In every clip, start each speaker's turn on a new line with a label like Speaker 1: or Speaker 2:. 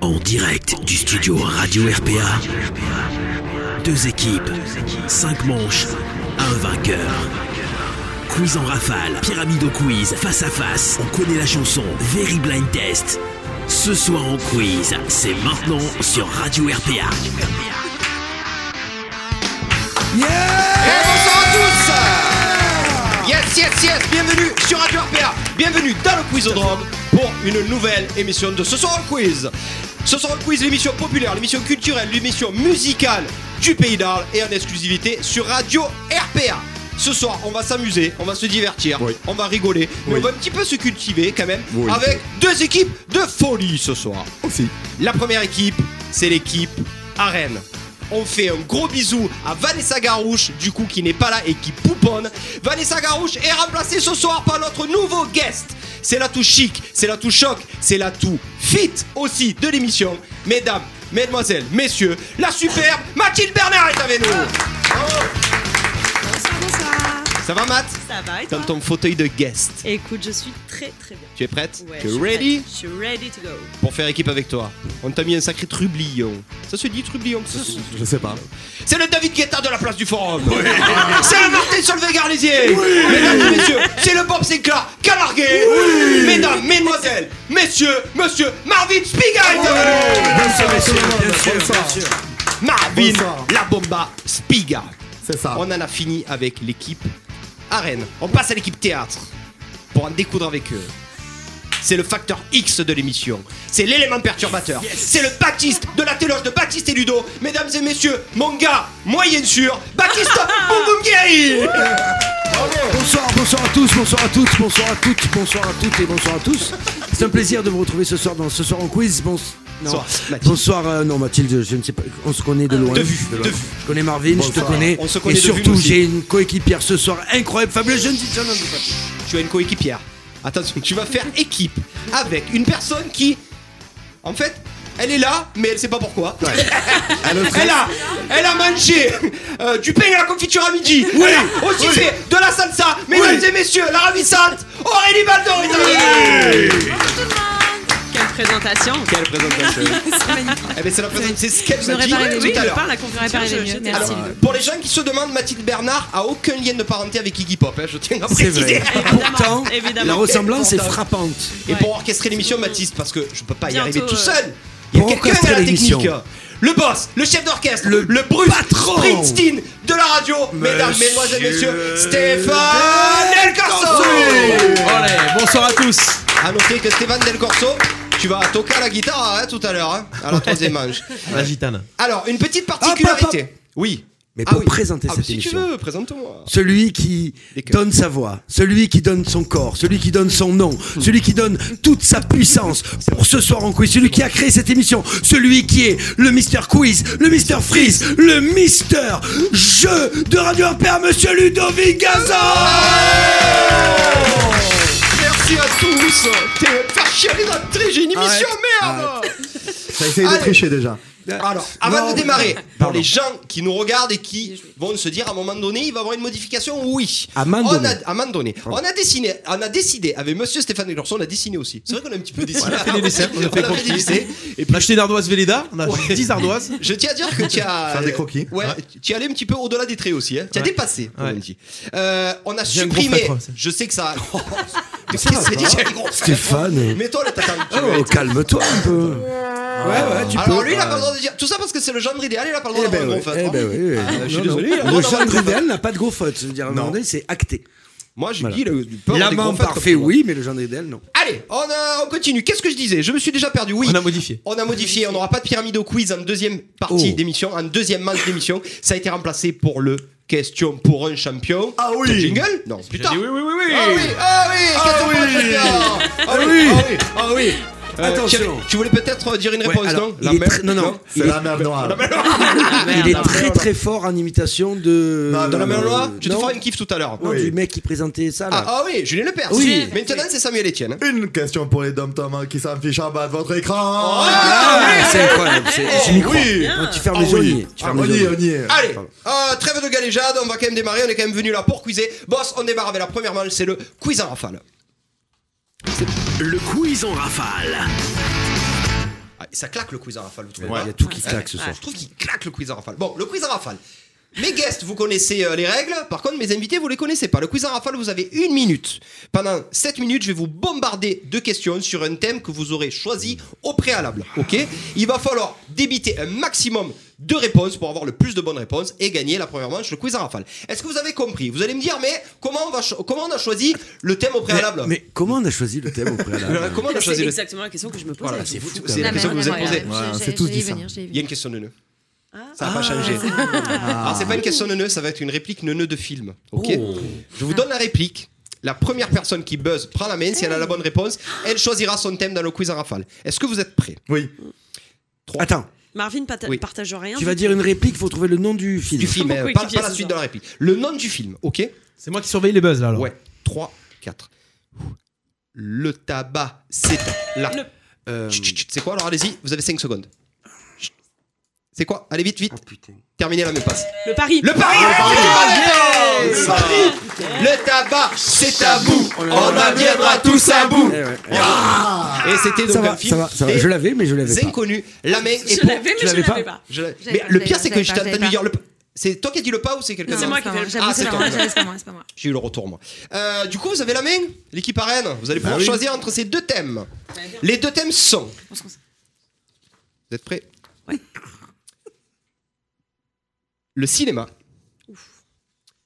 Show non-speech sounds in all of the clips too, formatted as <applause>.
Speaker 1: En direct du studio Radio RPA, deux équipes, cinq manches, un vainqueur. Quiz en rafale, pyramide au quiz, face à face, on connaît la chanson, Very Blind Test. Ce soir en quiz, c'est maintenant sur Radio RPA.
Speaker 2: Et bonsoir à tous Yes, yes, yes Bienvenue sur Radio RPA Bienvenue dans le Quizodrome pour une nouvelle émission de Ce soir le quiz Ce soir le quiz, l'émission populaire, l'émission culturelle, l'émission musicale du Pays d'Arles et en exclusivité sur Radio RPA ce soir, on va s'amuser, on va se divertir, on va rigoler, mais on va un petit peu se cultiver quand même
Speaker 3: Oui.
Speaker 2: avec deux équipes de folie ce soir.
Speaker 3: Aussi.
Speaker 2: La première équipe, c'est l'équipe Arène. On fait un gros bisou à Vanessa Garouche, du coup qui n'est pas là et qui pouponne. Vanessa Garouche est remplacée ce soir par notre nouveau guest. C'est la tout chic, c'est la tout choc, c'est la tout fit aussi de l'émission. Mesdames, mesdemoiselles, messieurs, la superbe Mathilde Bernard est avec nous.
Speaker 4: Bonsoir, bonsoir.
Speaker 2: Ça va Matt
Speaker 4: Ça va et toi
Speaker 2: Dans ton fauteuil de guest.
Speaker 4: Écoute, je suis très très bien.
Speaker 2: Tu es prête
Speaker 4: Ouais,
Speaker 2: Tu es
Speaker 4: je suis
Speaker 2: ready
Speaker 4: prête. Je suis ready to go.
Speaker 2: Pour faire équipe avec toi, on t'a mis un sacré trublion. Ça se dit trublion ça se dit.
Speaker 3: Je sais pas.
Speaker 2: C'est le David Guetta de la place du Forum. <laughs> C'est le Martin Solveig Garlisier. Mesdames et messieurs, c'est le Bob Sinclair Calargué. Mesdames, mesdemoiselles, messieurs, monsieur Marvin Spiegel. Marvin,
Speaker 3: Bonsoir.
Speaker 2: la bomba Spiga.
Speaker 3: C'est ça.
Speaker 2: On en a fini avec l'équipe arène. On passe à l'équipe théâtre pour en découdre avec eux. C'est le facteur X de l'émission. C'est l'élément perturbateur. C'est le Baptiste de la téloge de Baptiste et Ludo. Mesdames et messieurs, mon gars, moyenne sûre, Baptiste
Speaker 3: <laughs>
Speaker 2: Boumboumgueri
Speaker 5: Bonsoir, bonsoir à tous, bonsoir à toutes, bonsoir à toutes, bonsoir à toutes et bonsoir à tous. C'est un plaisir de vous retrouver ce soir dans ce soir en quiz. Bon, non.
Speaker 2: Bonsoir, Mathilde.
Speaker 5: Bonsoir, euh, non Mathilde, je ne sais pas, on se connaît de loin.
Speaker 2: De vue,
Speaker 5: loin.
Speaker 2: de vue.
Speaker 5: Je connais Marvin, je te connais.
Speaker 2: On se connaît
Speaker 5: et
Speaker 2: de vue,
Speaker 5: surtout,
Speaker 2: nous aussi.
Speaker 5: j'ai une coéquipière ce soir incroyable, fabuleuse, je ne dis je n'en dis pas.
Speaker 2: Tu as une coéquipière. Attention, tu vas faire équipe avec une personne qui, en fait, elle est là, mais elle sait pas pourquoi. <laughs> elle, a, elle a mangé euh, du pain à la confiture à midi. Oui, elle a aussi fait de la salsa. Mesdames et messieurs, la ravissante Aurélie Baldor est avec nous.
Speaker 4: Quelle présentation
Speaker 2: Quelle présentation
Speaker 4: <laughs> C'est magnifique.
Speaker 2: Eh ben, c'est la présentation, c'est ce qu'elle
Speaker 4: Je
Speaker 2: m'a
Speaker 4: n'aurais
Speaker 2: dit
Speaker 4: pas rêvé
Speaker 2: tout à
Speaker 4: mieux.
Speaker 2: l'heure.
Speaker 4: Parle, la conférence par les mieux. Merci.
Speaker 2: Alors, pour les gens qui se demandent, Mathilde Bernard a aucun lien de parenté avec Iggy Pop, hein, je tiens à
Speaker 5: C'est
Speaker 2: préciser.
Speaker 5: vrai. Pourtant,
Speaker 4: évidemment.
Speaker 5: la ressemblance est
Speaker 2: Pourtant.
Speaker 5: frappante.
Speaker 2: Et
Speaker 4: Ouais.
Speaker 2: pour orchestrer l'émission, Mathis, parce que je peux pas y
Speaker 4: Bientôt,
Speaker 2: arriver tout
Speaker 4: euh,
Speaker 2: seul. Il y a
Speaker 5: Pour
Speaker 2: quelqu'un à
Speaker 5: orchestrer
Speaker 2: la
Speaker 5: l'émission.
Speaker 2: technique. Le boss, le chef d'orchestre, le,
Speaker 5: Le
Speaker 2: Bruce
Speaker 5: patron.
Speaker 2: Springsteen de la radio, mesdames,
Speaker 5: Monsieur
Speaker 2: mesdemoiselles, messieurs, Stéphane Del Corso
Speaker 5: bonsoir à tous.
Speaker 2: À noter que Stéphane Del Corso, tu vas toquer à la guitare hein, tout à l'heure, hein, à la troisième
Speaker 5: <laughs>
Speaker 2: manche.
Speaker 5: La gitane.
Speaker 2: Alors, une petite particularité. oui.
Speaker 5: Mais pour
Speaker 2: oui.
Speaker 5: présenter
Speaker 2: Ah,
Speaker 5: cette
Speaker 2: si
Speaker 5: émission.
Speaker 2: tu veux, présente-moi.
Speaker 5: Celui qui
Speaker 2: Des cœurs.
Speaker 5: donne sa voix, celui qui donne son corps, celui qui donne son nom, celui qui donne toute sa puissance pour ce soir en quiz, celui qui a créé cette émission, celui qui est le Mister Quiz, le Mister Freeze, le Mister Jeu de Radio RPA, Monsieur Ludovic Gazan
Speaker 2: Merci à tous. T'es faire chialer d'entrée, j'ai une émission, merde
Speaker 3: T'as essayé de
Speaker 2: Allez.
Speaker 3: tricher déjà.
Speaker 2: Alors, avant
Speaker 5: Non,
Speaker 2: de démarrer, pour
Speaker 5: Pardon.
Speaker 2: les gens qui nous regardent et qui vont se dire à un moment donné, il va y avoir une modification, oui.
Speaker 5: À main
Speaker 2: on
Speaker 5: donnée.
Speaker 2: a, à main donnée. On a dessiné, on a décidé avec Monsieur Stéphane Delorson, on a dessiné aussi. C'est vrai qu'on a un petit peu dessiné.
Speaker 6: On a fait des dessins,
Speaker 2: <laughs>
Speaker 6: on a fait croquis.
Speaker 2: des dessins. Et
Speaker 6: On
Speaker 2: puis,
Speaker 6: a acheté une ardoise Véleda, on a acheté
Speaker 2: Ouais.
Speaker 6: 10 ardoises.
Speaker 2: je tiens à dire que tu as euh,
Speaker 3: Faire des croquis.
Speaker 2: Ouais, tu es allé un petit peu au-delà des traits aussi. Hein. Tu as
Speaker 6: Ouais.
Speaker 2: dépassé. comme
Speaker 6: Ouais.
Speaker 2: on dit. Euh, on a
Speaker 6: J'ai un gros
Speaker 2: supprimé.
Speaker 6: frais, toi, ça.
Speaker 2: Je sais que
Speaker 5: <laughs>
Speaker 2: ça. Qu'est-ce que c'est dit, j'ai un gros frais.
Speaker 5: Stéphane
Speaker 2: Mets-toi là, t'attends.
Speaker 5: Oh, calme-toi un peu. Ouais, ouais, tu
Speaker 2: Alors
Speaker 5: peux.
Speaker 2: lui, il a pas le droit de dire tout ça parce que c'est le genre idéal. Il a pas le droit
Speaker 5: Eh
Speaker 2: d'avoir
Speaker 5: ben,
Speaker 2: un
Speaker 5: ouais,
Speaker 2: gros fat.
Speaker 5: eh ben oui, oui.
Speaker 2: Ah, je suis
Speaker 5: Non,
Speaker 2: désolé, hein.
Speaker 5: non.
Speaker 2: il a le droit
Speaker 5: Le
Speaker 2: d'avoir
Speaker 5: Charles
Speaker 2: un gros
Speaker 5: Rivel n'a pas de gros faute. Je veux dire, à un moment donné, c'est acté.
Speaker 2: Moi, je
Speaker 5: Voilà.
Speaker 2: dis, le peur des gros
Speaker 5: L'amant
Speaker 2: fans,
Speaker 5: parfait,
Speaker 2: comme tu
Speaker 5: oui, mais le gendre idéal, non.
Speaker 2: vois. Allez, on, euh, on continue. Qu'est-ce que je disais Je me suis déjà perdu. Oui.
Speaker 6: On a modifié.
Speaker 2: On a modifié, on n'aura pas de pyramide au quiz en deuxième partie
Speaker 5: Oh.
Speaker 2: d'émission, en deuxième match d'émission. Ça a été remplacé pour le question pour un champion. Ah oui Jingle Non, putain
Speaker 6: oui, oui, oui.
Speaker 2: Ah oui Ah oui Question pour un champion Ah oui Ah oui Ah oui Euh,
Speaker 5: Attention.
Speaker 2: tu avais- Tu voulais peut-être euh, dire une
Speaker 5: Ouais,
Speaker 2: réponse,
Speaker 5: alors,
Speaker 2: non
Speaker 5: il est très- non, non,
Speaker 3: C'est la merde noire.
Speaker 2: Ah,
Speaker 5: Il est très très fort en imitation de.
Speaker 3: Non,
Speaker 2: De la
Speaker 3: Euh,
Speaker 2: mer Loire Je te
Speaker 5: non,
Speaker 2: ferai une kiff tout à l'heure.
Speaker 5: non,
Speaker 3: Oui.
Speaker 5: du mec qui présentait ça
Speaker 2: Ah,
Speaker 5: là.
Speaker 2: ah oui, Julien Lepers. Oui.
Speaker 5: Oui.
Speaker 2: Maintenant, c'est Samuel Etienne. hein.
Speaker 3: Une question pour les dom toms qui s'en fichent en bas de votre écran.
Speaker 5: Ah, c'est incroyable, c'est je m'y crois.
Speaker 3: oui.
Speaker 5: Quand tu fermes
Speaker 3: Ah
Speaker 5: les yeux, on y
Speaker 3: Oh, oui.
Speaker 5: est, tu
Speaker 3: Ah,
Speaker 5: fermes
Speaker 3: on
Speaker 5: les
Speaker 3: y est,
Speaker 5: yeux, on y
Speaker 3: on y est.
Speaker 2: Allez, euh, trêve de galéjade, on va quand même démarrer, on est quand même venu là pour quizer. Boss, on démarre avec la première manche, c'est le quiz en rafale.
Speaker 1: Le quiz en rafale.
Speaker 2: Ah, ça claque le quiz en rafale, vous trouvez
Speaker 5: Ouais,
Speaker 2: pas
Speaker 5: il y a tout qui claque ce
Speaker 4: ouais.
Speaker 5: soir.
Speaker 2: Je trouve qu'il claque le quiz en rafale. Bon, le quiz en rafale. Mes guests, vous connaissez euh, les règles. Par contre, mes invités, vous les connaissez pas. Le quiz en rafale, vous avez une minute. Pendant cette minutes, je vais vous bombarder de questions sur un thème que vous aurez choisi au préalable. Ok Il va falloir débiter un maximum de réponses pour avoir le plus de bonnes réponses et gagner la première manche, le quiz en rafale. Est-ce que vous avez compris Vous allez me dire, mais comment on, va cho- comment on a choisi le thème au
Speaker 5: Mais,
Speaker 2: préalable Euh,
Speaker 5: mais comment on a choisi le thème au préalable
Speaker 2: Comment on a
Speaker 4: C'est
Speaker 2: choisi le thème
Speaker 4: exactement la question que je me pose.
Speaker 2: Voilà,
Speaker 4: là.
Speaker 2: c'est fou.
Speaker 5: quand
Speaker 2: C'est
Speaker 5: même.
Speaker 2: la
Speaker 5: Non,
Speaker 2: question que vous avez posée.
Speaker 5: Voilà,
Speaker 7: J'ai-
Speaker 5: c'est tous
Speaker 7: j'ai
Speaker 5: dit
Speaker 7: y
Speaker 5: ça.
Speaker 7: venir, j'ai y
Speaker 2: Il y a
Speaker 7: venir.
Speaker 2: une question de nœud. Ça n'a pas changé. Alors, c'est pas une question de nœud, ça va être une réplique nœud de film. Ok Je vous donne la réplique. La première personne qui buzz prend la main. Si elle a la bonne réponse, elle choisira son thème dans le quiz en rafale. Est-ce que vous êtes prêts
Speaker 3: Oui.
Speaker 5: Attends,
Speaker 4: Marvin pata-
Speaker 2: Oui.
Speaker 4: partage rien.
Speaker 5: tu vas dire une réplique, faut trouver le nom du film.
Speaker 2: Du film,
Speaker 4: Beaucoup
Speaker 2: hein, pas,
Speaker 4: équipiers
Speaker 2: pas la
Speaker 4: ce
Speaker 2: suite
Speaker 4: soir.
Speaker 2: de la réplique. Le nom du film, ok
Speaker 6: C'est moi qui surveille les buzz là alors.
Speaker 2: Ouais. 3, 4. Le tabac s'éteint. Là.
Speaker 4: Le-
Speaker 5: Euh,
Speaker 2: Chut, chut, chut. C'est quoi Alors allez-y, vous avez 5 secondes. Chut. C'est quoi Allez vite, vite.
Speaker 5: oh, putain.
Speaker 2: Terminez la même passe.
Speaker 4: Le pari.
Speaker 2: Le Paris Le Paris Le tabac, c'est à bout On en viendra tous à bout
Speaker 5: Eh ouais.
Speaker 2: Et c'était donc
Speaker 5: Ça
Speaker 2: un
Speaker 5: va,
Speaker 2: film
Speaker 5: ça va, ça va.
Speaker 2: des
Speaker 5: Je l'avais, mais je l'avais pas.
Speaker 2: inconnus, la main et
Speaker 4: <laughs> Je l'avais, mais je
Speaker 5: l'avais
Speaker 4: l'avais
Speaker 5: pas
Speaker 4: pas.
Speaker 2: Je l'avais.
Speaker 7: J'avais
Speaker 2: Mais
Speaker 7: pas,
Speaker 2: le
Speaker 7: j'avais
Speaker 2: pire,
Speaker 7: pas,
Speaker 2: c'est que je t'ai
Speaker 7: j'avais pas,
Speaker 2: entendu
Speaker 7: j'avais
Speaker 2: dire le. p- C'est toi qui as dit le pas ou c'est quelqu'un
Speaker 4: C'est
Speaker 2: d'autre
Speaker 4: moi qui fais le-
Speaker 7: J'avoue,
Speaker 2: Ah,
Speaker 7: c'est
Speaker 2: c'est
Speaker 7: moi,
Speaker 2: toi.
Speaker 7: j'avoue, c'est moi, c'est pas moi.
Speaker 2: J'ai eu le retour, moi. Euh, du coup, vous avez la main, l'équipe arène. Vous allez pouvoir
Speaker 5: oui.
Speaker 2: choisir entre ces deux thèmes. Les deux thèmes sont.
Speaker 7: On se concentre.
Speaker 2: Vous êtes prêts
Speaker 4: Ouais.
Speaker 2: Le cinéma.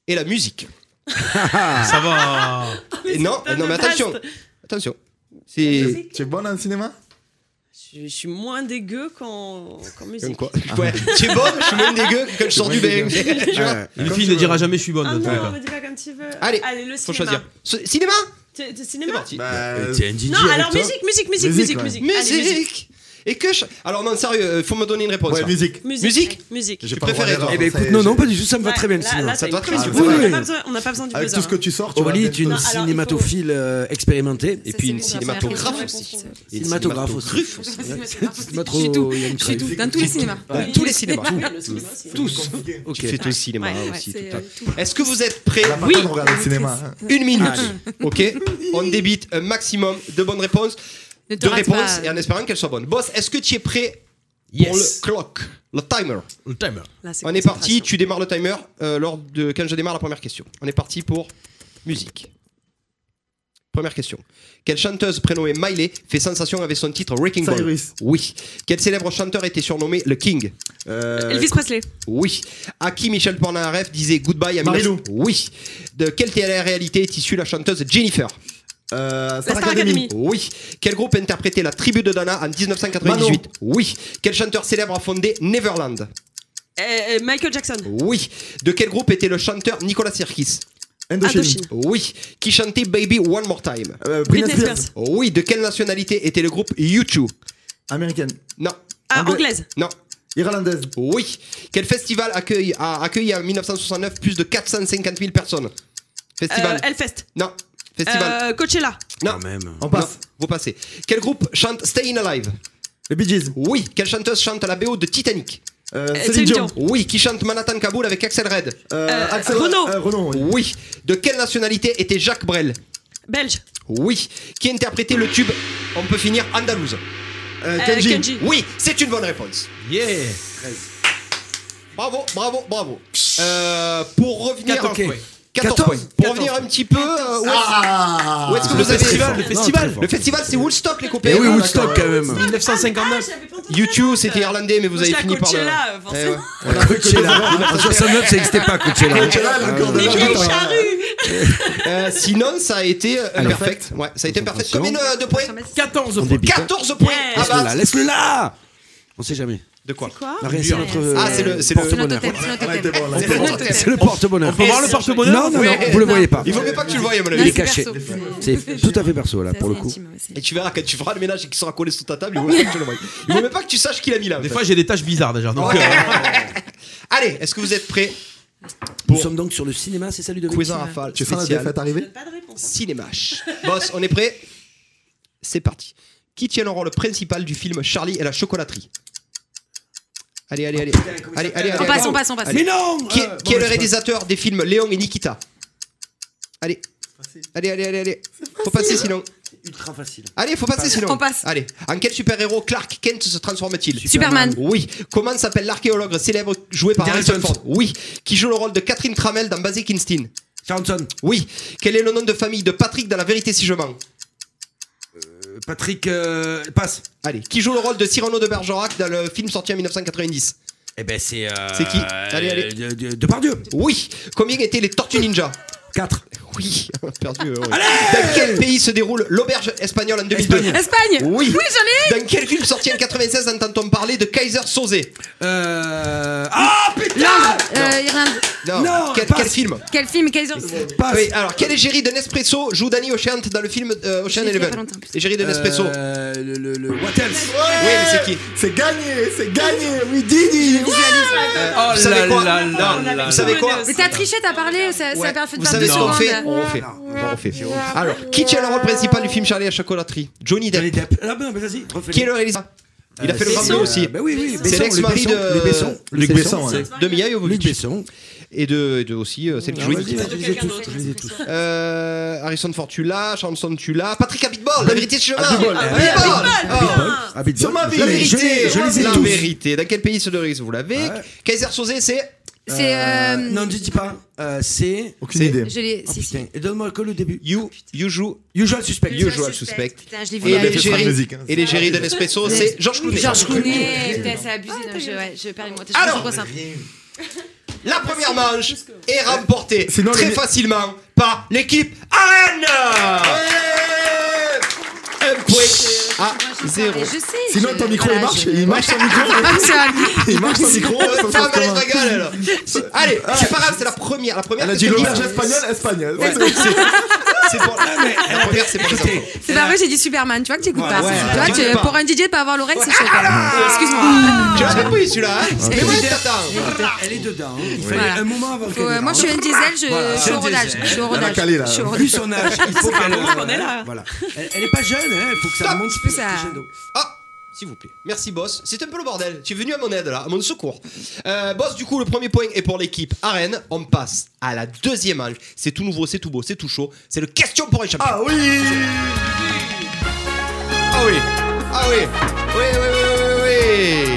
Speaker 2: Et la musique.
Speaker 6: Ça va.
Speaker 2: Et non,
Speaker 4: c'est
Speaker 2: non, mais
Speaker 4: pas
Speaker 2: attention.
Speaker 4: vaste.
Speaker 2: Attention. C'est.
Speaker 3: Tu es bonne en cinéma
Speaker 4: Je je suis moins dégueu qu'en qu'en musique.
Speaker 2: quoi Ouais,
Speaker 4: <laughs>
Speaker 2: tu es bonne, je suis même dégueu que je sors du BM. Tu vois
Speaker 5: Ouais.
Speaker 6: Une fille ne dira jamais je suis bonne.
Speaker 4: Ah
Speaker 6: dans tous les
Speaker 4: non,
Speaker 6: cas.
Speaker 4: me dis pas comme tu veux.
Speaker 2: Allez,
Speaker 4: le cinéma.
Speaker 2: Faut choisir. Ce- Cinéma
Speaker 4: T'es- t'es
Speaker 2: C'est
Speaker 4: cinéma
Speaker 2: parti.
Speaker 3: Bah,
Speaker 5: Euh, T'es un DJ
Speaker 4: Non,
Speaker 5: avec
Speaker 4: alors
Speaker 5: toi
Speaker 4: musique, musique, musique, musique,
Speaker 3: Musique, ouais.
Speaker 4: musique. Allez,
Speaker 2: Musique Et que je. Alors non, sérieux, euh, faut me donner une réponse.
Speaker 3: ouais,
Speaker 2: là.
Speaker 3: musique.
Speaker 4: Musique. Musique.
Speaker 3: J'ai
Speaker 2: Tu
Speaker 3: pas le droit
Speaker 2: préférais,
Speaker 3: d'être
Speaker 2: toi
Speaker 5: Eh
Speaker 3: en
Speaker 5: ben
Speaker 3: français,
Speaker 5: écoute, non,
Speaker 3: j'ai-
Speaker 5: non, pas du tout, ça me va
Speaker 4: Ouais,
Speaker 5: très bien le
Speaker 4: là-
Speaker 5: cinéma.
Speaker 4: là,
Speaker 2: Ça
Speaker 4: t'as
Speaker 2: doit
Speaker 4: une
Speaker 2: très bien,
Speaker 4: classe.
Speaker 2: tu vois.
Speaker 4: On n'a
Speaker 5: Oui.
Speaker 4: pas besoin- On n'a pas besoin du
Speaker 3: Avec
Speaker 4: buzzer. hein.
Speaker 3: tout ce que tu sors, tu vois,
Speaker 5: Aurélie est une
Speaker 4: Non, alors, il faut-
Speaker 5: cinématophile euh, expérimentée.
Speaker 2: Et puis
Speaker 7: Ça, c'est
Speaker 2: une
Speaker 7: bon, ça,
Speaker 2: cinématographe
Speaker 7: c'est
Speaker 2: aussi.
Speaker 7: la première
Speaker 2: Et une
Speaker 5: Cinématographe aussi.
Speaker 2: cinématographe aussi.
Speaker 5: Cinématro-
Speaker 7: Je suis tout.
Speaker 5: il y a une
Speaker 7: Je suis
Speaker 5: crève.
Speaker 7: tout. Dans tous les cinémas.
Speaker 2: Ouais, Tous les cinémas.
Speaker 4: Oui, le cinéma aussi.
Speaker 5: Tous.
Speaker 3: compliqué.
Speaker 5: Ok.
Speaker 2: Tu fais tout le cinéma
Speaker 4: Ouais, ouais,
Speaker 2: aussi.
Speaker 7: c'est,
Speaker 2: tout à
Speaker 7: euh,
Speaker 2: fait. Est-ce que vous êtes prêts
Speaker 3: La
Speaker 2: Oui
Speaker 3: oui. de regarder le cinéma. hein.
Speaker 2: Une minute. <laughs> Ok On débite un maximum de bonnes réponses,
Speaker 7: Ne te
Speaker 2: de
Speaker 7: rate
Speaker 2: réponses
Speaker 7: pas.
Speaker 2: et en espérant qu'elles soient bonnes. Boss, est-ce que tu es prêt pour le
Speaker 6: Yes.
Speaker 2: clock Le timer.
Speaker 6: Le timer.
Speaker 4: Là, c'est
Speaker 2: On est parti, tu démarres le timer euh, lors de quand je démarre la première question. On est parti pour musique. Première question. Quelle chanteuse prénommée Miley fait sensation avec son titre Wrecking Ball
Speaker 3: Cyrus.
Speaker 2: Oui. Quel célèbre chanteur était surnommé le King
Speaker 3: Euh,
Speaker 4: Elvis Presley.
Speaker 2: Oui. À qui Michel Polnareff disait goodbye à
Speaker 3: Marilou.
Speaker 2: Oui. De quelle télé-réalité est issue la chanteuse Jennifer
Speaker 3: euh,
Speaker 4: La
Speaker 3: Star
Speaker 4: Star
Speaker 3: Academy.
Speaker 4: Academy.
Speaker 2: Oui. Quel groupe interprétait la tribu de Dana en 1998 Oui. Quel chanteur célèbre a fondé Neverland
Speaker 4: Euh, euh, Michael Jackson.
Speaker 2: Oui. De quel groupe était le chanteur Nicolas Sirkis
Speaker 3: Indochine.
Speaker 4: Indochine.
Speaker 2: Oui. Qui chantait Baby One More Time
Speaker 3: Euh,
Speaker 4: Britney
Speaker 3: Britney Spears.
Speaker 4: Spears.
Speaker 2: Oui. De quelle nationalité était le groupe U2
Speaker 3: Américaine.
Speaker 2: Non.
Speaker 4: Ah,
Speaker 3: Anglais.
Speaker 4: anglaise.
Speaker 2: Non.
Speaker 3: Irlandaise.
Speaker 2: Oui. Quel festival accueille, a accueilli en 1969 plus de 450 000 personnes Festival.
Speaker 4: Euh, Hellfest.
Speaker 2: Non. Festival.
Speaker 4: Euh, Coachella.
Speaker 2: Non.
Speaker 5: Quand même.
Speaker 3: On passe.
Speaker 2: Non, vous passez. Quel groupe chante Stayin' Alive
Speaker 3: Les Bee Gees.
Speaker 2: Oui. Quelle chanteuse chante la BO de Titanic
Speaker 3: Euh,
Speaker 4: Céline
Speaker 3: Céline Dion.
Speaker 4: Dion.
Speaker 2: Oui. Qui chante Manhattan Kaboul avec Axel Red
Speaker 3: Euh, Axel-
Speaker 4: Renaud.
Speaker 3: euh, Renaud, oui.
Speaker 2: Oui. De quelle nationalité était Jacques Brel
Speaker 4: Belge.
Speaker 2: Oui. Qui interprétait le tube On peut finir Andalouse
Speaker 3: Euh,
Speaker 4: Euh,
Speaker 3: Kenji.
Speaker 4: Kenji.
Speaker 2: Oui, c'est une bonne réponse.
Speaker 6: Yeah.
Speaker 2: Bravo, bravo, bravo. Euh, pour revenir.
Speaker 6: 14 points.
Speaker 2: 14
Speaker 5: 14
Speaker 2: points. Pour revenir un petit peu. euh, où est-ce-
Speaker 3: Ah
Speaker 2: où est-ce que
Speaker 6: Le
Speaker 2: vous avez.
Speaker 6: festival, le festival.
Speaker 2: Le festival, c'est Woodstock, les copains.
Speaker 5: Eh oui,
Speaker 2: Ah,
Speaker 5: Woodstock quand même.
Speaker 4: Ah,
Speaker 6: 1959.
Speaker 2: YouTube, c'était irlandais, mais vous
Speaker 4: Moi,
Speaker 2: avez
Speaker 4: je
Speaker 2: fini
Speaker 4: la
Speaker 2: par. le-
Speaker 4: Coachella, euh,
Speaker 2: Eh
Speaker 4: forcément.
Speaker 2: ouais.
Speaker 5: On a
Speaker 3: Ah,
Speaker 5: Coachella. En 69, ça n'existait pas Coachella.
Speaker 3: Coachella, le corps de
Speaker 4: Les
Speaker 3: la
Speaker 4: vieilles
Speaker 3: guitare.
Speaker 4: charrues.
Speaker 2: Euh, sinon, ça a été euh,
Speaker 5: Allez.
Speaker 2: perfect. Ouais, ça a été perfect.
Speaker 5: Attention.
Speaker 2: Combien euh, de points
Speaker 6: 14
Speaker 5: On
Speaker 6: points.
Speaker 5: débite.
Speaker 2: 14 points
Speaker 4: Yeah.
Speaker 2: à
Speaker 5: Laisse-le là,
Speaker 2: base.
Speaker 5: laisse-le là On sait jamais.
Speaker 2: De quoi
Speaker 4: Quoi
Speaker 5: Non, rien, c'est notre, euh,
Speaker 2: Ah, c'est le- c'est le-
Speaker 7: C'est notre
Speaker 5: porte-bonheur.
Speaker 7: thème, c'est notre
Speaker 3: On a été
Speaker 7: thème.
Speaker 3: bon, là.
Speaker 2: C'est bon.
Speaker 5: C'est le porte-bonheur.
Speaker 6: On peut voir le porte-bonheur
Speaker 5: Non, non, non,
Speaker 2: Oui.
Speaker 5: vous le voyez pas.
Speaker 2: Il vaut mieux pas que tu le voies, à mon
Speaker 7: Non,
Speaker 5: Il est
Speaker 2: avis.
Speaker 7: c'est
Speaker 5: caché.
Speaker 7: perso.
Speaker 5: C'est tout à fait perso là
Speaker 7: C'est
Speaker 5: pour le
Speaker 7: assez
Speaker 5: coup.
Speaker 7: intime, ouais, c'est-
Speaker 2: Et tu verras quand tu feras le ménage et qu'il sera collé sous ta table, il vaut mieux pas que tu le voies. Il vaut mieux pas que tu saches qui l'a mis là. en
Speaker 6: Des
Speaker 2: fait.
Speaker 6: fois j'ai des tâches bizarres déjà. Donc, euh,
Speaker 2: <laughs> Allez, est-ce que vous êtes prêts
Speaker 5: Nous
Speaker 2: Bon.
Speaker 5: sommes donc sur le cinéma, c'est ça Ludovic
Speaker 2: Quiz en rafale
Speaker 3: Tu sens la
Speaker 2: spécial
Speaker 3: défaite arriver
Speaker 4: Pas de réponse.
Speaker 2: Cinémache. Boss, on est prêt C'est parti. Qui tient le rôle principal du film Charlie et la chocolaterie Allez, allez, allez. Allez, allez, allez.
Speaker 7: On passe,
Speaker 2: allez.
Speaker 7: on passe, on passe.
Speaker 5: Mais non
Speaker 2: Qui est, qui
Speaker 5: Euh,
Speaker 2: est le
Speaker 5: bon, bah, c'est pas-
Speaker 2: réalisateur des films Léon et Nikita Allez. Allez, allez, allez, allez. Faut passer sinon.
Speaker 5: Ultra facile.
Speaker 2: Allez, faut passer sinon.
Speaker 7: On passe.
Speaker 2: Allez. En quel super-héros Clark Kent se transforme-t-il
Speaker 7: Superman.
Speaker 2: Oui. Comment s'appelle l'archéologue célèbre joué par
Speaker 5: Indiana
Speaker 2: Harrison
Speaker 5: Jones.
Speaker 2: Ford Oui. Qui joue le rôle de Catherine Tramel dans Basic Instinct
Speaker 5: Johnson,
Speaker 2: Oui. Quel est le nom de famille de Patrick dans La vérité si je mens
Speaker 5: euh, Patrick, euh, passe.
Speaker 2: Allez. Qui joue le rôle de Cyrano de Bergerac dans le film sorti en 1990
Speaker 5: Eh ben c'est. euh,
Speaker 2: C'est qui Allez, allez.
Speaker 5: De, de- Depardieu.
Speaker 2: Oui. Combien étaient les Tortues Ninja
Speaker 5: 4.
Speaker 2: Oui. <laughs> Perdu. euh, ouais. dans quel pays se déroule l'auberge espagnole en 2002
Speaker 5: Espagne.
Speaker 7: Espagne.
Speaker 2: Oui.
Speaker 7: Oui, j'en ai.
Speaker 2: Dans quel film sorti en 96 entend-on parler de Kaiser Sosé
Speaker 5: Euh... Ah putain
Speaker 7: L'Inde. Euh, Irlande.
Speaker 5: Non,
Speaker 2: quel,
Speaker 5: passe.
Speaker 2: quel film
Speaker 7: Quel film Kaiser
Speaker 5: Passe.
Speaker 2: Oui, alors quel égérie de Nespresso joue Danny Ocean dans le film euh, Ocean
Speaker 7: Je l'ai dit il y a
Speaker 2: Eleven
Speaker 7: pas longtemps, en plus.
Speaker 2: Égérie de Nespresso.
Speaker 5: Euh, le, le, le What else
Speaker 2: Oui, mais c'est qui
Speaker 3: C'est gagné, c'est gagné. Oui, Didi.
Speaker 6: Oh
Speaker 2: Vous savez
Speaker 6: là
Speaker 2: quoi
Speaker 6: là
Speaker 5: Ah,
Speaker 6: là
Speaker 4: on
Speaker 6: là
Speaker 4: l'avait
Speaker 6: là.
Speaker 2: Vous savez quoi
Speaker 7: Mais t'as triché, t'as parlé, ça, hein. ça
Speaker 2: Ouais.
Speaker 7: a perdu de
Speaker 2: Vous
Speaker 7: faire
Speaker 2: savez
Speaker 7: deux
Speaker 2: ce qu'on fait
Speaker 7: secondes.
Speaker 2: On refait. On refait. Alors, qui tient le rôle principal du film Charlie à la chocolaterie Johnny
Speaker 5: Johnny
Speaker 2: Depp.
Speaker 5: Depp. Ah ben non, mais vas-y, refais-le.
Speaker 2: Qui est le réalisateur Il a fait le
Speaker 5: Euh,
Speaker 2: grand
Speaker 5: c'est,
Speaker 2: bleu aussi.
Speaker 5: euh, bah oui, oui,
Speaker 2: C'est
Speaker 5: Besson,
Speaker 2: l'ex-mari
Speaker 5: Luc Besson,
Speaker 2: de
Speaker 5: Luc Besson.
Speaker 3: Luc
Speaker 2: c'est
Speaker 3: Besson,
Speaker 2: l'ex-
Speaker 3: ouais.
Speaker 2: de Mia
Speaker 5: Luc
Speaker 2: Jovovich
Speaker 5: Besson.
Speaker 2: et de, et de aussi euh, celle qui jouait
Speaker 5: Vas-y,
Speaker 2: Kitty.
Speaker 5: vas-y,
Speaker 4: Quelqu'un
Speaker 5: tous,
Speaker 4: d'autre.
Speaker 5: je les ai tous.
Speaker 2: Euh, Harrison Ford tu l'as, Chanson tu l'as, Patrick Abitbol, la vérité chemin.
Speaker 5: Abitbol,
Speaker 2: Ah,
Speaker 5: euh,
Speaker 2: Abitbol. Ah,
Speaker 5: Ah, Big
Speaker 3: Sur
Speaker 5: Bang.
Speaker 3: ma vie,
Speaker 2: La
Speaker 5: Je les- je
Speaker 2: vérité,
Speaker 5: les- je les ai
Speaker 2: la
Speaker 5: tous.
Speaker 2: vérité. Dans quel pays se déroule Vous l'avez. Kaiser Sosé, c'est
Speaker 7: C'est.
Speaker 5: Euh,
Speaker 7: Euh,
Speaker 5: Non, ne dis pas. Euh, c'est.
Speaker 3: Aucune idée.
Speaker 7: Je l'ai.
Speaker 5: Ah,
Speaker 7: Si, si.
Speaker 5: putain. Et Donne-moi que le début.
Speaker 2: You, You Joue
Speaker 5: Usual suspect.
Speaker 2: You Joue Suspect.
Speaker 7: Putain, je l'ai vu.
Speaker 2: Et
Speaker 3: avait fait
Speaker 7: là.
Speaker 3: ça en
Speaker 2: l'égérie
Speaker 3: musique, hein.
Speaker 2: et l'égérie de Nespresso, c'est Georges Clooney.
Speaker 7: Georges Clooney. Putain, c'est abusé. Non, je, ouais, je perds une moitié. Je
Speaker 2: Alors.
Speaker 7: suis trop simple.
Speaker 2: La première manche est remportée
Speaker 3: Sinon,
Speaker 2: très
Speaker 3: les-
Speaker 2: facilement par l'équipe Arène. Un point
Speaker 3: Ah,
Speaker 2: Oh, à zéro.
Speaker 7: Je sais.
Speaker 3: Sinon,
Speaker 7: je-
Speaker 3: ton micro, il
Speaker 7: voilà,
Speaker 3: marche.
Speaker 7: je-
Speaker 3: Il marche son <laughs> micro. Il marche son micro.
Speaker 2: Oh,
Speaker 3: ça se
Speaker 2: femme,
Speaker 3: passe
Speaker 2: elle
Speaker 3: comment
Speaker 2: se régale, alors. Allez, c'est pas grave, c'est la première. La première,
Speaker 3: Elle a
Speaker 2: c'est
Speaker 3: dit
Speaker 2: pour qui
Speaker 3: l'auberge
Speaker 2: <laughs>
Speaker 3: espagnole, espagnole.
Speaker 2: Ouais, c'est- C'est pour la première, c'est pour les enfants.
Speaker 7: C'est pas vrai, j'ai dit Superman. Tu vois que t'écoutes pas.
Speaker 5: ouais,
Speaker 7: Tu vois,
Speaker 2: ouais.
Speaker 7: tu-
Speaker 2: Ouais.
Speaker 7: pour un DJ de pas avoir l'oreille, c'est chaud. quand même. Excuse-moi.
Speaker 2: Tu l'as compris celui-là,
Speaker 3: Ah,
Speaker 2: hein Mais ouais, t'attends.
Speaker 5: Elle est dedans. hein. Il fallait
Speaker 7: Voilà.
Speaker 5: un moment avant
Speaker 7: Faut, euh,
Speaker 5: qu'elle.
Speaker 7: moi, je suis un diesel, je,
Speaker 5: Voilà.
Speaker 7: je suis
Speaker 5: C'est
Speaker 7: au
Speaker 5: un
Speaker 7: rodage.
Speaker 5: diesel.
Speaker 7: Je suis au
Speaker 3: a
Speaker 7: rodage.
Speaker 3: calé, là.
Speaker 7: Je suis au
Speaker 5: Vu
Speaker 7: rodage.
Speaker 5: son âge, il faut qu'elle.
Speaker 4: moment qu'on est là.
Speaker 5: Voilà. Elle, elle est pas jeune, hein. Il faut que ça
Speaker 2: Stop.
Speaker 5: monte.
Speaker 7: fais ça.
Speaker 5: crescendo.
Speaker 2: Ah s'il vous plaît. Merci boss. C'est un peu le bordel. Tu es venu à mon aide là, à mon secours. Euh, boss, du coup, le premier point est pour l'équipe Arène. On passe à la deuxième manche. C'est tout nouveau, c'est tout beau, c'est tout chaud. C'est le question pour un champion.
Speaker 3: Ah oui
Speaker 2: Ah oui. Ah oui. Oui, oui, oui, oui, oui.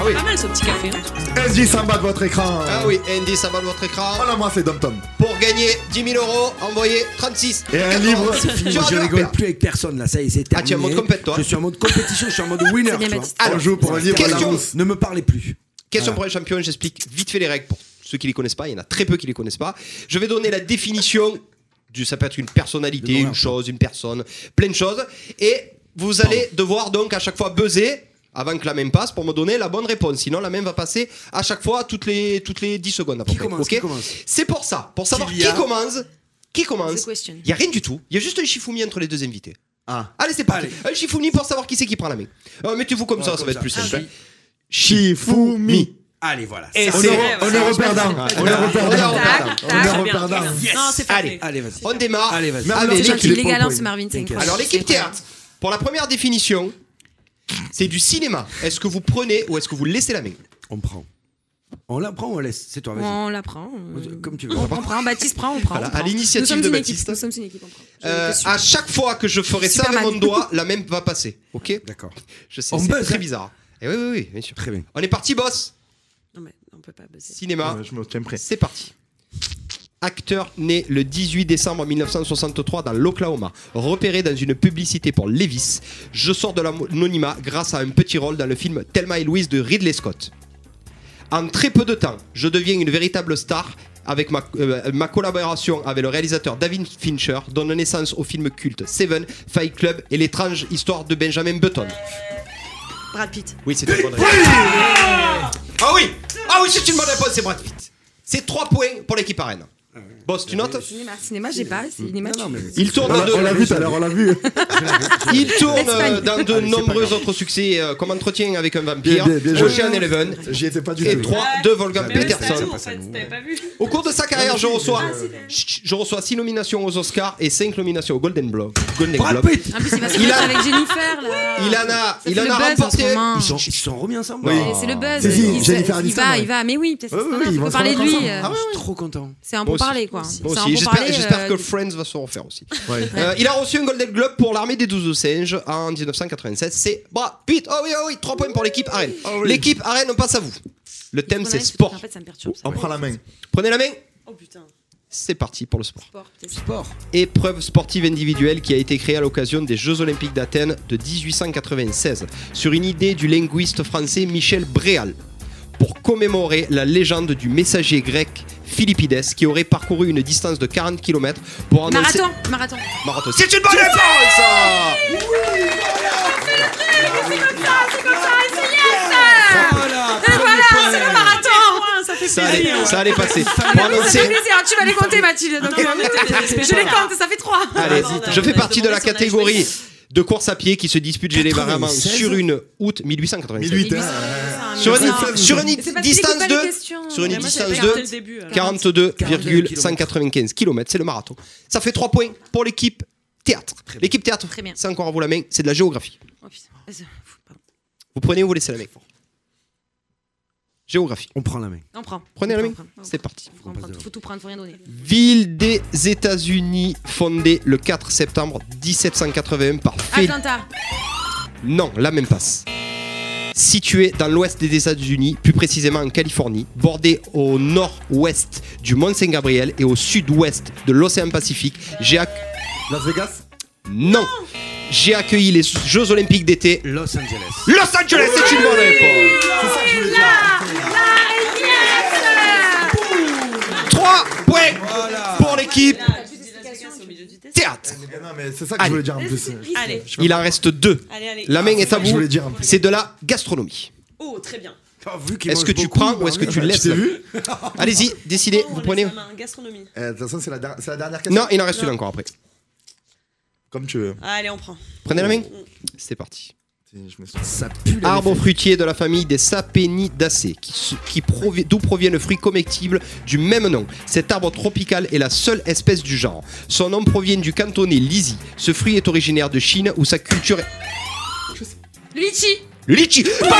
Speaker 2: Ah oui.
Speaker 4: Pas mal ce petit café. hein.
Speaker 3: SJ s'en bat de votre écran.
Speaker 2: Ah oui, Andy, ça va de votre écran.
Speaker 3: Oh là, moi, c'est Dom Tom.
Speaker 2: Pour gagner 10 000 euros, envoyez 36.
Speaker 3: Et un
Speaker 2: 14.
Speaker 7: Ah,
Speaker 3: livre.
Speaker 5: C'est fini,
Speaker 2: Tu
Speaker 5: je
Speaker 2: regardes,
Speaker 5: rigole
Speaker 2: Pierre.
Speaker 5: plus avec personne là, ça y est, c'est
Speaker 2: Ah, tu es en
Speaker 5: terminé.
Speaker 2: mode compète, toi.
Speaker 5: Je suis en mode compétition, je suis en mode winner.
Speaker 7: C'est
Speaker 5: tu vois.
Speaker 7: bien,
Speaker 5: Ah,
Speaker 7: Baptiste.
Speaker 2: Alors,
Speaker 3: On joue pour un livre à la
Speaker 2: question.
Speaker 3: mousse.
Speaker 5: Ne me parlez plus.
Speaker 2: Question pour les champions, j'explique vite fait les règles pour ceux qui les connaissent pas, il y en a très peu qui les connaissent pas. Je vais donner la définition du ça peut être une personnalité, une chose, une personne, plein de choses et vous allez devoir donc à chaque fois buzzer avant que la même passe pour me donner la bonne réponse. Sinon la même va passer à chaque fois toutes les toutes les 10 secondes à peu
Speaker 5: Qui
Speaker 2: près.
Speaker 5: commence,
Speaker 2: ok
Speaker 5: qui commence
Speaker 2: C'est pour ça, pour savoir qui
Speaker 5: Qu'il y a-
Speaker 2: commence, qui
Speaker 7: The
Speaker 2: commence.
Speaker 7: question.
Speaker 2: Il y a rien du tout, il y a juste un chifoumi entre les deux invités.
Speaker 5: Ah.
Speaker 2: Allez, c'est parti. Un chifoumi pour savoir qui c'est qui prend la main. Euh, Mettez-vous comme ça, ça va être plus
Speaker 5: Ah,
Speaker 2: simple. hein.
Speaker 3: Chifumi.
Speaker 5: Allez, voilà.
Speaker 2: Et
Speaker 5: Ça,
Speaker 2: c'est-
Speaker 4: Ouais,
Speaker 3: On est
Speaker 4: voilà.
Speaker 3: reperdant. On est reperdant.
Speaker 7: Tac,
Speaker 3: On est
Speaker 7: tac.
Speaker 4: Très bien,
Speaker 3: reperdant.
Speaker 4: très bien. Non, c'est pas
Speaker 2: Allez.
Speaker 4: fait.
Speaker 5: Allez, vas-y.
Speaker 2: On démarre
Speaker 5: Allez, vas-y.
Speaker 3: Merde,
Speaker 7: C'est
Speaker 2: avec
Speaker 3: Nick,
Speaker 7: gentil,
Speaker 3: il est
Speaker 7: les
Speaker 3: pour
Speaker 7: galants,
Speaker 3: le
Speaker 7: c'est hein, Marvin. c'est incroyable.
Speaker 2: Alors l'équipe théâtre, pour la première définition, c'est du cinéma. Est-ce que vous prenez ou est-ce que vous laissez la main
Speaker 5: On prend. On la prend ou on laisse C'est toi, vas-y.
Speaker 7: On la prend. euh,
Speaker 5: Comme tu veux.
Speaker 7: On prend, Baptiste prend, on prend.
Speaker 2: Voilà,
Speaker 7: on prend.
Speaker 2: à l'initiative
Speaker 7: Nous sommes
Speaker 2: de
Speaker 7: une
Speaker 2: Baptiste.
Speaker 7: équipe, Nous sommes une équipe, on prend. Je
Speaker 2: Euh,
Speaker 7: suis
Speaker 2: À chaque fois que je ferai ça avec
Speaker 7: Superman.
Speaker 2: mon doigt, la même va passer. Ok
Speaker 5: D'accord.
Speaker 2: Je sais,
Speaker 5: On
Speaker 2: c'est
Speaker 5: buzz,
Speaker 2: très
Speaker 5: hein.
Speaker 2: bizarre. Et oui, oui, oui, bien sûr.
Speaker 5: Très bien.
Speaker 2: On est parti, boss
Speaker 4: Non, mais on peut pas buzzer.
Speaker 2: Cinéma,
Speaker 3: Ouais, Je me tiens prêt.
Speaker 2: c'est parti. Acteur né le 18 décembre 1963 dans l'Oklahoma, repéré dans une publicité pour Levis, je sors de l'anonymat grâce à un petit rôle dans le film Thelma et Louise de Ridley Scott. En très peu de temps, je deviens une véritable star avec ma, euh, ma collaboration avec le réalisateur David Fincher, donne naissance au film culte Seven, Fight Club et l'étrange histoire de Benjamin Button.
Speaker 4: Brad Pitt.
Speaker 2: Oui, c'est une bonne réponse. Ah oui Ah oui, c'est une bonne réponse, c'est Brad Pitt. C'est 3 points pour l'équipe arène. Boss, tu notes
Speaker 7: Cinéma, cinéma, j'ai pas. Cinéma, tu-
Speaker 2: Il tourne,
Speaker 3: On l'a- on l'a vu tout à
Speaker 2: de,
Speaker 3: l'heure, on l'a vu.
Speaker 2: il tourne euh,
Speaker 7: Espagne.
Speaker 2: dans de nombreux autres succès euh, comme Entretien avec un vampire,
Speaker 3: Bien, bien, bien joué.
Speaker 2: Ocean Eleven
Speaker 3: J'y étais pas du
Speaker 2: et
Speaker 3: tout.
Speaker 2: 3 de Wolfgang
Speaker 4: Mais oui, c'était à
Speaker 2: Peterson.
Speaker 4: nous, en fait, t'avais pas vu.
Speaker 2: Au cours de sa carrière,
Speaker 3: Ah,
Speaker 2: je reçois, Chut, chut, je reçois 6 nominations aux Oscars et 5 nominations aux Golden Globe. Golden
Speaker 5: Brad
Speaker 2: Globe.
Speaker 5: Pitt
Speaker 7: En plus, il va se
Speaker 2: Il
Speaker 7: mettre
Speaker 2: a-
Speaker 7: avec Jennifer, là.
Speaker 2: Il en a, il en
Speaker 7: le
Speaker 2: a
Speaker 7: buzz en ce
Speaker 2: remporté.
Speaker 7: moment.
Speaker 5: Ils sont- ils se sont remis ensemble.
Speaker 7: Mais C'est le buzz.
Speaker 3: Si, si,
Speaker 7: il, se-
Speaker 3: Jennifer
Speaker 7: il
Speaker 3: Aniston,
Speaker 7: va,
Speaker 3: ouais.
Speaker 7: il va. Mais oui, peut-être
Speaker 3: Ouais,
Speaker 7: c'est
Speaker 3: ouais,
Speaker 7: standard,
Speaker 3: ils
Speaker 7: on
Speaker 3: vont
Speaker 7: peut
Speaker 3: se
Speaker 7: parler de
Speaker 3: remettre
Speaker 7: lui.
Speaker 5: Ah
Speaker 3: ensemble.
Speaker 7: euh,
Speaker 5: Je suis trop content.
Speaker 7: C'est un
Speaker 2: Moi
Speaker 7: bon
Speaker 2: aussi.
Speaker 7: parler, quoi. quoi.
Speaker 2: Moi aussi.
Speaker 7: Ça, on peut
Speaker 2: J'espère
Speaker 7: parler,
Speaker 2: j'espère
Speaker 7: euh,
Speaker 2: que
Speaker 7: du-
Speaker 2: Friends va se refaire aussi. Euh, il a reçu un Golden Globe pour l'armée des 12 singes en 1987. C'est Brad Pitt. Oh oui, oh oui, 3 points pour l'équipe Arène. L'équipe Arène, on passe à vous. Le thème,
Speaker 7: Parce
Speaker 2: c'est
Speaker 7: qu'on a-
Speaker 2: sport.
Speaker 7: En fait, ça me perturbe. ça.
Speaker 3: On prend la main.
Speaker 2: Prenez la main.
Speaker 4: Oh putain.
Speaker 2: C'est parti pour le sport.
Speaker 7: Sport, peut-être.
Speaker 2: épreuve sportive individuelle qui a été créée à l'occasion des Jeux Olympiques d'Athènes de 1896 sur une idée du linguiste français Michel Bréal pour commémorer la légende du messager grec Philippides qui aurait parcouru une distance de 40 km pour annoncer...
Speaker 7: Marathon, marathon.
Speaker 2: Marathon. C'est une bonne réponse
Speaker 6: Voilà, premier point.
Speaker 7: C'est le marathon Ça fait
Speaker 2: ça allait, ça allait passer. Pour
Speaker 7: plaisir. Ça fait
Speaker 2: annoncer...
Speaker 7: plaisir. Tu vas les compter, Mathilde. Donc, je les compte, ça fait trois.
Speaker 2: Allez,
Speaker 4: Ah, non, on a-
Speaker 2: je fais
Speaker 4: on a
Speaker 2: partie de la
Speaker 4: demandé son âge
Speaker 2: catégorie
Speaker 4: facile.
Speaker 2: de course à pied qui se dispute généralement
Speaker 5: 96.
Speaker 2: sur une août 1896.
Speaker 3: 1008. hein.
Speaker 2: Sur une,
Speaker 3: Non.
Speaker 2: sur une
Speaker 7: Ah, Mais c'est parce qu'il écoute
Speaker 2: distance
Speaker 7: pas les
Speaker 2: de...
Speaker 7: questions.
Speaker 2: sur une
Speaker 4: Mais moi, j'avais
Speaker 2: distance
Speaker 4: raté
Speaker 2: de-
Speaker 4: le début, alors.
Speaker 2: 42,195 km, c'est le marathon. Ça fait 3 points pour l'équipe théâtre. L'équipe théâtre,
Speaker 7: Très bien.
Speaker 2: c'est encore à vous la main, c'est de la géographie.
Speaker 7: Oh, putain. Vas-y. Pardon.
Speaker 2: Vous prenez ou vous laissez la main Géographie.
Speaker 5: On prend la main.
Speaker 7: On prend.
Speaker 2: Prenez
Speaker 7: On
Speaker 2: la
Speaker 7: prend,
Speaker 2: main.
Speaker 7: on prend.
Speaker 2: C'est parti.
Speaker 7: On prend, on prend. Faut tout prendre, faut rien donner.
Speaker 2: Ville des États-Unis, fondée le 4 septembre 1781 par
Speaker 4: Ah,
Speaker 2: Félix.
Speaker 7: Atlanta.
Speaker 2: Non, la même passe. Située dans l'ouest des États-Unis, plus précisément en Californie, bordée au nord-ouest du Mont Saint-Gabriel et au sud-ouest de l'océan Pacifique, j'ai acc-
Speaker 3: Las Vegas.
Speaker 2: Non J'ai accueilli les Jeux Olympiques d'été.
Speaker 5: Los Angeles.
Speaker 2: Los Angeles, c'est une bonne réponse
Speaker 3: C'est ça que je voulais dire.
Speaker 2: 3 points pour l'équipe théâtre.
Speaker 3: Mais non, mais c'est ça que je voulais dire en plus.
Speaker 4: Allez,
Speaker 2: Il en reste deux.
Speaker 4: allez, allez.
Speaker 2: La main est à
Speaker 3: Je
Speaker 2: vous.
Speaker 3: voulais dire en plus.
Speaker 2: C'est de la gastronomie.
Speaker 4: Oh, très bien.
Speaker 2: Est-ce que tu prends ou est-ce que
Speaker 3: <laughs>
Speaker 2: tu laisses
Speaker 3: bah Tu t'es vu
Speaker 2: <laughs> Allez-y, décidez,
Speaker 4: Oh,
Speaker 2: vous
Speaker 4: on laisse
Speaker 2: prenez.
Speaker 4: la main, Gastronomie.
Speaker 3: Eh, De toute façon, c'est la, der- c'est la dernière question.
Speaker 2: Non, il en reste une encore après.
Speaker 3: Comme tu veux.
Speaker 4: Allez,
Speaker 2: Euh,
Speaker 4: on prend.
Speaker 2: Prenez la main C'est parti.
Speaker 3: Tiens, Je me suis-
Speaker 5: Ça pue la
Speaker 2: Arbre fruitier de la famille des sapénidacées, qui, se- qui provi- d'où provient le fruit comestible du même nom. Cet arbre tropical est la seule espèce du genre. Son nom provient du cantonais Lisi. Ce fruit est originaire de Chine où sa culture est.
Speaker 7: Le litchi.
Speaker 2: Le litchi Bonne réponse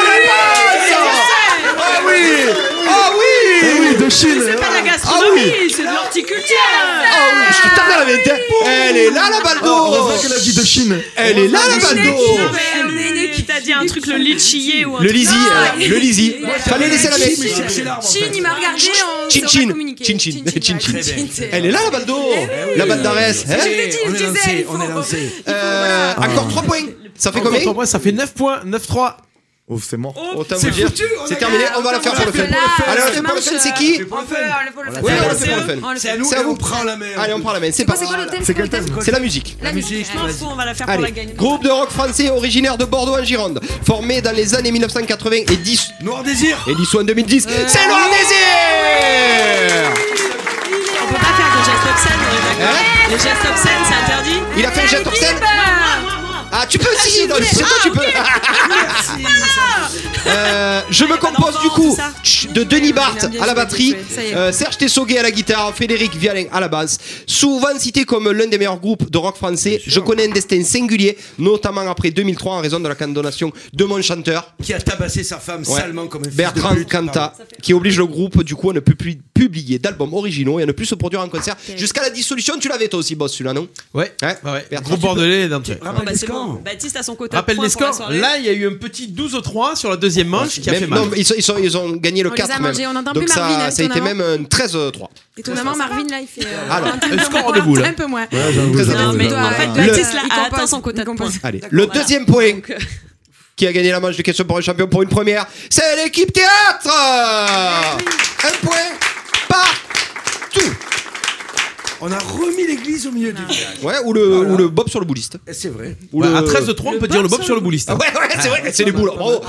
Speaker 2: Ah oui Ah oui
Speaker 3: Eh oui, de Chine
Speaker 4: C'est
Speaker 2: ah
Speaker 4: pas de la
Speaker 2: gastronomie,
Speaker 4: gastronomie, c'est de l'horticulture.
Speaker 2: Ah oui Je te tape dans la vingtaine Elle est là la balle
Speaker 3: Heureusement qu'elle a
Speaker 2: d'eau
Speaker 3: dit de Chine.
Speaker 2: Elle est là la balle d'eau
Speaker 4: euh, T'as dit un truc, le litchier ou un
Speaker 2: Le
Speaker 4: truc-
Speaker 2: Lisi, euh, le Lisi. Fallait laisser la
Speaker 5: Mais
Speaker 2: main.
Speaker 5: cherchez l'arbre. en fait.
Speaker 7: Chine, il m'a regardé. on
Speaker 2: Chin,
Speaker 7: s'est
Speaker 2: chin.
Speaker 7: communiqué.
Speaker 2: Chin, chin. Chin, chin.
Speaker 7: ouais, c'est-
Speaker 2: Elle est là la balle d'eau La balle d'Arès hein
Speaker 7: Je l'ai dit,
Speaker 5: On
Speaker 7: je
Speaker 5: est
Speaker 7: disais,
Speaker 5: lancé,
Speaker 7: il faut-
Speaker 5: on est lancé.
Speaker 2: Euh, Encore 3 points Ça fait
Speaker 6: Encore
Speaker 2: combien
Speaker 6: pour moi, ça fait 9 points, 9-3.
Speaker 3: Ouf, c'est mort.
Speaker 4: Oh,
Speaker 2: Autant vous dire, c'est terminé, on va la faire pour le fun.
Speaker 7: Là,
Speaker 2: Allez, on la
Speaker 7: ce
Speaker 2: fait pour le fun,
Speaker 7: match,
Speaker 2: c'est qui
Speaker 7: euh, On peut, on le- on le fait.
Speaker 2: Oui, on
Speaker 7: On
Speaker 2: la
Speaker 7: le
Speaker 2: fait pour le fun.
Speaker 7: fait.
Speaker 5: C'est à nous
Speaker 2: C'est à
Speaker 5: et
Speaker 2: vous.
Speaker 5: on prend la main.
Speaker 2: Allez, on prend la main, c'est
Speaker 7: Quoi, C'est
Speaker 2: parti.
Speaker 7: quoi le thème
Speaker 3: C'est
Speaker 7: quoi, le
Speaker 3: quel
Speaker 7: thème
Speaker 3: thème
Speaker 2: C'est la musique.
Speaker 7: La musique.
Speaker 4: Je m'en fous, on va la faire pour la
Speaker 2: Allez,
Speaker 4: gagner.
Speaker 2: groupe de rock français originaire de Bordeaux en Gironde, formé dans les années 1980 et 10
Speaker 5: Noir désir.
Speaker 2: et dissous en 2010. C'est Loire Désir
Speaker 4: On peut pas faire de gestes obscènes, on est d'accord
Speaker 2: Hein
Speaker 4: Les gestes obscènes, c'est interdit
Speaker 2: Il a fait un jet sur scène
Speaker 7: Ah,
Speaker 4: Moi, moi
Speaker 2: Ah, tu peux si, non, c'est toi, tu peux. Ah. Euh, je me compose
Speaker 4: d'enfant,
Speaker 2: du coup
Speaker 4: tout ça.
Speaker 2: chut, de Denis Barthes
Speaker 7: bien
Speaker 2: à la
Speaker 7: joué,
Speaker 2: batterie,
Speaker 7: bien joué, ça y est.
Speaker 2: euh, Serge Tessoguet à la guitare, Frédéric Vialin à la basse. Souvent cité comme l'un des meilleurs groupes de rock français, je connais un destin singulier, notamment après 2003 en raison de la condamnation de mon chanteur.
Speaker 5: Qui a tabassé sa femme
Speaker 2: Ouais.
Speaker 5: salement comme un fils de
Speaker 2: Bertrand
Speaker 5: pute.
Speaker 2: Cantat, qui oblige le groupe du coup à ne plus pu- publier d'albums originaux et à ne plus se produire en concert
Speaker 7: Ah,
Speaker 2: jusqu'à la dissolution. Tu l'avais toi aussi, boss, celui-là, non
Speaker 6: Ouais,
Speaker 2: Ouais.
Speaker 6: ouais, ouais.
Speaker 2: Bertrand,
Speaker 6: Groupe
Speaker 2: tu peux-
Speaker 6: bordelais d'entrée.
Speaker 4: Oh, bah,
Speaker 5: Rappelle les
Speaker 4: c'est bon.
Speaker 5: scores.
Speaker 4: Baptiste a son quota. de
Speaker 6: Ah, Rappelle
Speaker 4: points
Speaker 6: les
Speaker 4: pour la
Speaker 6: scores.
Speaker 4: soirée.
Speaker 6: Là, il y a eu un petit 12 au 3 sur la deuxième manche qui a
Speaker 2: Même-
Speaker 6: fait mal.
Speaker 2: non, mais ils, sont- ils sont- ils ont gagné le
Speaker 7: On les a
Speaker 2: 4
Speaker 7: mangés,
Speaker 2: même.
Speaker 7: on n'entend
Speaker 2: Donc
Speaker 7: plus
Speaker 2: ça,
Speaker 7: Marvin, hein,
Speaker 2: ça a été
Speaker 7: étonnamment.
Speaker 2: même un 13-3.
Speaker 7: Étonnamment, Marvin, là, il fait. euh,
Speaker 2: Alors,
Speaker 7: un peu
Speaker 6: un
Speaker 7: moins,
Speaker 6: score de boule.
Speaker 7: Un peu moins.
Speaker 3: Ouais, j'avoue,
Speaker 2: Très
Speaker 3: j'avoue,
Speaker 4: Non, mais
Speaker 6: euh,
Speaker 3: j'avoue.
Speaker 4: en fait,
Speaker 7: Ouais.
Speaker 4: Baptiste là,
Speaker 7: Il
Speaker 4: a
Speaker 7: compose,
Speaker 4: atteint son quota de
Speaker 7: il
Speaker 4: points.
Speaker 7: compose.
Speaker 2: Allez, le
Speaker 4: voilà.
Speaker 2: deuxième point
Speaker 4: Donc, euh,
Speaker 2: qui a gagné la manche de questions pour un champion pour une première, c'est l'équipe théâtre Un point partout
Speaker 5: On a remis l'église au milieu du village.
Speaker 2: Ouais, ou le,
Speaker 5: Voilà.
Speaker 2: ou le bob sur le bouliste.
Speaker 5: Et C'est vrai.
Speaker 2: Ou
Speaker 6: Ouais,
Speaker 2: le-
Speaker 6: À 13 de 3, on peut dire le bob sur le hein. bouliste.
Speaker 2: Ah ouais, ouais, c'est vrai, c'est les boules. Bravo.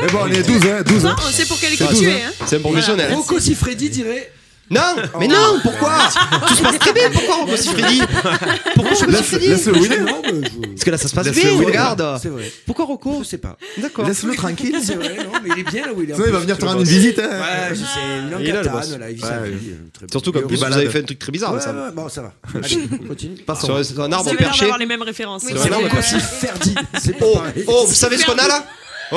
Speaker 3: Mais bon, on est 12, hein, 12.
Speaker 4: non,
Speaker 3: hein.
Speaker 4: on sait pour quelle
Speaker 3: C'est
Speaker 4: équipe
Speaker 3: tout,
Speaker 4: tu
Speaker 3: hein.
Speaker 4: es. hein.
Speaker 2: Ah, C'est un professionnel.
Speaker 5: Rocco Siffredi dirait.
Speaker 2: Non, mais non, pourquoi Tout se passe très bien, pourquoi on aussi Freddy Pourquoi on aussi
Speaker 3: Laisse-
Speaker 2: Freddy
Speaker 3: Laisse-le winner.
Speaker 5: Non, mais je-
Speaker 2: Parce que là, ça se passe
Speaker 3: Laisse-le
Speaker 2: bien,
Speaker 3: winner.
Speaker 2: regarde.
Speaker 5: C'est vrai.
Speaker 2: Ah. Pourquoi Rocco
Speaker 5: Je sais pas.
Speaker 2: D'accord.
Speaker 3: Laisse-le tranquille.
Speaker 5: C'est vrai, non, mais il est bien là où il est. en
Speaker 3: Sinon, il va
Speaker 5: plus.
Speaker 3: venir te rendre une visite.
Speaker 2: Ah
Speaker 3: hein.
Speaker 5: Ouais, je sais. Il est en
Speaker 2: Il est là, le
Speaker 5: Catane,
Speaker 2: boss.
Speaker 5: là, il vit sa
Speaker 3: Ouais.
Speaker 5: vie, euh, très bien.
Speaker 2: Surtout qu'en
Speaker 5: Il
Speaker 2: plus, vous
Speaker 3: balade.
Speaker 2: avez fait un truc très bizarre
Speaker 5: Ouais,
Speaker 2: ça.
Speaker 5: ouais, bon, ça va. Allez, on continue.
Speaker 2: Sur un- sur un arbre
Speaker 4: Vous avez l'air
Speaker 2: perché.
Speaker 4: d'avoir les mêmes références.
Speaker 7: Oui,
Speaker 2: C'est
Speaker 5: C'est
Speaker 2: vrai,
Speaker 5: Rocco
Speaker 2: ouais.
Speaker 5: Siffredi. C'est pas
Speaker 2: Oh,
Speaker 5: pareil.
Speaker 2: oh, vous savez ce qu'on a là Oh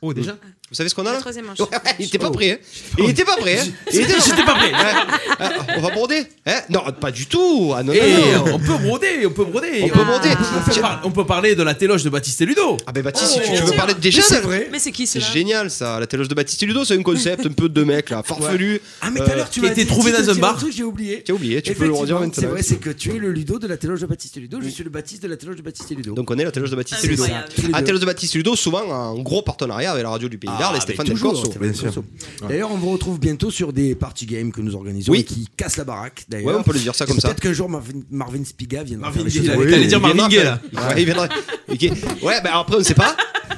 Speaker 6: Oh, déjà
Speaker 2: Vous savez ce qu'on a
Speaker 7: La
Speaker 2: là
Speaker 7: troisième manche.
Speaker 2: Ouais, ouais, Il était pas prêt. hein. Il était pas prêt. hein. Il était J'étais pas prêt. euh, On va broder hein Non, pas du tout. Ah non, non,
Speaker 6: Et
Speaker 2: non.
Speaker 6: Eh, on peut broder, on peut broder.
Speaker 2: On peut broder.
Speaker 6: On peut, par- on peut parler de la téloge de Baptiste et Ludo.
Speaker 2: Ah ben Baptiste, si
Speaker 4: Oh,
Speaker 2: tu-
Speaker 4: bien
Speaker 2: tu veux
Speaker 4: sûr.
Speaker 2: parler de déchets,
Speaker 5: c'est vrai.
Speaker 4: Mais c'est qui
Speaker 2: C'est
Speaker 4: cela
Speaker 2: génial ça, la téloge de Baptiste et Ludo, c'est un concept un peu de mecs là, farfelu.
Speaker 5: Ah, mais tout à
Speaker 2: Euh,
Speaker 5: l'heure, tu
Speaker 6: qui
Speaker 5: m'as
Speaker 6: a été
Speaker 5: dit-
Speaker 6: trouvé
Speaker 5: dit de
Speaker 6: dans un
Speaker 5: dire
Speaker 6: bar.
Speaker 5: truc, J'ai oublié.
Speaker 2: T'as oublié, tu peux le redire
Speaker 5: Effectivement,
Speaker 2: maintenant.
Speaker 5: C'est vrai, c'est que tu es le Ludo de la téloge de Baptiste et Ludo. Je suis le Baptiste de la téloge de Baptiste et Ludo.
Speaker 2: Donc on est la téloge de Baptiste et Ludo.
Speaker 4: Incroyable.
Speaker 2: La téloge de Baptiste et Ludo, souvent en gros partenariat avec la radio du Pays d'Arles et Stéphane Del
Speaker 5: toujours,
Speaker 2: Corso.
Speaker 5: Stéphane Del Corso. D'ailleurs, on vous retrouve bientôt sur des party games que nous organisons
Speaker 2: Oui.
Speaker 5: et qui cassent la baraque. D'ailleurs,
Speaker 2: Ouais, on peut le dire ça comme ça.
Speaker 5: Peut-être qu'un jour Marvin, Marvin Spiga viendra.
Speaker 6: Marvin
Speaker 5: faire les
Speaker 6: Gaye,
Speaker 5: choses
Speaker 6: t'allais-
Speaker 5: avec
Speaker 6: t'allais
Speaker 5: nous.
Speaker 6: dire Marvin Gaye là.
Speaker 2: Ouais, il viendra. Ok. Ouais, ben après on sait pas.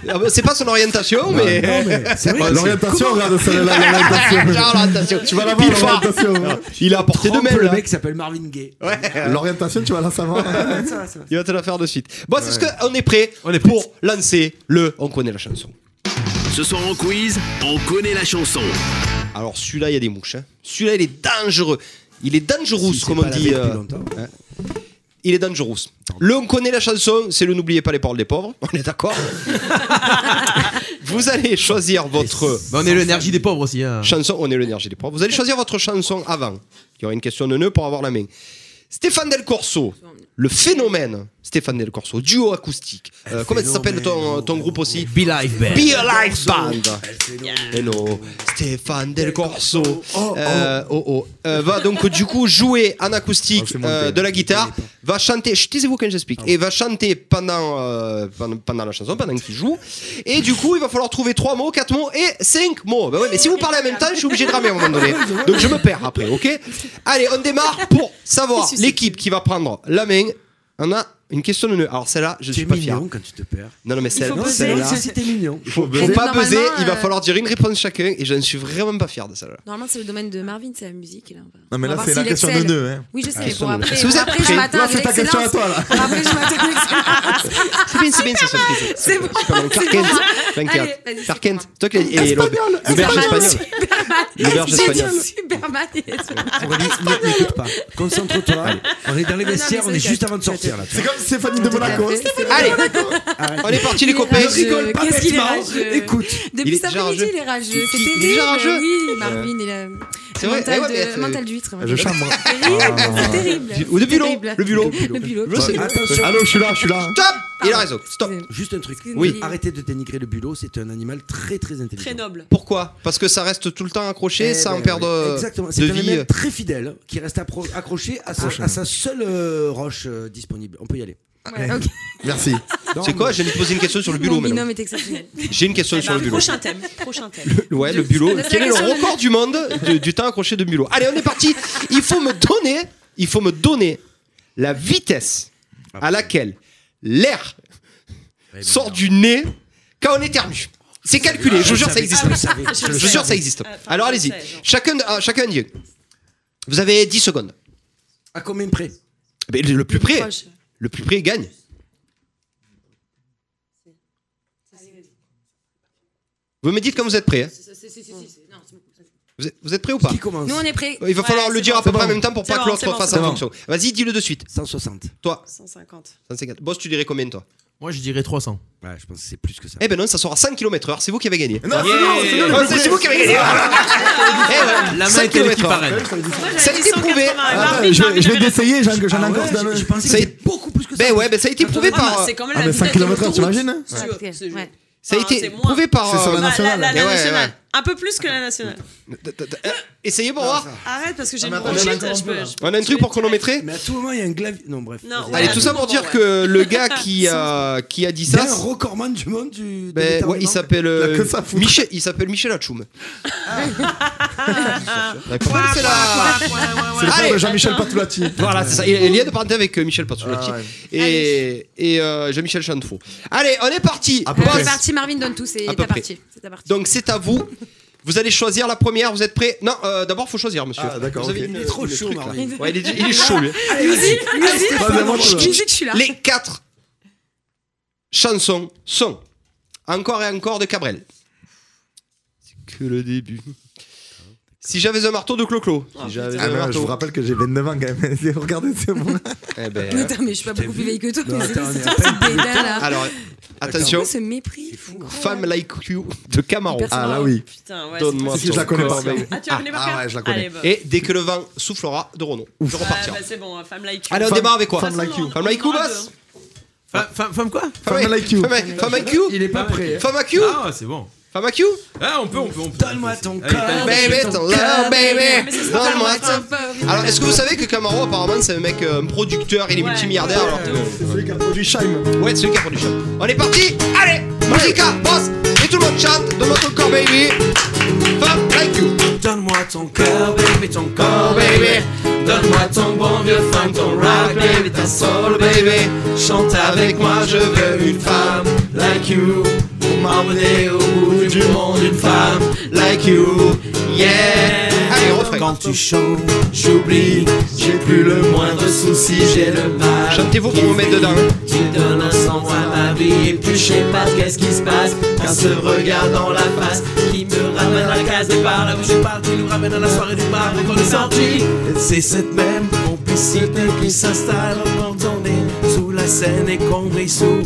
Speaker 2: Ah ben, C'est pas son orientation, mais.
Speaker 5: Non, mais c'est vrai.
Speaker 3: L'orientation, regarde
Speaker 2: <laughs>
Speaker 3: celle-là, l'orientation.
Speaker 2: Genre l'orientation.
Speaker 3: Tu vas la
Speaker 2: Pile
Speaker 3: voir,
Speaker 2: fort.
Speaker 3: l'orientation.
Speaker 2: Il a apporté de
Speaker 5: Trompe
Speaker 2: même.
Speaker 5: le
Speaker 2: là.
Speaker 5: mec s'appelle Marvin Gaye.
Speaker 3: L'orientation, tu vas la savoir.
Speaker 2: Il va te la faire de suite. Bon, est-ce qu'on est prêt
Speaker 6: On est prêt.
Speaker 2: pour lancer le On connaît la chanson
Speaker 1: Ce soir en quiz, on connaît la chanson.
Speaker 2: Alors celui-là, il y a des mouches. hein. Celui-là, il est dangereux. Il est dangereux,
Speaker 5: Si c'est
Speaker 2: comme
Speaker 5: pas
Speaker 2: on
Speaker 5: la
Speaker 2: dit.
Speaker 5: veille depuis
Speaker 2: euh,
Speaker 5: longtemps.
Speaker 2: il est dangereux. Le on connaît la chanson, c'est le n'oubliez pas les paroles des pauvres. On est d'accord <laughs> Vous allez choisir votre
Speaker 6: Bah, on est l'énergie des pauvres aussi. Hein.
Speaker 2: chanson. On est l'énergie des pauvres. Vous allez choisir votre chanson avant. Il y aura une question de nœud pour avoir la main. Stéphane Del Corso, le phénomène. Stéphane Del Corso, duo acoustique. Euh, comment ça s'appelle ton, ton groupe aussi
Speaker 6: Be Live Band.
Speaker 2: Be Alive Band. Eh non, Stéphane Del Corso. Euh, oh, oh. Euh, va donc du coup jouer en
Speaker 3: Ah,
Speaker 2: acoustique euh, de la guitare, va chanter, chut, taisez-vous quand j'explique, et va chanter pendant, euh, pendant, pendant la chanson, pendant qu'il joue. Et du coup, il va falloir trouver 3 mots, 4 mots et 5 mots. Bah ouais, mais si vous parlez en même temps, je suis obligé de ramer à un moment
Speaker 3: <laughs>
Speaker 2: donné. Donc je me perds après, ok Allez, on démarre pour savoir l'équipe qui va prendre la main. On a une question de nœud. Alors celle-là, je ne
Speaker 5: Tu es
Speaker 2: suis pas fier.
Speaker 5: mignon quand tu te perds.
Speaker 2: Non, non, mais
Speaker 4: faut
Speaker 2: celle-
Speaker 4: buzzer.
Speaker 2: celle-là.
Speaker 5: Si
Speaker 2: <laughs>
Speaker 5: t'es mignon.
Speaker 3: Il faut
Speaker 2: Faut
Speaker 3: buzzer.
Speaker 2: pas buzzer,
Speaker 7: Normalement,
Speaker 2: il va
Speaker 7: euh,
Speaker 2: falloir dire une réponse chacun et je ne suis vraiment pas fier de celle-là.
Speaker 7: Normalement, c'est le domaine de Marvin, c'est la musique. Là.
Speaker 3: Non, mais
Speaker 7: On va
Speaker 3: là,
Speaker 7: voir
Speaker 3: c'est la
Speaker 7: s'il
Speaker 3: question de
Speaker 7: excelle.
Speaker 3: nœud. hein.
Speaker 7: Oui, je sais,
Speaker 2: question
Speaker 7: pour
Speaker 2: de-
Speaker 7: après,
Speaker 2: Si vous
Speaker 7: pour
Speaker 2: êtes
Speaker 7: après, je
Speaker 2: prêts,
Speaker 7: m'attends
Speaker 3: Là,
Speaker 7: à de
Speaker 3: c'est ta question à
Speaker 7: l'excellence.
Speaker 3: toi, là.
Speaker 7: Pour Après, je m'attends à de l'excellence.
Speaker 2: C'est bien, c'est bien, c'est surprise.
Speaker 7: C'est bon,
Speaker 2: Superman, Clark
Speaker 7: c'est
Speaker 2: Kent.
Speaker 7: bon.
Speaker 2: Clark Kent. Clark
Speaker 7: Allez, vas-y, c'est
Speaker 2: Kent.
Speaker 7: bon.
Speaker 2: Toi qui l'as- et l'auberge- l'auberge
Speaker 7: Superman,
Speaker 2: espagnole.
Speaker 7: Superman.
Speaker 2: L'auberge
Speaker 7: J'ai dit
Speaker 2: espagnole.
Speaker 7: Superman et Superman.
Speaker 5: Aurélie, n- n'écoute pas. Concentre-toi. On est dans les
Speaker 7: Ah mais
Speaker 5: vestiaires,
Speaker 7: c'est
Speaker 5: on est
Speaker 7: ça.
Speaker 5: juste avant de sortir là.
Speaker 3: C'est comme Stéphanie de Monaco.
Speaker 7: Tout à fait, c'est
Speaker 2: Allez, on est parti les copains.
Speaker 7: Il est
Speaker 5: Rigole pas
Speaker 7: Qu'est-ce qu'il est
Speaker 5: bêtement.
Speaker 7: rageux.
Speaker 5: Écoute,
Speaker 2: Il est
Speaker 7: Depuis cet
Speaker 2: déjà
Speaker 7: après-midi,
Speaker 2: rageux.
Speaker 7: il est rageux. C'est
Speaker 2: Il- il est
Speaker 7: terrible.
Speaker 2: déjà rageux.
Speaker 7: Oui, Marvin, il a
Speaker 2: C'est vrai,
Speaker 7: mental
Speaker 2: eh ouais, mais
Speaker 7: de-
Speaker 2: c'est-
Speaker 7: mental d'huître.
Speaker 3: Je chambre.
Speaker 7: Terrible, C'est terrible.
Speaker 2: Ou de
Speaker 7: C'est
Speaker 2: bulot.
Speaker 7: terrible.
Speaker 2: Le bulot.
Speaker 7: Le bulot.
Speaker 2: Je sais.
Speaker 5: attention.
Speaker 3: Allô, je suis là, je suis là.
Speaker 2: Stop Il a raison. Stop.
Speaker 5: Juste un truc.
Speaker 7: Oui.
Speaker 5: Arrêtez de dénigrer le bulot. C'est un animal très très intelligent.
Speaker 4: Très noble.
Speaker 2: Pourquoi Parce que ça reste tout le temps accroché
Speaker 5: Eh
Speaker 2: sans
Speaker 5: ben,
Speaker 2: perdre euh,
Speaker 5: Exactement. C'est
Speaker 2: de
Speaker 5: un
Speaker 2: vie.
Speaker 5: animal très fidèle qui reste appro- accroché à sa, à sa seule euh, roche euh, disponible. On peut y aller.
Speaker 3: Merci.
Speaker 2: C'est quoi J'ai me poser une question sur le bulot
Speaker 7: Mon
Speaker 2: maintenant.
Speaker 7: binôme est exceptionnel.
Speaker 2: J'ai une question
Speaker 4: Eh
Speaker 2: sur
Speaker 4: ben,
Speaker 2: le bulot.
Speaker 4: prochain thème. Prochain thème.
Speaker 2: Ouais, le bulot.
Speaker 7: C'est
Speaker 2: Quel est
Speaker 7: la
Speaker 2: le
Speaker 7: question de
Speaker 2: record du monde de- du temps accroché de bulot Allez, on est parti. Il faut me donner, il faut me donner la vitesse à laquelle l'air sort du nez quand on éternue. C'est calculé, Ah, je vous jure ça existe.
Speaker 4: Je
Speaker 2: Je vous jure ça existe.
Speaker 4: Euh,
Speaker 2: Alors allez-y.
Speaker 4: je sais, genre.
Speaker 2: Chacun ah, chacun dit. Vous avez 10 secondes.
Speaker 5: À combien près
Speaker 2: Mais le le plus près,
Speaker 7: Proche.
Speaker 2: le plus près gagne. Vous me dites quand vous êtes prêt. Vous êtes- vous êtes prêt ou pas
Speaker 5: Qui commence
Speaker 7: Nous, on est prêts.
Speaker 2: il va falloir le
Speaker 4: c'est
Speaker 2: dire
Speaker 4: bon,
Speaker 2: à peu
Speaker 4: c'est
Speaker 2: près en
Speaker 4: bon.
Speaker 2: même temps pour
Speaker 4: C'est
Speaker 2: pas que
Speaker 4: bon,
Speaker 2: l'autre
Speaker 4: c'est bon,
Speaker 2: fasse
Speaker 4: c'est
Speaker 2: la
Speaker 4: bon.
Speaker 2: fonction. Vas-y, dis-le de suite.
Speaker 5: 160.
Speaker 2: Toi,
Speaker 4: 150.
Speaker 2: 150. Boss, tu dirais combien toi
Speaker 6: Moi je dirais 300.
Speaker 5: Ouais, je pense que c'est plus que ça.
Speaker 2: Eh ben non, ça sera 100 km/h, c'est vous qui avez gagné.
Speaker 3: Non, c'est nous, c'est nous,
Speaker 2: Ah,
Speaker 3: le
Speaker 2: c'est
Speaker 3: plus
Speaker 2: c'est vous qui avez gagné. Eh ouais,
Speaker 6: La main
Speaker 2: 5
Speaker 6: est elle qui
Speaker 2: km/h.
Speaker 6: parraine.
Speaker 4: Moi,
Speaker 2: Ça
Speaker 4: j'avais
Speaker 2: a
Speaker 4: dit
Speaker 2: été prouvé.
Speaker 4: 180.
Speaker 2: Ah,
Speaker 3: Attends,
Speaker 4: Marvin,
Speaker 3: je
Speaker 4: Marvin,
Speaker 3: vais, je vais
Speaker 4: j'avais raison.
Speaker 3: essayer, j'en que j'en ai
Speaker 5: Ah
Speaker 3: encore
Speaker 5: ouais,
Speaker 3: dans le-
Speaker 5: je, je pensais que
Speaker 2: Ça y est.
Speaker 5: c'était beaucoup plus que ça.
Speaker 2: Ben ouais, ben ça a été prouvé
Speaker 4: Ah, bah,
Speaker 2: par.
Speaker 4: C'est comme
Speaker 3: Ah,
Speaker 4: la
Speaker 3: mais 5
Speaker 4: vitesse de
Speaker 3: km/h,
Speaker 4: l'autoroute.
Speaker 3: t'imagines hein
Speaker 4: Si tu veux, si tu veux.
Speaker 7: Ouais.
Speaker 2: Ça a
Speaker 4: Enfin,
Speaker 2: été
Speaker 4: c'est moins.
Speaker 2: prouvé par.
Speaker 3: C'est sur
Speaker 2: euh,
Speaker 4: Bah,
Speaker 3: la
Speaker 4: la,
Speaker 3: nationale.
Speaker 4: la- la
Speaker 2: Eh ouais,
Speaker 4: nationale.
Speaker 2: ouais.
Speaker 4: Un peu plus que la nationale.
Speaker 2: Euh, Essayez pour voir.
Speaker 4: Arrête parce que j'ai
Speaker 3: Ah,
Speaker 4: une
Speaker 3: mais on a
Speaker 4: bronchite.
Speaker 3: un
Speaker 4: je peux-
Speaker 3: peu,
Speaker 4: je peux-
Speaker 2: On a un truc pour chronométrer.
Speaker 5: Mais à tout moment, il y a un clavier. Non, bref.
Speaker 4: Non,
Speaker 5: Vas-y.
Speaker 4: ouais.
Speaker 2: Allez, tout ça pour dire que le gars qui a qui a dit
Speaker 5: Il y
Speaker 2: ça.
Speaker 5: a un recordman du monde du. de
Speaker 2: Ben, ouais, il
Speaker 5: l'éternuement.
Speaker 2: s'appelle euh,
Speaker 3: La queue, ça fout.
Speaker 2: Michel, il s'appelle Michel Atchoum. Ouais, pas mal, c'est la-
Speaker 3: C'est le
Speaker 2: Allez.
Speaker 3: frère de Jean-Michel Patoulati.
Speaker 2: Voilà, c'est ça. Il est lié de parenté avec euh, Michel Patulati
Speaker 3: Ah ouais.
Speaker 2: et, et euh, Jean-Michel Chantefaux. Allez, on est parti.
Speaker 3: À peu
Speaker 7: Euh,
Speaker 2: Boss.
Speaker 7: C'est parti, Marvin donne tout, c'est
Speaker 2: À peu
Speaker 7: ta
Speaker 2: près.
Speaker 7: partie. C'est ta partie.
Speaker 2: Donc c'est à vous. Vous allez choisir la première. Vous êtes prêts Non, euh, d'abord faut choisir, monsieur.
Speaker 3: Ah, d'accord,
Speaker 2: Vous avez
Speaker 3: ok.
Speaker 2: une-
Speaker 5: Il est trop
Speaker 2: une
Speaker 5: chaud,
Speaker 2: truc, là.
Speaker 5: Marvin.
Speaker 2: Ouais, il, est, il est chaud lui. Ah, bah,
Speaker 7: Musique, musique,
Speaker 4: Ah,
Speaker 3: Vas-y, à moi, je-
Speaker 7: musique, je suis là.
Speaker 2: Les quatre chansons sont encore et encore de Cabrel. C'est que le début. Si j'avais un marteau de Clo-Clo.
Speaker 4: Ah,
Speaker 3: J'avais-
Speaker 4: putain.
Speaker 2: un
Speaker 3: euh, je
Speaker 2: marteau.
Speaker 3: vous rappelle que j'ai 29 ans quand même. Regardez, c'est bon.
Speaker 2: Eh ben, euh,
Speaker 7: Attends, mais je suis pas beaucoup plus vieille que toi.
Speaker 5: Non,
Speaker 7: mais c'est
Speaker 5: attends, on est
Speaker 7: c'est
Speaker 5: à
Speaker 7: tout ce bédin là.
Speaker 2: <laughs> alors,
Speaker 7: C'est
Speaker 2: attention.
Speaker 7: quoi ce mépris
Speaker 2: Femme like you de Camaro.
Speaker 7: Personne-
Speaker 3: Ah là oui.
Speaker 4: Putain, ouais.
Speaker 2: Donne-moi
Speaker 4: c'est-
Speaker 3: Si je la
Speaker 2: ton
Speaker 3: connais
Speaker 2: corps.
Speaker 3: par mail.
Speaker 4: Ah, tu la connais par
Speaker 3: Ah
Speaker 4: cœur
Speaker 3: ouais, je la connais.
Speaker 4: Allez, bah.
Speaker 2: Et dès que le vent soufflera, de Renault. Je
Speaker 4: Ouais,
Speaker 2: repartir.
Speaker 4: bah, c'est bon, hein, femme like you.
Speaker 2: Allez, on
Speaker 3: Femme-
Speaker 2: démarre avec quoi
Speaker 3: femme like you.
Speaker 2: Femme like you, boss
Speaker 6: Femme, femme- femme quoi
Speaker 3: Femme like you.
Speaker 2: Femme femme like you
Speaker 3: Il est pas prêt.
Speaker 2: Femme like you
Speaker 6: Ah, c'est bon.
Speaker 2: Femme like you
Speaker 6: Ah, on peut, on peut, on peut.
Speaker 5: hein. Donne-moi ton
Speaker 6: Allez,
Speaker 5: corps.
Speaker 6: t'as-
Speaker 2: Baby, ton love,
Speaker 4: Mais
Speaker 2: baby
Speaker 4: c'est
Speaker 2: Donne-moi ton...
Speaker 7: Sympa.
Speaker 2: Alors, est-ce que vous savez que Camaro, apparemment, c'est un mec, euh, un producteur, il est
Speaker 4: Ouais.
Speaker 2: multimilliardaire alors
Speaker 4: Ouais.
Speaker 2: que-
Speaker 3: C'est celui qui a produit Shime.
Speaker 2: Ouais, c'est celui qui a produit ça. On est parti Allez Musica, boss Et tout le monde chante, donne-moi ton corps, baby Femme like you Oh,
Speaker 5: Donne-moi ton cœur, baby, ton
Speaker 3: Oh,
Speaker 5: corps,
Speaker 2: baby.
Speaker 5: Donne-moi ton bon vieux funk, ton rock, baby, ta soul,
Speaker 2: baby.
Speaker 5: Chante
Speaker 2: avec moi, je veux une femme
Speaker 5: like you. Pour m'emmener au bout du monde, une femme
Speaker 2: Like you Yeah Allez,
Speaker 3: Oh,
Speaker 2: refrain
Speaker 5: Quand tu chantes, j'oublie, j'ai plus le moindre souci, j'ai le mal.
Speaker 2: Chantez-vous pour me mettre dedans hein.
Speaker 5: Tu donnes un sang à ma vie, et puis je sais pas qu'est-ce qui se passe. Quand ce regard dans la face qui me ramène à la case départ, là où je parle, qui nous ramène à la soirée du bar, et qu'on est sorti. C'est cette même complicité qui s'installe quand on est sous la scène et qu'on brille sous.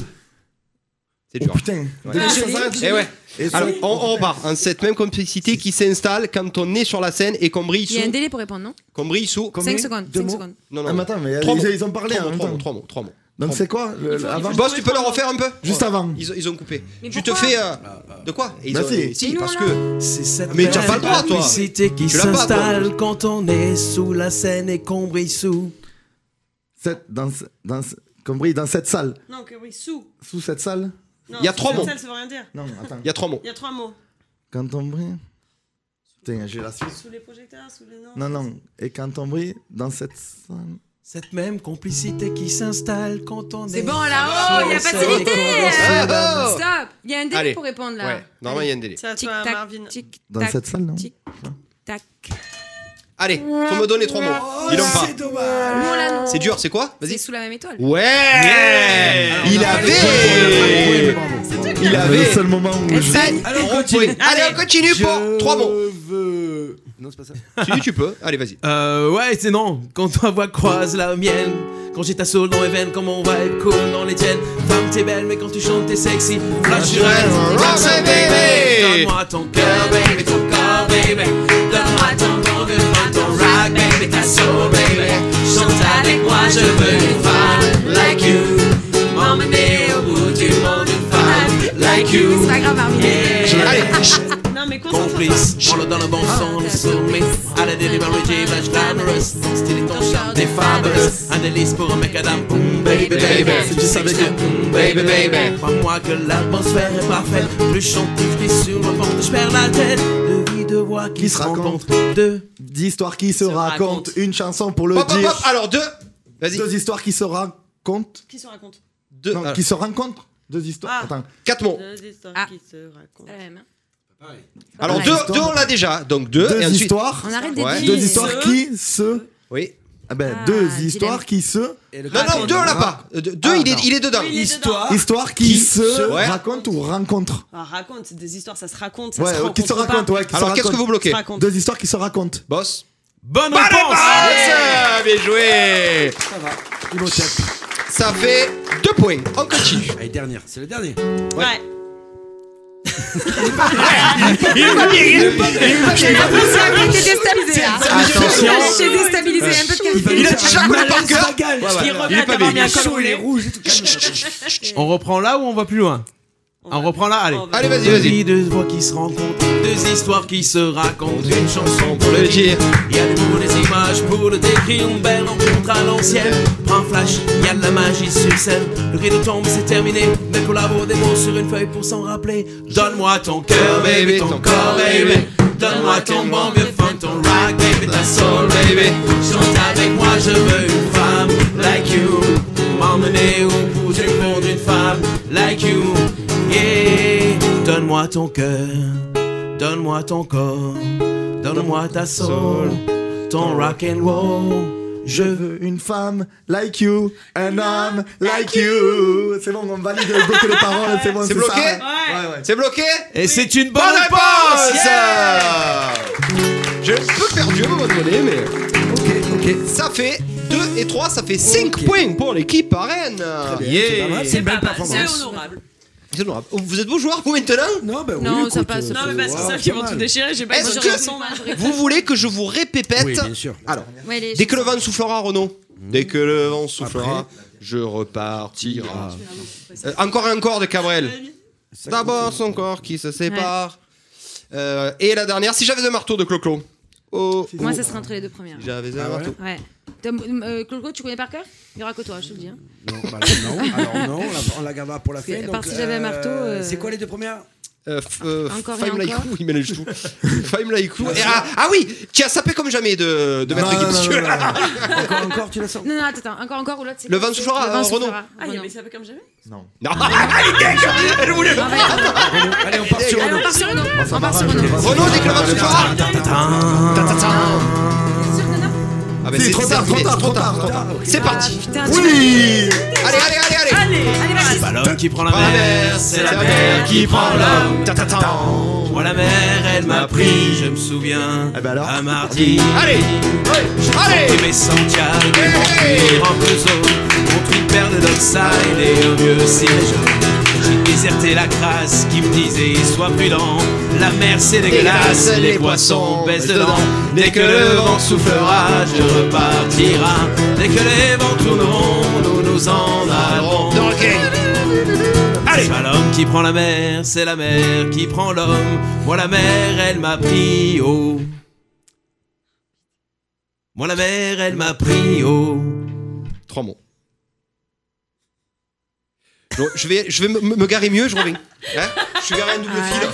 Speaker 2: C'est
Speaker 3: Oh
Speaker 2: dur
Speaker 3: putain. Déjà, ça s'arrête.
Speaker 2: Eh ouais
Speaker 3: Et
Speaker 2: Alors,
Speaker 3: c'est-
Speaker 2: on, on repart hein, cette même complexité qui s'installe quand on est sur la scène et qu'on brille
Speaker 7: Il y a un
Speaker 2: sous.
Speaker 7: délai pour répondre, non
Speaker 2: Qu'on brille sous.
Speaker 3: Combien
Speaker 7: 5 secondes.
Speaker 3: Deux
Speaker 7: 5
Speaker 3: mots
Speaker 7: secondes.
Speaker 2: Non,
Speaker 3: Ah, mais attends, mais
Speaker 2: Trois mots.
Speaker 3: ils, ils ont parlé hein,
Speaker 2: Trois
Speaker 3: en
Speaker 2: mots,
Speaker 3: même
Speaker 2: trois mots,
Speaker 3: temps.
Speaker 2: trois mots, trois mots.
Speaker 3: Donc c'est quoi le-
Speaker 4: faut- il
Speaker 3: avant
Speaker 4: faut-
Speaker 2: Boss, tu peux leur refaire un peu
Speaker 3: Juste avant.
Speaker 2: Ils, ils ont coupé.
Speaker 7: Mais
Speaker 2: tu te
Speaker 7: pourquoi
Speaker 2: fais. euh, de quoi Ils
Speaker 3: Bah
Speaker 2: ont-
Speaker 3: si.
Speaker 7: Mais nous,
Speaker 2: parce
Speaker 7: on
Speaker 2: que.
Speaker 5: C'est cette
Speaker 2: Mais
Speaker 5: même
Speaker 2: t'as pas le droit, toi.
Speaker 5: complicité qui
Speaker 2: Tu l'as pas, toi.
Speaker 5: s'installe quand on est sous la scène et qu'on brille sous.
Speaker 3: Cette- dans, ce- dans, ce- compris, dans cette salle.
Speaker 4: Non, que oui, sous.
Speaker 3: Sous cette salle
Speaker 4: Non,
Speaker 2: Il y a
Speaker 4: sous
Speaker 2: trois
Speaker 4: la
Speaker 2: mots.
Speaker 4: salle, Ça veut rien dire.
Speaker 3: Non, attends.
Speaker 2: Il y a trois mots.
Speaker 4: Il y a trois mots.
Speaker 3: Quand on brille. Putain, j'ai la suite.
Speaker 4: Sous les projecteurs, sous les noms.
Speaker 3: Non, non. Et quand on brille, dans cette salle.
Speaker 5: Cette même complicité qui s'installe quand on est.
Speaker 7: C'est bon là, oh, il y a facilité
Speaker 2: Ah, oh
Speaker 7: Stop Il y a un
Speaker 2: Allez.
Speaker 7: délai pour répondre là.
Speaker 2: Ouais, normalement, il y a un délai.
Speaker 4: C'est à
Speaker 7: Tic
Speaker 4: toi,
Speaker 7: tac,
Speaker 4: Marvin.
Speaker 7: tic
Speaker 3: Dans
Speaker 7: tac,
Speaker 3: cette salle, non
Speaker 7: tic tac.
Speaker 2: Allez, faut me donner trois mots. Ils l'ont pas.
Speaker 7: Nous on l'a
Speaker 2: C'est dur, c'est quoi
Speaker 7: C'est
Speaker 2: Vas-y.
Speaker 7: Euh, sous la même étoile.
Speaker 2: Ouais Il
Speaker 3: Ouais,
Speaker 2: avait
Speaker 3: bravo.
Speaker 2: Il
Speaker 3: Le
Speaker 2: avait
Speaker 3: seul moment où je.
Speaker 2: Allez, on continue. Allez, on continue pour trois mots.
Speaker 5: veux. Non, c'est pas ça.
Speaker 2: Tu dis, tu peux. Allez, vas-y.
Speaker 6: Euh, ouais, c'est non. Quand ta voix croise la mienne, quand j'ai ta soul dans mes veines, quand mon vibe coule dans les tiennes. Femme, t'es belle, mais quand tu chantes, t'es sexy. Flash your hands, rock my baby. Donne-moi ton cœur, baby, ton corps, baby. Donne-moi ton bon vieux fun, ton rock, baby, ta soul, baby. Chante avec moi, je veux une femme like you. M'emmener au bout du monde, une femme like you.
Speaker 7: C'est pas grave, Marvin.
Speaker 2: Allez,
Speaker 4: Non, mais concentre-toi.
Speaker 6: complice Prends-le dans le bon sens, le sommet À la delivery, j'ai vache glamorous Style et ton charme, des fabulous Un délice pour un mec à dame Boom, baby, baby
Speaker 2: Baby.
Speaker 6: Si tu savais que Boom, baby, baby Crois-moi que l'atmosphère est parfaite Plus je chante, plus je suis sur ma pente Je perds la tête De vie, de voix qui,
Speaker 3: Qui
Speaker 6: se
Speaker 3: se raconte.
Speaker 6: rencontrent Deux
Speaker 3: D'histoires qui se,
Speaker 6: Se
Speaker 3: racontent.
Speaker 6: racontent.
Speaker 3: Une chanson pour le
Speaker 2: hop, hop,
Speaker 3: dire.
Speaker 2: hop. Alors, deux. Vas-y.
Speaker 3: Deux histoires qui se racontent.
Speaker 4: Qui se raconte
Speaker 2: Deux.
Speaker 3: Non,
Speaker 2: alors,
Speaker 3: qui se rencontrent. Deux histoires.
Speaker 4: Ah.
Speaker 3: Attends.
Speaker 2: Quatre mots.
Speaker 4: Deux histoires
Speaker 7: Ah.
Speaker 4: qui se racontent.
Speaker 7: C'est la même, hein.
Speaker 2: Alors,
Speaker 7: Ouais.
Speaker 2: deux, deux, on l'a déjà. Donc, deux.
Speaker 3: Deux
Speaker 2: et ensuite.
Speaker 3: histoires.
Speaker 7: On arrête
Speaker 2: Ouais.
Speaker 7: d'être
Speaker 3: Deux
Speaker 7: dit.
Speaker 3: histoires qui se.
Speaker 2: Oui.
Speaker 3: Ah ben,
Speaker 7: Ah,
Speaker 3: deux
Speaker 7: dilemme.
Speaker 3: histoires qui se.
Speaker 2: Non, non, deux, on l'a pas. Euh, Deux, deux,
Speaker 3: Ah,
Speaker 2: il, est,
Speaker 3: non.
Speaker 2: il est dedans.
Speaker 4: Oui, il est
Speaker 5: Histoire.
Speaker 3: Histoires qui,
Speaker 2: Qui se-
Speaker 3: se
Speaker 2: Ouais.
Speaker 3: racontent ou rencontrent.
Speaker 4: Ah, raconte, c'est des histoires, ça se raconte. Ça
Speaker 3: Ouais,
Speaker 4: se
Speaker 3: euh, qui se
Speaker 4: rencontre
Speaker 3: racontent,
Speaker 4: pas.
Speaker 3: ouais, qui se
Speaker 2: Alors, qu'est-ce que
Speaker 3: racontent.
Speaker 2: vous bloquez
Speaker 4: Se raconte.
Speaker 3: Deux histoires qui se racontent.
Speaker 2: Boss
Speaker 6: Bonne
Speaker 2: Bonne
Speaker 6: réponse
Speaker 2: réponse Bien joué Ça fait deux points. On continue.
Speaker 5: Allez, dernière, c'est le dernier.
Speaker 4: Ouais.
Speaker 7: C'est un peu déstabilisé là.
Speaker 2: Attention.
Speaker 7: hein. Je suis déstabilisé, un peu de calme.
Speaker 2: Il a déjà connu par cœur.
Speaker 4: Il regrette d'avoir mis un col roulé.
Speaker 6: On reprend là ou on va plus loin on
Speaker 4: va-
Speaker 6: reprend là, allez.
Speaker 4: on va-
Speaker 2: Allez, vas-y,
Speaker 6: Deux
Speaker 2: vas-y.
Speaker 6: vies, deux voix qui se rencontrent, deux histoires qui se racontent, une chanson pour le dire. Il y a des mots, des images pour le décrire, une belle rencontre à l'ancienne. Prends un flash, il y a de la magie sur scène. Le rideau tombe, c'est terminé. Mais collabore des mots sur une feuille pour s'en rappeler. Donne-moi ton cœur, baby, ton corps, baby. Donne-moi ton bon vieux fun, ton rock, baby, ta soul, baby. Chante avec moi, je veux une femme like you. M'emmener au bout du monde, une femme like you. Yeah, donne-moi ton cœur. Donne-moi ton corps, donne-moi ta soul, ton rock and roll.
Speaker 3: Je veux une femme like you, un homme like you. C'est bon, on valide de bloquer les paroles, c'est bon,
Speaker 2: C'est
Speaker 3: c'est
Speaker 2: bloqué
Speaker 3: ça.
Speaker 4: Ouais.
Speaker 2: C'est bloqué
Speaker 6: Et c'est une
Speaker 2: Bonne réponse
Speaker 6: Yeah
Speaker 2: Je J'ai un peu perdu à un moment donné, mais.
Speaker 5: Ok, ok.
Speaker 2: Ça fait 2 et 3, ça fait 5 points pour l'équipe à Rennes.
Speaker 5: C'est pas mal, c'est une belle performance.
Speaker 4: C'est honorable.
Speaker 2: C'est honorable. Vous êtes beau joueur, vous, maintenant
Speaker 5: Non, ben oui,
Speaker 7: Non,
Speaker 2: bah,
Speaker 5: écoute,
Speaker 7: ça passe.
Speaker 5: euh,
Speaker 4: Non,
Speaker 5: faut
Speaker 4: mais parce que
Speaker 5: voir,
Speaker 4: ça,
Speaker 5: pas
Speaker 4: ils vont
Speaker 5: mal.
Speaker 4: tout déchirer. J'ai pas
Speaker 2: Est-ce
Speaker 4: mangé
Speaker 2: que-
Speaker 4: le son.
Speaker 2: Vous voulez que je vous répépète
Speaker 5: Oui, bien sûr.
Speaker 2: Alors,
Speaker 7: Ouais, les-
Speaker 2: dès que le vent soufflera, Renaud, dès que le vent soufflera, je repartira. Euh, encore et encore de Cabrel.
Speaker 7: Ah,
Speaker 2: D'abord son corps qui se sépare. Euh, et la dernière, si j'avais un marteau de Clo-Clo. Oh, oh,
Speaker 7: Moi, ça serait entre les deux premières.
Speaker 2: si j'avais un
Speaker 5: Ah ouais
Speaker 2: marteau.
Speaker 7: Ouais. Tom- euh, Cloco, tu connais par cœur Il y aura que toi, je te le dis. hein.
Speaker 5: Non, bah alors
Speaker 2: <laughs>
Speaker 5: non, alors non, on la, on la gardera pour la
Speaker 7: Parce que,
Speaker 5: fin.
Speaker 7: à
Speaker 5: donc,
Speaker 7: part si j'avais un marteau, euh,
Speaker 5: C'est quoi les deux premières
Speaker 2: Euh, f- euh,
Speaker 7: Encore et
Speaker 2: Fame
Speaker 7: encore.
Speaker 2: Laikou, il mélange
Speaker 3: <laughs>
Speaker 2: tout. Fame Laikou. Et ah, ah oui, qui a sapé comme jamais de, de
Speaker 3: Non,
Speaker 2: mettre
Speaker 3: non, non, non, non.
Speaker 5: Encore, encore, tu la sens
Speaker 7: Non, non, attends, attends, encore, encore, ou l'autre c'est-
Speaker 2: Le vin soufflera,
Speaker 7: Le vin
Speaker 2: euh,
Speaker 7: soufflera.
Speaker 4: Ah, il y
Speaker 7: Renaud.
Speaker 4: avait ça comme jamais
Speaker 2: Non, Ah, elle est dingue, elle voulait le
Speaker 5: Allez, on part sur
Speaker 7: Allez, on
Speaker 5: Renaud.
Speaker 7: part sur Renaud. On part sur Renaud.
Speaker 2: Renaud dès que le vent soufflera.
Speaker 7: Sur Renaud.
Speaker 2: Ah ben
Speaker 3: Si,
Speaker 2: c'est
Speaker 3: trop
Speaker 2: ça,
Speaker 3: tard, trop
Speaker 2: mais-
Speaker 3: tard, trop tard, trop tard. Ah,
Speaker 2: C'est parti.
Speaker 7: Putain,
Speaker 3: Oui
Speaker 2: Allez, allez, allez, allez.
Speaker 7: Ah,
Speaker 4: Allez, allez, vas-y.
Speaker 6: Pas l'homme qui prend la
Speaker 2: Prends la
Speaker 6: mer,
Speaker 2: mer,
Speaker 6: c'est la mer qui prend l'homme.
Speaker 2: Ta, ta, ta.
Speaker 6: Moi la mer, elle m'a pris, je me souviens.
Speaker 2: Eh ben alors
Speaker 6: Un mardi.
Speaker 2: Allez, allez,
Speaker 6: Et mes sentiers qui
Speaker 2: Hey,
Speaker 6: vont
Speaker 2: hey.
Speaker 6: finir en prison. Mon tweet perd de l'oxide et au mieux si J'ai déserté la crasse qui me disait sois prudent. La mer c'est dégueulasse,
Speaker 2: Dégueulasse,
Speaker 6: les
Speaker 2: les
Speaker 6: poissons
Speaker 2: poissons
Speaker 6: baissent
Speaker 2: baissent
Speaker 6: dedans.
Speaker 2: dedans.
Speaker 6: Dès que le vent soufflera, je repartira. Dès que les vents tourneront, nous nous en allons.
Speaker 2: Dans le quai.
Speaker 6: C'est pas l'homme qui prend la mer, c'est la mer qui prend l'homme. Moi la mer, elle m'a pris au. Moi la mer, elle m'a pris au.
Speaker 2: Trois mots. Bon, je vais, je vais me, me garer mieux, je reviens. Hein je suis garé à double
Speaker 4: Ah,
Speaker 2: fil.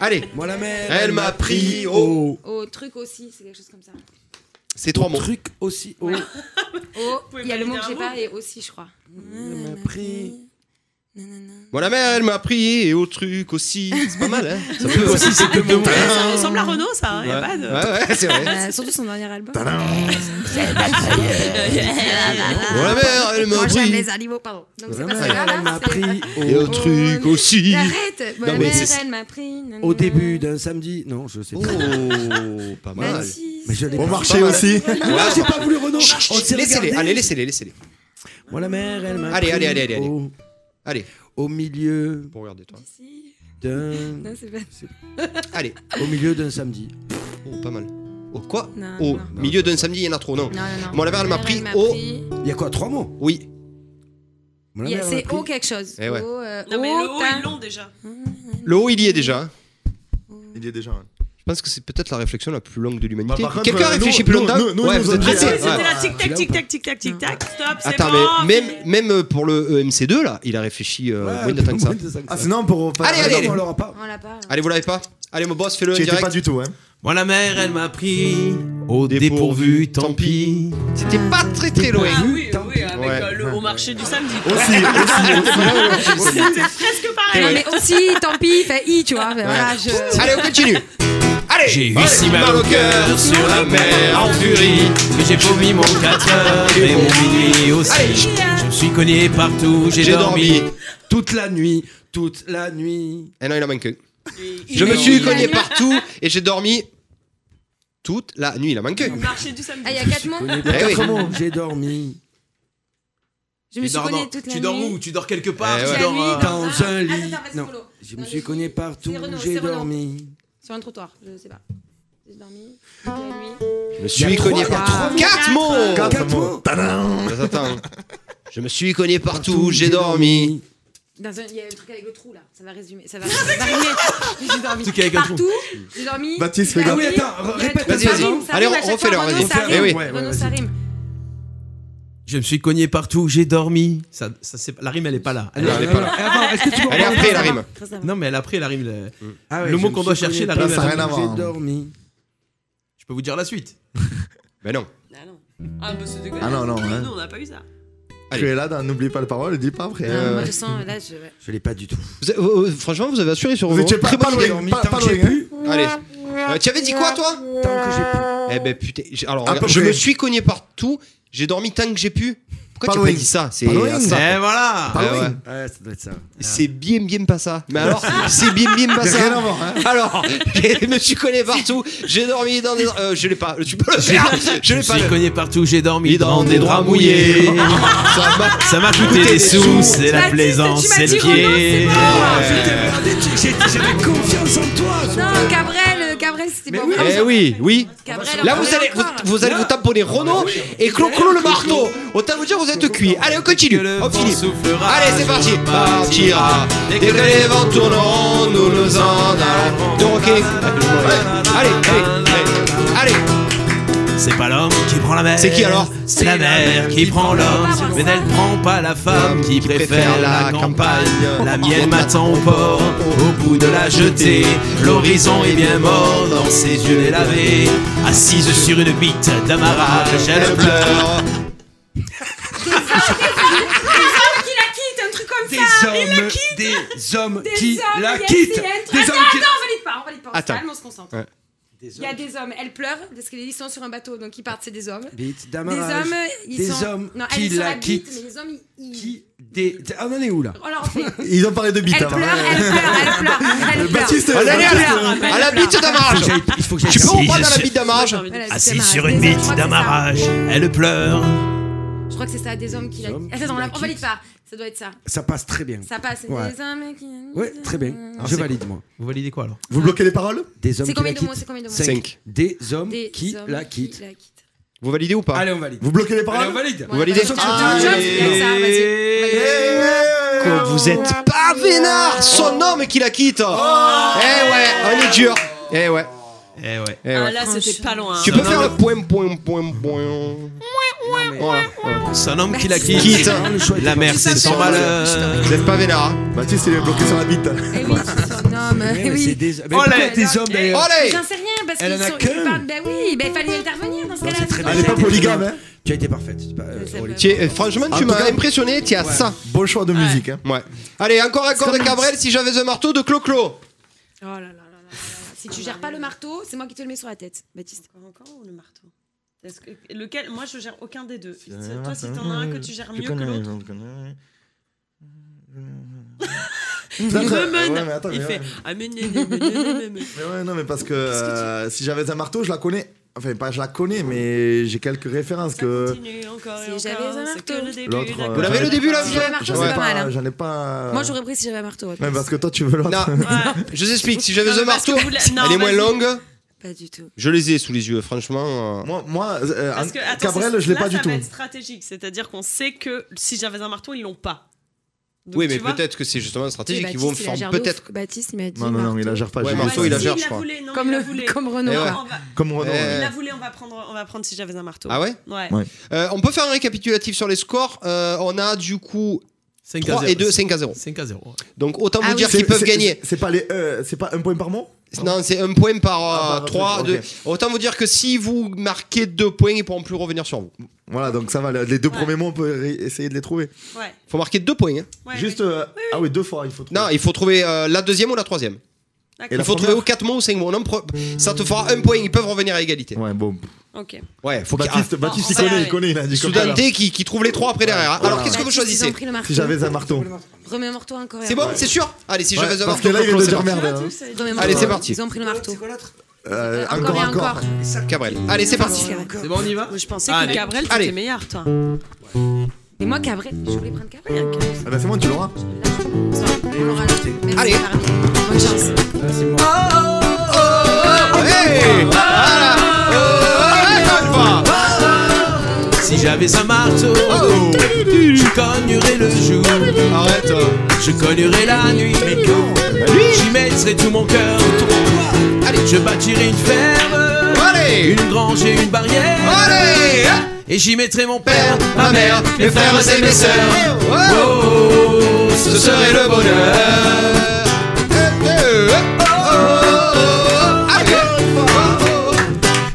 Speaker 2: Allez,
Speaker 5: Moi la mer,
Speaker 2: Elle m'a pris
Speaker 5: au.
Speaker 7: Au truc aussi, c'est quelque chose comme ça.
Speaker 2: c'est trois mots.
Speaker 5: Truc aussi haut.
Speaker 7: Oh,
Speaker 4: pouvez
Speaker 7: il y a
Speaker 4: pas
Speaker 7: le mot
Speaker 4: dire
Speaker 7: que
Speaker 4: un
Speaker 7: j'ai
Speaker 4: mot
Speaker 7: pas et aussi, je crois.
Speaker 5: Elle m'a pris.
Speaker 2: Moi, la mère, elle m'a pris et au truc aussi. C'est pas mal, hein Ça peut
Speaker 6: Voici ces deux mots.
Speaker 4: Ça ressemble à Renaud, ça. Il n'y a pas
Speaker 2: Ouais,
Speaker 4: de.
Speaker 2: ouais, ouais, c'est vrai.
Speaker 7: Euh, surtout son dernier album.
Speaker 5: Bah,
Speaker 2: Ah
Speaker 4: Ah,
Speaker 2: Moi, la mère, elle m'a
Speaker 7: Moi, j'aime
Speaker 2: pris
Speaker 7: les animaux, pardon. Donc, c'est
Speaker 5: La
Speaker 7: pas
Speaker 5: mer,
Speaker 7: ça grave.
Speaker 5: elle m'a
Speaker 7: hein,
Speaker 5: pris
Speaker 2: et au
Speaker 5: au.
Speaker 4: Oh,
Speaker 2: truc aussi.
Speaker 7: c'est- Arrête
Speaker 2: Non,
Speaker 7: Moi, la
Speaker 2: mais
Speaker 7: mère,
Speaker 2: c'est-
Speaker 7: elle m'a pris. nanana.
Speaker 5: Au début d'un samedi. Non, je sais
Speaker 2: Oh,
Speaker 5: pas.
Speaker 2: pas mal.
Speaker 7: Même si-
Speaker 5: Mais je l'ai
Speaker 3: Bon
Speaker 5: pas.
Speaker 3: marché aussi.
Speaker 5: Ah, j'ai pas voulu Renaud. On s'est
Speaker 2: Laissez-les,
Speaker 5: regardé.
Speaker 2: allez, laissez-les, laissez-les.
Speaker 5: Moi la mer, elle m'a
Speaker 2: Allez,
Speaker 5: pris
Speaker 2: allez, allez, allez, allez.
Speaker 5: Au,
Speaker 2: Allez,
Speaker 5: au milieu
Speaker 2: pour regarder, toi.
Speaker 7: si-
Speaker 5: d'un.
Speaker 7: Non, c'est pas...
Speaker 2: Allez,
Speaker 5: Au milieu d'un samedi.
Speaker 2: oh, pas mal. Oh, quoi
Speaker 7: Non,
Speaker 2: Au
Speaker 7: non.
Speaker 2: milieu d'un samedi, il y en a trop, non
Speaker 7: Non, non, non.
Speaker 2: Moi, la mère, elle m'a pris au-
Speaker 5: Il y a quoi Trois mots
Speaker 2: Oui.
Speaker 5: Moi, la
Speaker 7: Il y a-
Speaker 5: mer, elle
Speaker 7: C'est
Speaker 5: m'a
Speaker 7: au
Speaker 5: pris.
Speaker 7: quelque chose.
Speaker 2: Eh ouais.
Speaker 7: Au, euh,
Speaker 4: <laughs> Non, mais le
Speaker 7: au
Speaker 4: haut
Speaker 7: teint.
Speaker 4: est long déjà.
Speaker 2: Ah, Le haut, il y est déjà. hein.
Speaker 3: Il y est déjà. hein.
Speaker 2: Je pense que c'est peut-être la réflexion la plus longue de l'humanité.
Speaker 3: Bah, par contre,
Speaker 2: Quelqu'un
Speaker 3: euh,
Speaker 2: réfléchit
Speaker 3: nous-
Speaker 2: plus
Speaker 3: nous-
Speaker 2: longtemps
Speaker 3: nous- nous,
Speaker 2: Ouais,
Speaker 3: nous
Speaker 2: vous êtes
Speaker 3: autres,
Speaker 4: Ah,
Speaker 3: euh,
Speaker 2: pressés
Speaker 4: si,
Speaker 3: Ouais,
Speaker 2: Ouais.
Speaker 4: c'était la tic tac tic tac tic tac tic tac. Stop, c'est
Speaker 2: Attends,
Speaker 4: bon.
Speaker 2: mais même, même pour le E EMC2, là, il a réfléchi euh,
Speaker 5: Ouais,
Speaker 2: moins de temps que ça.
Speaker 5: moins de temps que
Speaker 3: Ah
Speaker 5: ça.
Speaker 3: sinon pour.
Speaker 2: Allez,
Speaker 5: Ah,
Speaker 2: allez,
Speaker 5: non,
Speaker 2: allez.
Speaker 5: On l'aura pas.
Speaker 7: On l'a pas.
Speaker 2: Allez, vous l'avez pas Allez, mon boss, fais-le en
Speaker 3: Tu étais
Speaker 2: direct.
Speaker 3: pas du tout hein.
Speaker 6: Moi la mer, elle m'a pris au dépourvu, tant pis.
Speaker 2: C'était pas très très loin.
Speaker 4: Ah oui, oui, avec
Speaker 2: Ouais.
Speaker 4: euh, le haut marché du samedi.
Speaker 3: Aussi, aussi, aussi.
Speaker 4: C'était presque pareil.
Speaker 7: Non, mais aussi, tant pis, fait i, tu vois. fait, Voilà, je.
Speaker 2: Allez, on continue. Allez
Speaker 6: J'ai eu
Speaker 2: Allez,
Speaker 6: si mal au cœur sur la mer en furie que j'ai vomi mon 4 heures et mon minuit
Speaker 2: Allez.
Speaker 6: aussi. Je me suis cogné partout, j'ai
Speaker 2: J'ai dormi.
Speaker 6: dormi.
Speaker 5: Toute la nuit, toute la nuit.
Speaker 2: Eh non, il en manque un.
Speaker 4: Il
Speaker 2: Je me
Speaker 4: est
Speaker 2: suis
Speaker 4: au
Speaker 2: cogné partout et j'ai dormi toute la nuit. Il en manque un.
Speaker 4: Marché du samedi.
Speaker 7: Ah, il y a quatre mots.
Speaker 5: Connais
Speaker 2: Eh oui.
Speaker 5: pas mots. J'ai dormi
Speaker 7: Je me suis cogné toute la
Speaker 6: tu dors
Speaker 7: nuit.
Speaker 6: où Tu dors quelque part
Speaker 2: Eh
Speaker 6: tu
Speaker 2: ouais.
Speaker 6: dors,
Speaker 7: La
Speaker 6: euh,
Speaker 7: nuit,
Speaker 5: dans
Speaker 7: Attends,
Speaker 5: un
Speaker 7: Ah, attends,
Speaker 5: lit.
Speaker 7: vas-y,
Speaker 5: Non,
Speaker 7: Renaud.
Speaker 5: je
Speaker 7: Dans
Speaker 5: me
Speaker 7: le
Speaker 5: suis
Speaker 7: lit.
Speaker 5: cogné partout.
Speaker 7: C'est Renaud,
Speaker 5: J'ai
Speaker 7: c'est Renaud.
Speaker 5: dormi.
Speaker 7: Sur un trottoir, je sais pas. J'ai dormi toute la nuit.
Speaker 2: Je me suis cogné
Speaker 5: trois-
Speaker 2: partout.
Speaker 7: il y a
Speaker 2: Quatre
Speaker 7: trois-
Speaker 2: mots
Speaker 3: Quatre
Speaker 5: Quatre
Speaker 3: mots.
Speaker 5: mots.
Speaker 3: Tadam.
Speaker 2: Attends, attends. Je me suis cogné partout, j'ai dormi.
Speaker 7: Dans un- Il y a un truc avec le trou là, ça va résumer. Ça va, ça va rimer. J'ai dormi
Speaker 6: Truc avec un trou.
Speaker 7: partout. J'ai dormi.
Speaker 3: Baptiste, fais
Speaker 7: j'ai
Speaker 3: gaffe.
Speaker 7: dormi,
Speaker 5: Ah oui, attends,
Speaker 7: j'ai
Speaker 5: répète,
Speaker 2: vas-y,
Speaker 7: dormi, ça
Speaker 2: vas-y.
Speaker 7: rime, ça
Speaker 2: Allez,
Speaker 7: rime à chaque
Speaker 2: refais-le,
Speaker 7: fois,
Speaker 2: vas-y.
Speaker 7: Renaud, ça
Speaker 2: Eh
Speaker 7: rime.
Speaker 2: oui.
Speaker 5: Ouais, ouais,
Speaker 7: Renaud,
Speaker 5: vas-y.
Speaker 7: ça rime.
Speaker 6: Je me suis cogné partout, j'ai dormi. Ça, ça, c'est- la rime, elle est pas là. Eh, Elle
Speaker 2: Non,
Speaker 6: est-
Speaker 2: elle est
Speaker 5: Alors,
Speaker 2: pas là.
Speaker 5: avant, est-ce que tu peux
Speaker 2: Elle est
Speaker 5: reprendre
Speaker 2: après la rime.
Speaker 6: Non, mais elle après la rime. elle est-
Speaker 5: Ah ouais,
Speaker 6: Le
Speaker 5: je
Speaker 6: mot
Speaker 5: me
Speaker 6: qu'on doit
Speaker 5: suis cogné
Speaker 6: chercher, la
Speaker 5: partout.
Speaker 6: rime,
Speaker 3: Ça a rien à voir.
Speaker 5: J'ai dormi.
Speaker 6: Je peux vous dire la suite.
Speaker 2: Ben non.
Speaker 4: Ah non. Ah, bah, c'est dégueulasse.
Speaker 3: Ah non, non, hein.
Speaker 4: Nous, on n'a pas eu ça.
Speaker 2: Allez.
Speaker 3: Tu es là, dans- n'oublie pas le parole, dis pas après.
Speaker 7: Non,
Speaker 3: Euh,
Speaker 7: Moi je sens, là je. ouais.
Speaker 5: Je l'ai pas du tout.
Speaker 2: Vous avez- euh, euh, franchement, vous avez assuré sur
Speaker 3: Vous
Speaker 2: vos-
Speaker 3: étiez pas,
Speaker 2: Très
Speaker 3: pas
Speaker 2: bonne idée.
Speaker 3: loin, pas,
Speaker 5: Tant
Speaker 3: pas
Speaker 5: que j'ai
Speaker 3: loin. hein.
Speaker 5: pu.
Speaker 2: Allez. Euh, tu avais dit quoi, toi
Speaker 5: Tant que j'ai pu.
Speaker 2: Eh ben putain. j'ai- Alors,
Speaker 3: À
Speaker 2: regarde,
Speaker 3: peu
Speaker 2: je
Speaker 3: près.
Speaker 2: me suis cogné partout, j'ai dormi tant que j'ai pu. Pourquoi tu as
Speaker 3: Halloween.
Speaker 2: pas dit ça C'est
Speaker 3: Halloween.
Speaker 2: à ça.
Speaker 6: Et Eh, voilà
Speaker 2: Ah ouais.
Speaker 3: Halloween.
Speaker 5: Ouais, ça doit être ça.
Speaker 2: C'est bien bien pas ça. Mais alors, c'est bien bien pas ça.
Speaker 3: Rien à voir, hein.
Speaker 2: Alors, je me suis collé partout. J'ai dormi dans des. euh, je l'ai pas. Tu peux le faire. Je
Speaker 6: Je
Speaker 2: l'ai pas.
Speaker 6: suis
Speaker 2: le-
Speaker 6: cogné partout, j'ai dormi dans des draps
Speaker 2: mouillés.
Speaker 6: mouillés.
Speaker 2: Ça m'a-
Speaker 6: Ça m'a coûté des sous, c'est la plaisance, c'est le pied.
Speaker 5: J'avais confiance en toi.
Speaker 7: Non, Cabrel, euh, Cabrel, c'était pas
Speaker 2: Eh
Speaker 7: vrai.
Speaker 2: oui, oui.
Speaker 7: Cabrel,
Speaker 2: Là, vous
Speaker 7: on parlait
Speaker 2: allez, vous,
Speaker 7: encore, là.
Speaker 2: vous allez vous tamponner
Speaker 6: Ah,
Speaker 2: Renault et Clo-Clo le marteau. Autant vous dire, vous êtes cuit. Allez, on
Speaker 6: Que
Speaker 2: continue.
Speaker 6: le
Speaker 2: On
Speaker 6: vent
Speaker 2: finit.
Speaker 6: soufflera,
Speaker 2: Allez, c'est
Speaker 6: je
Speaker 2: parti. Partira.
Speaker 6: partira.
Speaker 2: Dès que les vents tourneront, nous nous en allons.
Speaker 6: Ah,
Speaker 2: Donc, ok. Ouais. Allez, allez, allez. Allez.
Speaker 6: C'est pas l'homme qui prend la mer.
Speaker 2: C'est qui alors
Speaker 6: C'est la mer qui prend l'homme, mais elle prend pas la femme qui préfère la campagne. La mienne m'attend au port, au bout de la jetée. L'horizon est bien mort dans ses yeux délavés. Assise sur une bite d'amarrage, elle Ah, pleure.
Speaker 7: Ah, Qui la quitte, un truc comme
Speaker 5: Des
Speaker 7: ça. Il la
Speaker 5: hommes,
Speaker 7: quitte.
Speaker 5: des hommes
Speaker 7: Des
Speaker 5: qui
Speaker 7: hommes,
Speaker 5: la
Speaker 7: yes,
Speaker 5: quittent.
Speaker 7: yes, yes.
Speaker 5: Des hommes
Speaker 7: attends,
Speaker 5: qui.
Speaker 7: attends, on valide pas, on valide pas. On se
Speaker 2: Attends.
Speaker 7: calme, on se concentre.
Speaker 2: Ouais.
Speaker 7: Il y a des hommes, elles pleurent parce qu'ils sont sur un bateau, donc ils partent, c'est des hommes.
Speaker 5: Bite
Speaker 7: Des
Speaker 5: d'amarrage.
Speaker 7: hommes, ils
Speaker 5: Des
Speaker 7: sont.
Speaker 5: hommes
Speaker 7: non,
Speaker 5: qui
Speaker 7: elles sont
Speaker 5: la
Speaker 7: la bite,
Speaker 5: quittent.
Speaker 7: mais les hommes, ils. ils-
Speaker 5: Qui des. Ah, on en est où là <laughs>
Speaker 7: On leur fait.
Speaker 3: Ils ont parlé de bite.
Speaker 7: Elles
Speaker 3: hein.
Speaker 7: pleurent, elles pleurent, elles pleurent. Elles pleurent.
Speaker 3: Baptiste,
Speaker 2: Allez, allez, allez,
Speaker 7: pleure,
Speaker 2: à la
Speaker 7: elle pleure.
Speaker 2: bite
Speaker 5: Ah,
Speaker 2: d'amarrage.
Speaker 5: Il faut que j'aille.
Speaker 2: Tu peux
Speaker 6: Assise
Speaker 2: ou pas dans la
Speaker 6: sur-
Speaker 2: bite d'amarrage
Speaker 7: Voilà, c'est
Speaker 6: Assise
Speaker 7: ça,
Speaker 6: sur
Speaker 7: des
Speaker 6: une
Speaker 7: hommes, je
Speaker 6: bite
Speaker 7: crois que c'est ça.
Speaker 6: d'amarrage, elle pleure.
Speaker 7: Je crois que c'est ça, des hommes qui la.
Speaker 5: hommes qui
Speaker 7: Attends, on
Speaker 5: la
Speaker 7: la- on valide
Speaker 5: quittent.
Speaker 7: pas. Ça doit être ça.
Speaker 5: Ça passe très bien.
Speaker 7: Ça passe.
Speaker 5: Ouais.
Speaker 7: Des hommes qui.
Speaker 5: Ouais, très bien. Je valide moi.
Speaker 6: Vous validez quoi alors
Speaker 3: Vous bloquez les paroles
Speaker 5: Des hommes
Speaker 7: C'est
Speaker 5: qui
Speaker 7: combien
Speaker 5: la
Speaker 7: de mots C'est
Speaker 5: quittent.
Speaker 7: combien de mots
Speaker 2: Cinq.
Speaker 5: Des hommes
Speaker 7: Des
Speaker 5: qui
Speaker 7: hommes
Speaker 5: la quittent.
Speaker 2: Vous validez ou pas
Speaker 5: Allez, on valide.
Speaker 3: Vous bloquez les
Speaker 5: Allez,
Speaker 3: paroles
Speaker 5: on valide.
Speaker 2: Vous validez
Speaker 7: Ah,
Speaker 2: Allez.
Speaker 7: Jones, ça, vas-y.
Speaker 2: Que vous êtes Oh. pas vénard Son homme qui la quitte Eh ouais, on est dur Eh ouais,
Speaker 6: Eh ouais.
Speaker 2: eh ouais.
Speaker 4: Ah, là, c'était pas loin. hein.
Speaker 2: Tu peux faire le point, point, point, point. Voilà.
Speaker 6: C'est un homme qui la quitte.
Speaker 2: Quitte.
Speaker 6: La mer, c'est son malheur.
Speaker 2: Vous n'êtes pas vénard. hein.
Speaker 3: Baptiste, il est bloqué sur la bite.
Speaker 7: Eh oui, c'est un homme.
Speaker 5: Ouais,
Speaker 7: eh
Speaker 5: mais c'est
Speaker 7: oui.
Speaker 5: des- mais
Speaker 6: Oh,
Speaker 5: pourquoi
Speaker 6: là,
Speaker 5: des hommes d'ailleurs.
Speaker 7: Mais
Speaker 2: Allez
Speaker 7: J'en sais rien parce
Speaker 5: Elle
Speaker 7: qu'ils
Speaker 5: en a
Speaker 7: sont.
Speaker 5: qu'un.
Speaker 7: ils parlent- Ben oui, ben fallait intervenir dans ce
Speaker 5: Non,
Speaker 7: cas-là.
Speaker 5: c'est très bien.
Speaker 3: Elle est pas
Speaker 5: C'était
Speaker 3: polygame,
Speaker 5: très
Speaker 3: hein.
Speaker 5: Tu as été parfaite. C'est pas- euh,
Speaker 7: C'est
Speaker 5: on
Speaker 7: pas-
Speaker 5: les-
Speaker 2: Tu es- euh, Franchement,
Speaker 3: En
Speaker 2: tu
Speaker 3: tout
Speaker 2: m'as
Speaker 3: cas-
Speaker 2: impressionné, tu as ça.
Speaker 3: Bon choix de musique. Hein.
Speaker 2: Ouais. Allez, encore un corps de Cabrel si j'avais un marteau de Clo-Clo.
Speaker 7: Oh là là là là là. Si tu gères pas le marteau, c'est moi qui te le mets sur la tête, Baptiste.
Speaker 4: Encore, encore ou le marteau Est-ce que- lequel Moi, je gère aucun des deux. Toi, si t'en as un que tu gères mieux que l'autre. <laughs> Il
Speaker 3: Putain,
Speaker 4: me
Speaker 3: ouais,
Speaker 4: mène.
Speaker 3: mais attends,
Speaker 4: Il
Speaker 3: mais
Speaker 4: fait.
Speaker 3: ouais.
Speaker 4: Ah, mais, mais, mais, mais, mais, mais.
Speaker 3: Mais ouais, non, mais parce que, euh, si j'avais un marteau, je la connais. Enfin, pas je la connais, mais j'ai quelques références
Speaker 4: Ça
Speaker 3: que.
Speaker 4: continue encore et
Speaker 7: Si j'avais
Speaker 4: encore,
Speaker 7: un
Speaker 4: c'est que
Speaker 7: marteau.
Speaker 4: le début,
Speaker 3: L'autre,
Speaker 4: d'accord.
Speaker 3: euh,
Speaker 2: Vous l'avez le début là,
Speaker 7: Si
Speaker 2: vous
Speaker 7: j'avais
Speaker 2: avez
Speaker 7: un marteau,
Speaker 3: J'en ai
Speaker 7: c'est pas mal.
Speaker 3: pas-
Speaker 7: hein.
Speaker 3: J'en ai pas.
Speaker 7: Moi, j'aurais pris si j'avais un marteau. ouais.
Speaker 3: Ouais, Ah. parce que toi, tu veux l'autre.
Speaker 2: Non,
Speaker 4: Ouais.
Speaker 2: je vous explique. Si j'avais
Speaker 4: Non,
Speaker 2: un
Speaker 4: parce que
Speaker 2: marteau,
Speaker 4: vous la- non,
Speaker 2: elle est moins
Speaker 4: vas-y.
Speaker 2: longue.
Speaker 7: Pas du tout.
Speaker 2: Je les ai sous les yeux, franchement. euh.
Speaker 3: <laughs> Moi, moi euh,
Speaker 4: Parce que, attends,
Speaker 3: Cabrel,
Speaker 4: c'est-
Speaker 3: je l'ai
Speaker 4: là,
Speaker 3: pas du
Speaker 4: ça
Speaker 3: tout.
Speaker 4: va être stratégique, c'est-à-dire qu'on sait que si j'avais un marteau, ils l'ont pas. Donc,
Speaker 2: Oui,
Speaker 4: tu
Speaker 2: mais
Speaker 4: vois,
Speaker 2: peut-être que c'est justement une stratégie qui
Speaker 7: Baptiste,
Speaker 2: vont me
Speaker 7: il ben, la
Speaker 2: faire
Speaker 7: gère de
Speaker 2: peut-être.
Speaker 7: ouf. Baptiste, il m'a dit.
Speaker 3: Non, non, non, il la gère pas.
Speaker 2: Ouais,
Speaker 3: j'ai
Speaker 4: Ouais,
Speaker 2: marteau,
Speaker 3: vu
Speaker 2: il la
Speaker 4: si,
Speaker 3: ça.
Speaker 2: gère,
Speaker 4: il
Speaker 2: je crois.
Speaker 4: voulait, non,
Speaker 7: Comme,
Speaker 4: il la
Speaker 7: le-
Speaker 4: voulait.
Speaker 7: comme Renaud.
Speaker 2: Eh
Speaker 4: Non,
Speaker 2: ouais.
Speaker 4: on va-
Speaker 3: Comme Renaud.
Speaker 4: Il
Speaker 2: Eh.
Speaker 4: la voulait, on va prendre, on va prendre si j'avais un marteau.
Speaker 2: Ah ouais
Speaker 4: Ouais.
Speaker 3: Ouais.
Speaker 2: Euh, On peut faire un récapitulatif sur les scores. Euh, on a du coup
Speaker 6: 5
Speaker 2: 3 et 2, 5 à 0.
Speaker 6: 5 à 0.
Speaker 2: Donc autant vous
Speaker 7: Ah oui.
Speaker 2: dire
Speaker 3: C'est-
Speaker 2: qu'ils peuvent
Speaker 3: c'est-
Speaker 2: gagner.
Speaker 3: C'est c'est pas les, euh, c'est pas un point par mot.
Speaker 2: Non, c'est un point
Speaker 3: Ah,
Speaker 2: par
Speaker 3: par-
Speaker 2: 3.
Speaker 3: ok.
Speaker 2: Autant vous dire que si vous marquez deux points, ils pourront plus revenir sur vous.
Speaker 3: Voilà, donc ça va. Les deux
Speaker 4: Ouais.
Speaker 3: premiers mots, on peut ré- essayer de les trouver.
Speaker 4: Ouais.
Speaker 2: faut marquer deux points. hein.
Speaker 4: Ouais,
Speaker 3: Juste,
Speaker 4: ouais.
Speaker 3: euh, ah oui, deux fois, il faut trouver.
Speaker 2: Non, il faut trouver euh, la deuxième ou la troisième.
Speaker 4: D'accord.
Speaker 3: Et la
Speaker 2: Il faut
Speaker 3: première
Speaker 2: trouver ou quatre mots ou cinq mots. Non, pro- ça te fera un point. Ils peuvent revenir à égalité.
Speaker 3: Ouais, bon.
Speaker 4: Ok.
Speaker 2: Ouais, faut qu'il ah,
Speaker 3: Baptiste, Baptiste, il
Speaker 4: on va y
Speaker 3: connaît, il
Speaker 4: arriver.
Speaker 3: connaît, il a dit comme ça.
Speaker 2: Soudan T qui, qui trouve les trois après derrière. hein. Alors
Speaker 3: Voilà.
Speaker 2: qu'est-ce que vous
Speaker 7: Baptiste, ils ont
Speaker 2: choisissez
Speaker 7: pris le marteau.
Speaker 3: Si j'avais un marteau.
Speaker 7: Remets-moi-toi encore.
Speaker 2: C'est bon, c'est sûr. Allez, si j'avais
Speaker 3: Ouais,
Speaker 2: un
Speaker 3: parce
Speaker 2: marteau,
Speaker 3: que là, il vient
Speaker 2: Clo-Clo,
Speaker 3: de
Speaker 2: c'est
Speaker 3: dire
Speaker 2: bon.
Speaker 3: merde. hein.
Speaker 2: Allez, c'est parti.
Speaker 7: Ils ont pris le marteau.
Speaker 3: Euh,
Speaker 7: Encore
Speaker 3: Encore,
Speaker 7: et
Speaker 3: encore.
Speaker 7: encore.
Speaker 2: Cabrel. Allez, c'est parti.
Speaker 6: C'est bon, on y va
Speaker 4: Moi, je pensais
Speaker 6: Allez.
Speaker 4: que Gabriel,
Speaker 2: Allez.
Speaker 4: t'étais meilleur, toi.
Speaker 7: Mais moi, Cabrel, je voulais prendre Cabrel.
Speaker 3: Ah bah c'est bon, tu l'auras.
Speaker 7: On l'aura acheté. Merci,
Speaker 2: Allez.
Speaker 7: Barbie. Bonne chance.
Speaker 6: Ah,
Speaker 2: Hey Voilà. Oh, ouais, Alpha.
Speaker 6: Si j'avais un marteau, je cognerais le jour,
Speaker 2: Arrête. euh.
Speaker 6: je cognerais la nuit. J'y mettrais tout mon cœur. Allez, je bâtirais une ferme,
Speaker 2: Allez.
Speaker 6: une grange et une barrière.
Speaker 2: Allez. hop.
Speaker 6: Et j'y mettrais mon
Speaker 2: père,
Speaker 6: père, ma mère, mes frères et mes sœurs.
Speaker 2: Ouais.
Speaker 6: Oh, ce serait le bonheur.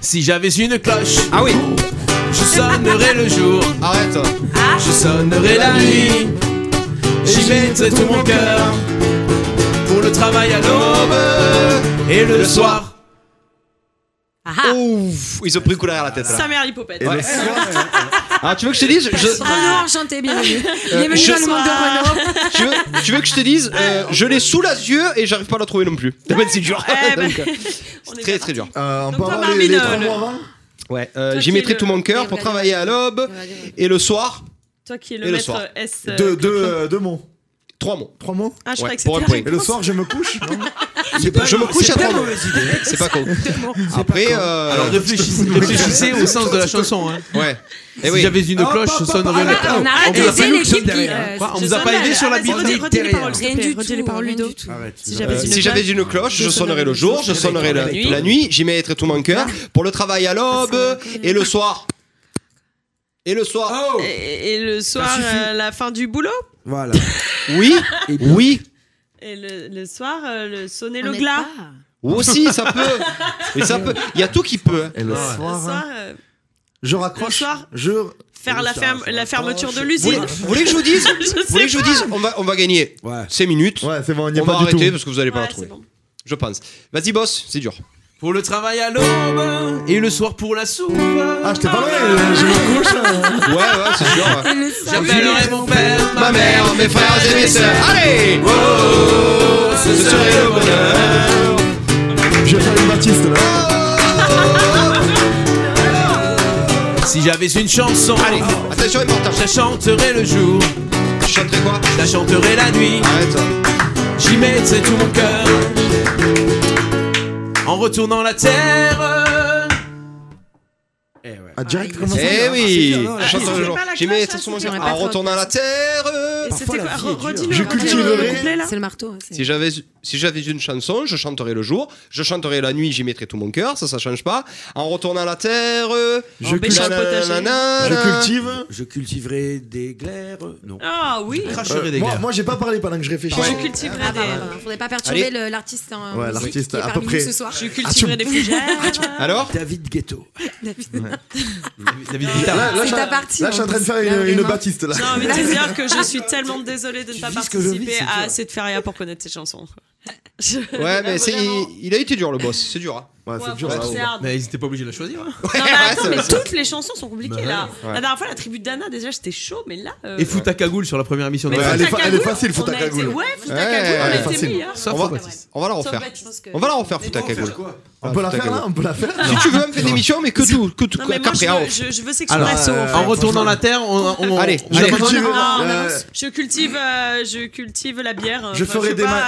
Speaker 6: Si j'avais une cloche,
Speaker 2: Ah oui,
Speaker 6: je sonnerais le jour,
Speaker 2: arrête.
Speaker 6: je sonnerais la nuit. J'y mettrais tout mon cœur pour le travail à l'aube et le soir.
Speaker 7: Ah,
Speaker 2: Ouf, ils ont pris le coup derrière la tête. là.
Speaker 4: Sa mère l'hypopète.
Speaker 3: Et le
Speaker 4: Ouais.
Speaker 3: soir,
Speaker 2: Ah, tu veux que je te dise je, je-
Speaker 7: Renaud, enchanté, bienvenue. Bienvenue
Speaker 2: je-
Speaker 7: dans le monde
Speaker 2: <laughs>
Speaker 7: de Renaud.
Speaker 2: tu, veux, tu veux que je te dise euh, Je l'ai sous la yeux et j'arrive pas à la trouver non plus. T'as pas c'est dur.
Speaker 4: Eh ben,
Speaker 2: <laughs> Donc,
Speaker 4: on est
Speaker 2: très,
Speaker 4: bien
Speaker 2: très dur.
Speaker 3: euh, on
Speaker 4: Donc
Speaker 3: peut
Speaker 4: toi,
Speaker 3: avoir
Speaker 4: Marvin,
Speaker 3: les, les
Speaker 4: euh,
Speaker 3: 3
Speaker 4: le-
Speaker 3: moins 20
Speaker 2: Ouais, euh,
Speaker 4: Toi
Speaker 2: j'y
Speaker 4: qui
Speaker 2: mettrai
Speaker 4: es le-
Speaker 2: tout mon cœur pour
Speaker 7: Regarde,
Speaker 2: travailler à l'aube et le soir,
Speaker 4: Toi qui es
Speaker 2: Et
Speaker 4: le
Speaker 2: le
Speaker 4: maître
Speaker 2: soir.
Speaker 4: S. euh,
Speaker 3: Deux, deux, euh, deux mots.
Speaker 2: trois mots.
Speaker 3: Trois mots
Speaker 4: Ah, je
Speaker 2: Ouais,
Speaker 4: croyais que
Speaker 2: pour
Speaker 4: c'était
Speaker 2: un point.
Speaker 3: Et le soir, je me couche non
Speaker 2: Je me couche à
Speaker 5: pas
Speaker 2: trois mots.
Speaker 5: mauvaise idée.
Speaker 2: C'est pas con. Après, euh,
Speaker 6: Alors réfléchissez, réfléchissez au sens de la chanson. Hein.
Speaker 2: ouais. Et
Speaker 6: si
Speaker 2: Eh oui.
Speaker 6: j'avais une
Speaker 5: Hop,
Speaker 6: cloche,
Speaker 5: hop,
Speaker 6: je
Speaker 5: hop,
Speaker 6: sonnerais
Speaker 5: arrête,
Speaker 6: la
Speaker 7: On
Speaker 5: Ah,
Speaker 7: arrête
Speaker 5: on vous a
Speaker 7: d'aider
Speaker 5: pas aidé
Speaker 7: l'équipe
Speaker 5: sur le
Speaker 7: qui,
Speaker 5: derrière,
Speaker 7: euh,
Speaker 6: quoi. On
Speaker 7: se
Speaker 6: vous a
Speaker 7: donne
Speaker 6: pas
Speaker 7: la-
Speaker 6: aidé sur la
Speaker 4: Vas-y,
Speaker 6: bande
Speaker 4: redis, redis les
Speaker 5: derrière.
Speaker 4: paroles, s'il
Speaker 7: Rien
Speaker 4: te plaît,
Speaker 7: du
Speaker 4: redis
Speaker 7: tout,
Speaker 4: les paroles,
Speaker 7: rien
Speaker 4: Ludo.
Speaker 7: du tout.
Speaker 5: Arrête.
Speaker 4: Si j'avais
Speaker 2: Euh,
Speaker 4: une
Speaker 2: si
Speaker 4: jambe,
Speaker 2: j'avais une cloche, je sonnerais le jour, je sonnerais la,
Speaker 4: nuit.
Speaker 2: la nuit, j'y mettrais tout mon cœur pour le travail à l'aube et le soir. Et le soir.
Speaker 5: Oh
Speaker 4: Et, et le soir,
Speaker 5: suffit.
Speaker 4: euh, la fin du boulot
Speaker 5: Voilà.
Speaker 2: Oui, oui.
Speaker 4: Et le, le soir, euh, le sonner
Speaker 7: On
Speaker 4: le
Speaker 7: aide
Speaker 4: glas
Speaker 7: pas.
Speaker 2: Aussi, ça peut. Mais ça peut. Il y a tout qui peut. hein.
Speaker 3: Et le
Speaker 5: Ah,
Speaker 4: Le
Speaker 3: soir,
Speaker 4: soir, euh,
Speaker 3: je raccroche.
Speaker 4: Le soir
Speaker 3: je...
Speaker 4: faire
Speaker 5: Le
Speaker 4: la,
Speaker 5: soir,
Speaker 4: ferme,
Speaker 5: ça
Speaker 4: la fermeture de
Speaker 5: rapproche.
Speaker 2: Vous voulez,
Speaker 4: l'usine.
Speaker 2: vous voulez que je vous dise
Speaker 4: Je
Speaker 2: Vous voulez que je vous dise On va, on va gagner
Speaker 5: Ouais.
Speaker 2: 5 minutes.
Speaker 3: Ouais, c'est bon, on n'y
Speaker 2: on
Speaker 3: est
Speaker 2: va
Speaker 3: pas du
Speaker 2: arrêter
Speaker 3: tout.
Speaker 2: parce que vous allez pas la
Speaker 4: Ouais, c'est
Speaker 2: trouver.
Speaker 4: bon.
Speaker 2: Je pense. Vas-y, boss, c'est dur.
Speaker 6: Pour le travail à l'aube et le soir pour la soupe.
Speaker 3: Ah, je t'ai pas loin, euh, je me couche. euh.
Speaker 2: Ouais, ouais, c'est dur. hein. ouais.
Speaker 6: J'appellerai mon père, ma mère,
Speaker 2: mes frères et mes sœurs. Allez
Speaker 6: ce serait le bonheur.
Speaker 3: Je vais faire une Baptiste là.
Speaker 6: Si j'avais une chanson,
Speaker 2: Allez, attention, immortel.
Speaker 6: je la chanterais le jour,
Speaker 2: Je hein. chanterai quoi
Speaker 6: je la chanterais la nuit,
Speaker 2: Arrête.
Speaker 6: j'y mettrais tout mon cœur. En retournant la terre,
Speaker 3: Ah, direct comme ça.
Speaker 2: Eh
Speaker 5: Ah,
Speaker 2: oui
Speaker 5: c'est bien, non,
Speaker 2: Je chante
Speaker 4: c'est
Speaker 2: le
Speaker 4: pas
Speaker 2: jour.
Speaker 4: la hein,
Speaker 2: J'ai
Speaker 4: cloche,
Speaker 2: mis
Speaker 4: ça,
Speaker 2: tout mon
Speaker 4: c'est
Speaker 2: cœur.
Speaker 4: bien.
Speaker 2: En retournant la terre.
Speaker 4: Et
Speaker 5: Parfois,
Speaker 4: c'était
Speaker 5: la
Speaker 4: quoi
Speaker 5: vie est
Speaker 4: Re-
Speaker 5: dure.
Speaker 4: Redis-le.
Speaker 3: Je
Speaker 4: redis-le
Speaker 3: cultiverai.
Speaker 4: complet, là.
Speaker 7: C'est le marteau. hein, c'est-
Speaker 2: Si j'avais si j'avais une chanson, je chanterais le jour, je chanterais la nuit, j'y mettrais tout mon cœur, ça ça change pas. En retournant la terre, euh,
Speaker 3: Je
Speaker 2: nanana,
Speaker 4: bêchant le potager.
Speaker 2: nanana.
Speaker 3: Je cultive.
Speaker 5: Je cultiverai des glaires. Non.
Speaker 4: Ah oui.
Speaker 6: cracherai des
Speaker 3: Moi,
Speaker 6: glaires.
Speaker 3: moi j'ai pas parlé pendant que je réfléchis.
Speaker 4: Je cultiverai
Speaker 7: Ah,
Speaker 4: des.
Speaker 7: pardon, pardon, faudrait pas perturber
Speaker 2: Allez.
Speaker 7: le- l'artiste en
Speaker 3: Ouais,
Speaker 7: musique
Speaker 3: l'artiste,
Speaker 7: qui est
Speaker 3: à peu
Speaker 7: parmi nous
Speaker 3: près.
Speaker 7: ce soir.
Speaker 4: Je cultiverai des fougères.
Speaker 2: Alors
Speaker 5: David Ghetto.
Speaker 6: David Guitar.
Speaker 3: Là,
Speaker 7: C'est
Speaker 3: je-
Speaker 7: ta partie,
Speaker 3: Là, je suis en train de faire
Speaker 7: Là,
Speaker 3: une, une
Speaker 7: vraiment.
Speaker 3: Baptiste là.
Speaker 4: Non, mais c'est dire que je suis tellement désolée de ne
Speaker 5: Tu
Speaker 4: pas
Speaker 5: vis ce que je vis,
Speaker 4: participer
Speaker 5: c'est
Speaker 4: à
Speaker 5: dur.
Speaker 4: assez de Feria pour connaître ces chansons. <laughs> Je- Ah,
Speaker 2: Ouais, mais c'est
Speaker 4: Vraiment.
Speaker 2: il, il a été dur le boss, c'est dur. hein.
Speaker 3: Ouais, c'est
Speaker 4: Ouais,
Speaker 3: dur.
Speaker 4: bon,
Speaker 3: là,
Speaker 4: c'est
Speaker 3: ouais.
Speaker 4: hard.
Speaker 6: Mais ils étaient pas obligés de la choisir. hein.
Speaker 4: Non,
Speaker 2: <laughs>
Speaker 4: mais
Speaker 2: ouais,
Speaker 4: attends,
Speaker 2: c'est
Speaker 4: mais
Speaker 2: vrai.
Speaker 4: toutes les chansons sont compliquées là.
Speaker 2: ouais.
Speaker 4: La dernière fois, la tribu de Dana, déjà j'étais chaud, mais là. euh,
Speaker 6: Et fouta cagoule sur la première émission de
Speaker 4: mais
Speaker 3: Ouais,
Speaker 6: la
Speaker 3: elle est
Speaker 4: Fouta
Speaker 3: fa- elle est
Speaker 4: Cagoule,
Speaker 3: facile, Fouta
Speaker 4: on a été-
Speaker 3: Cagoule.
Speaker 4: Ouais, Fouta
Speaker 2: Ouais,
Speaker 4: Cagoule,
Speaker 2: elle est
Speaker 4: on a été
Speaker 3: facile.
Speaker 4: meilleurs.
Speaker 6: Sauf
Speaker 2: On va,
Speaker 6: Jean-Baptiste.
Speaker 2: on va la
Speaker 4: Sauf
Speaker 2: refaire.
Speaker 4: bête, euh, je pense que-
Speaker 2: On va la refaire tout à cagoule. Ah,
Speaker 3: On peut la faire là On peut la
Speaker 2: Si
Speaker 3: faire
Speaker 2: tu veux, on fait des missions, mais que tout, que tout,
Speaker 4: Non, mais moi
Speaker 2: qu'après, hein, on-
Speaker 4: je veux- je je veux section
Speaker 6: Alors,
Speaker 4: d'assaut.
Speaker 6: En retournant la terre, on, on- on-
Speaker 2: Allez,
Speaker 6: on-
Speaker 2: allez.
Speaker 6: je-
Speaker 3: cultive.
Speaker 4: Non, non, non,
Speaker 3: euh,
Speaker 4: non, Je cultive, euh, je cultive la bière. euh,
Speaker 3: Je
Speaker 4: enfin,
Speaker 3: ferai
Speaker 4: sais
Speaker 3: des
Speaker 4: pas.
Speaker 3: ma-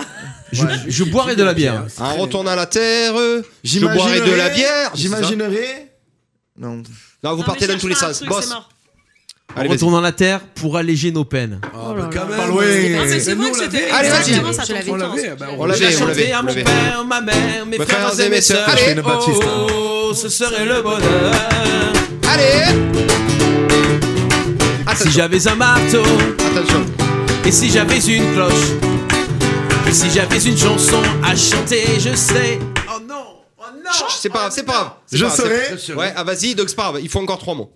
Speaker 6: je, je boirai Ah, de la bière.
Speaker 2: En retournant la terre, euh, je
Speaker 3: J'imaginerai-
Speaker 2: boirai de la bière.
Speaker 3: J'imaginerai. Non.
Speaker 2: Non, vous
Speaker 4: Non,
Speaker 2: partez
Speaker 4: mais
Speaker 2: dans tous les
Speaker 4: cherche pas un
Speaker 2: sens.
Speaker 4: truc, c'est
Speaker 2: Boss,
Speaker 4: mort.
Speaker 6: En
Speaker 2: allez, vas-y.
Speaker 6: retournant la terre pour alléger nos peines.
Speaker 5: Oh, bah, quand même.
Speaker 3: Pas loin.
Speaker 4: Ah, mais
Speaker 5: Et
Speaker 4: c'est
Speaker 5: nous,
Speaker 4: vrai
Speaker 5: on
Speaker 4: que
Speaker 5: l'avait.
Speaker 4: c'était
Speaker 2: Allez, vas-y.
Speaker 4: exactement ça.
Speaker 7: Je l'avais
Speaker 4: ton
Speaker 5: On
Speaker 4: sens.
Speaker 5: l'avait, bah, on
Speaker 2: On
Speaker 6: Je
Speaker 2: l'avait,
Speaker 6: l'ai
Speaker 2: on l'avait,
Speaker 6: chanté
Speaker 3: hein,
Speaker 6: à
Speaker 2: on
Speaker 6: mon
Speaker 2: l'avait.
Speaker 6: père, ma mère, mes frères et mes sœurs.
Speaker 2: Allez.
Speaker 6: Allez,
Speaker 3: une Baptiste.
Speaker 6: oh, ce serait le bonheur.
Speaker 2: Allez
Speaker 6: Si
Speaker 2: Attention,
Speaker 6: j'avais un marteau,
Speaker 2: attention.
Speaker 6: et si j'avais une cloche, et si j'avais une chanson à chanter, je sais. Oh non, oh non.
Speaker 2: C'est pas grave, c'est pas grave. C'est
Speaker 3: Je
Speaker 2: pas grave,
Speaker 3: serai-
Speaker 2: c'est- Ouais, ah vas-y, donc c'est pas grave, il faut encore trois mots.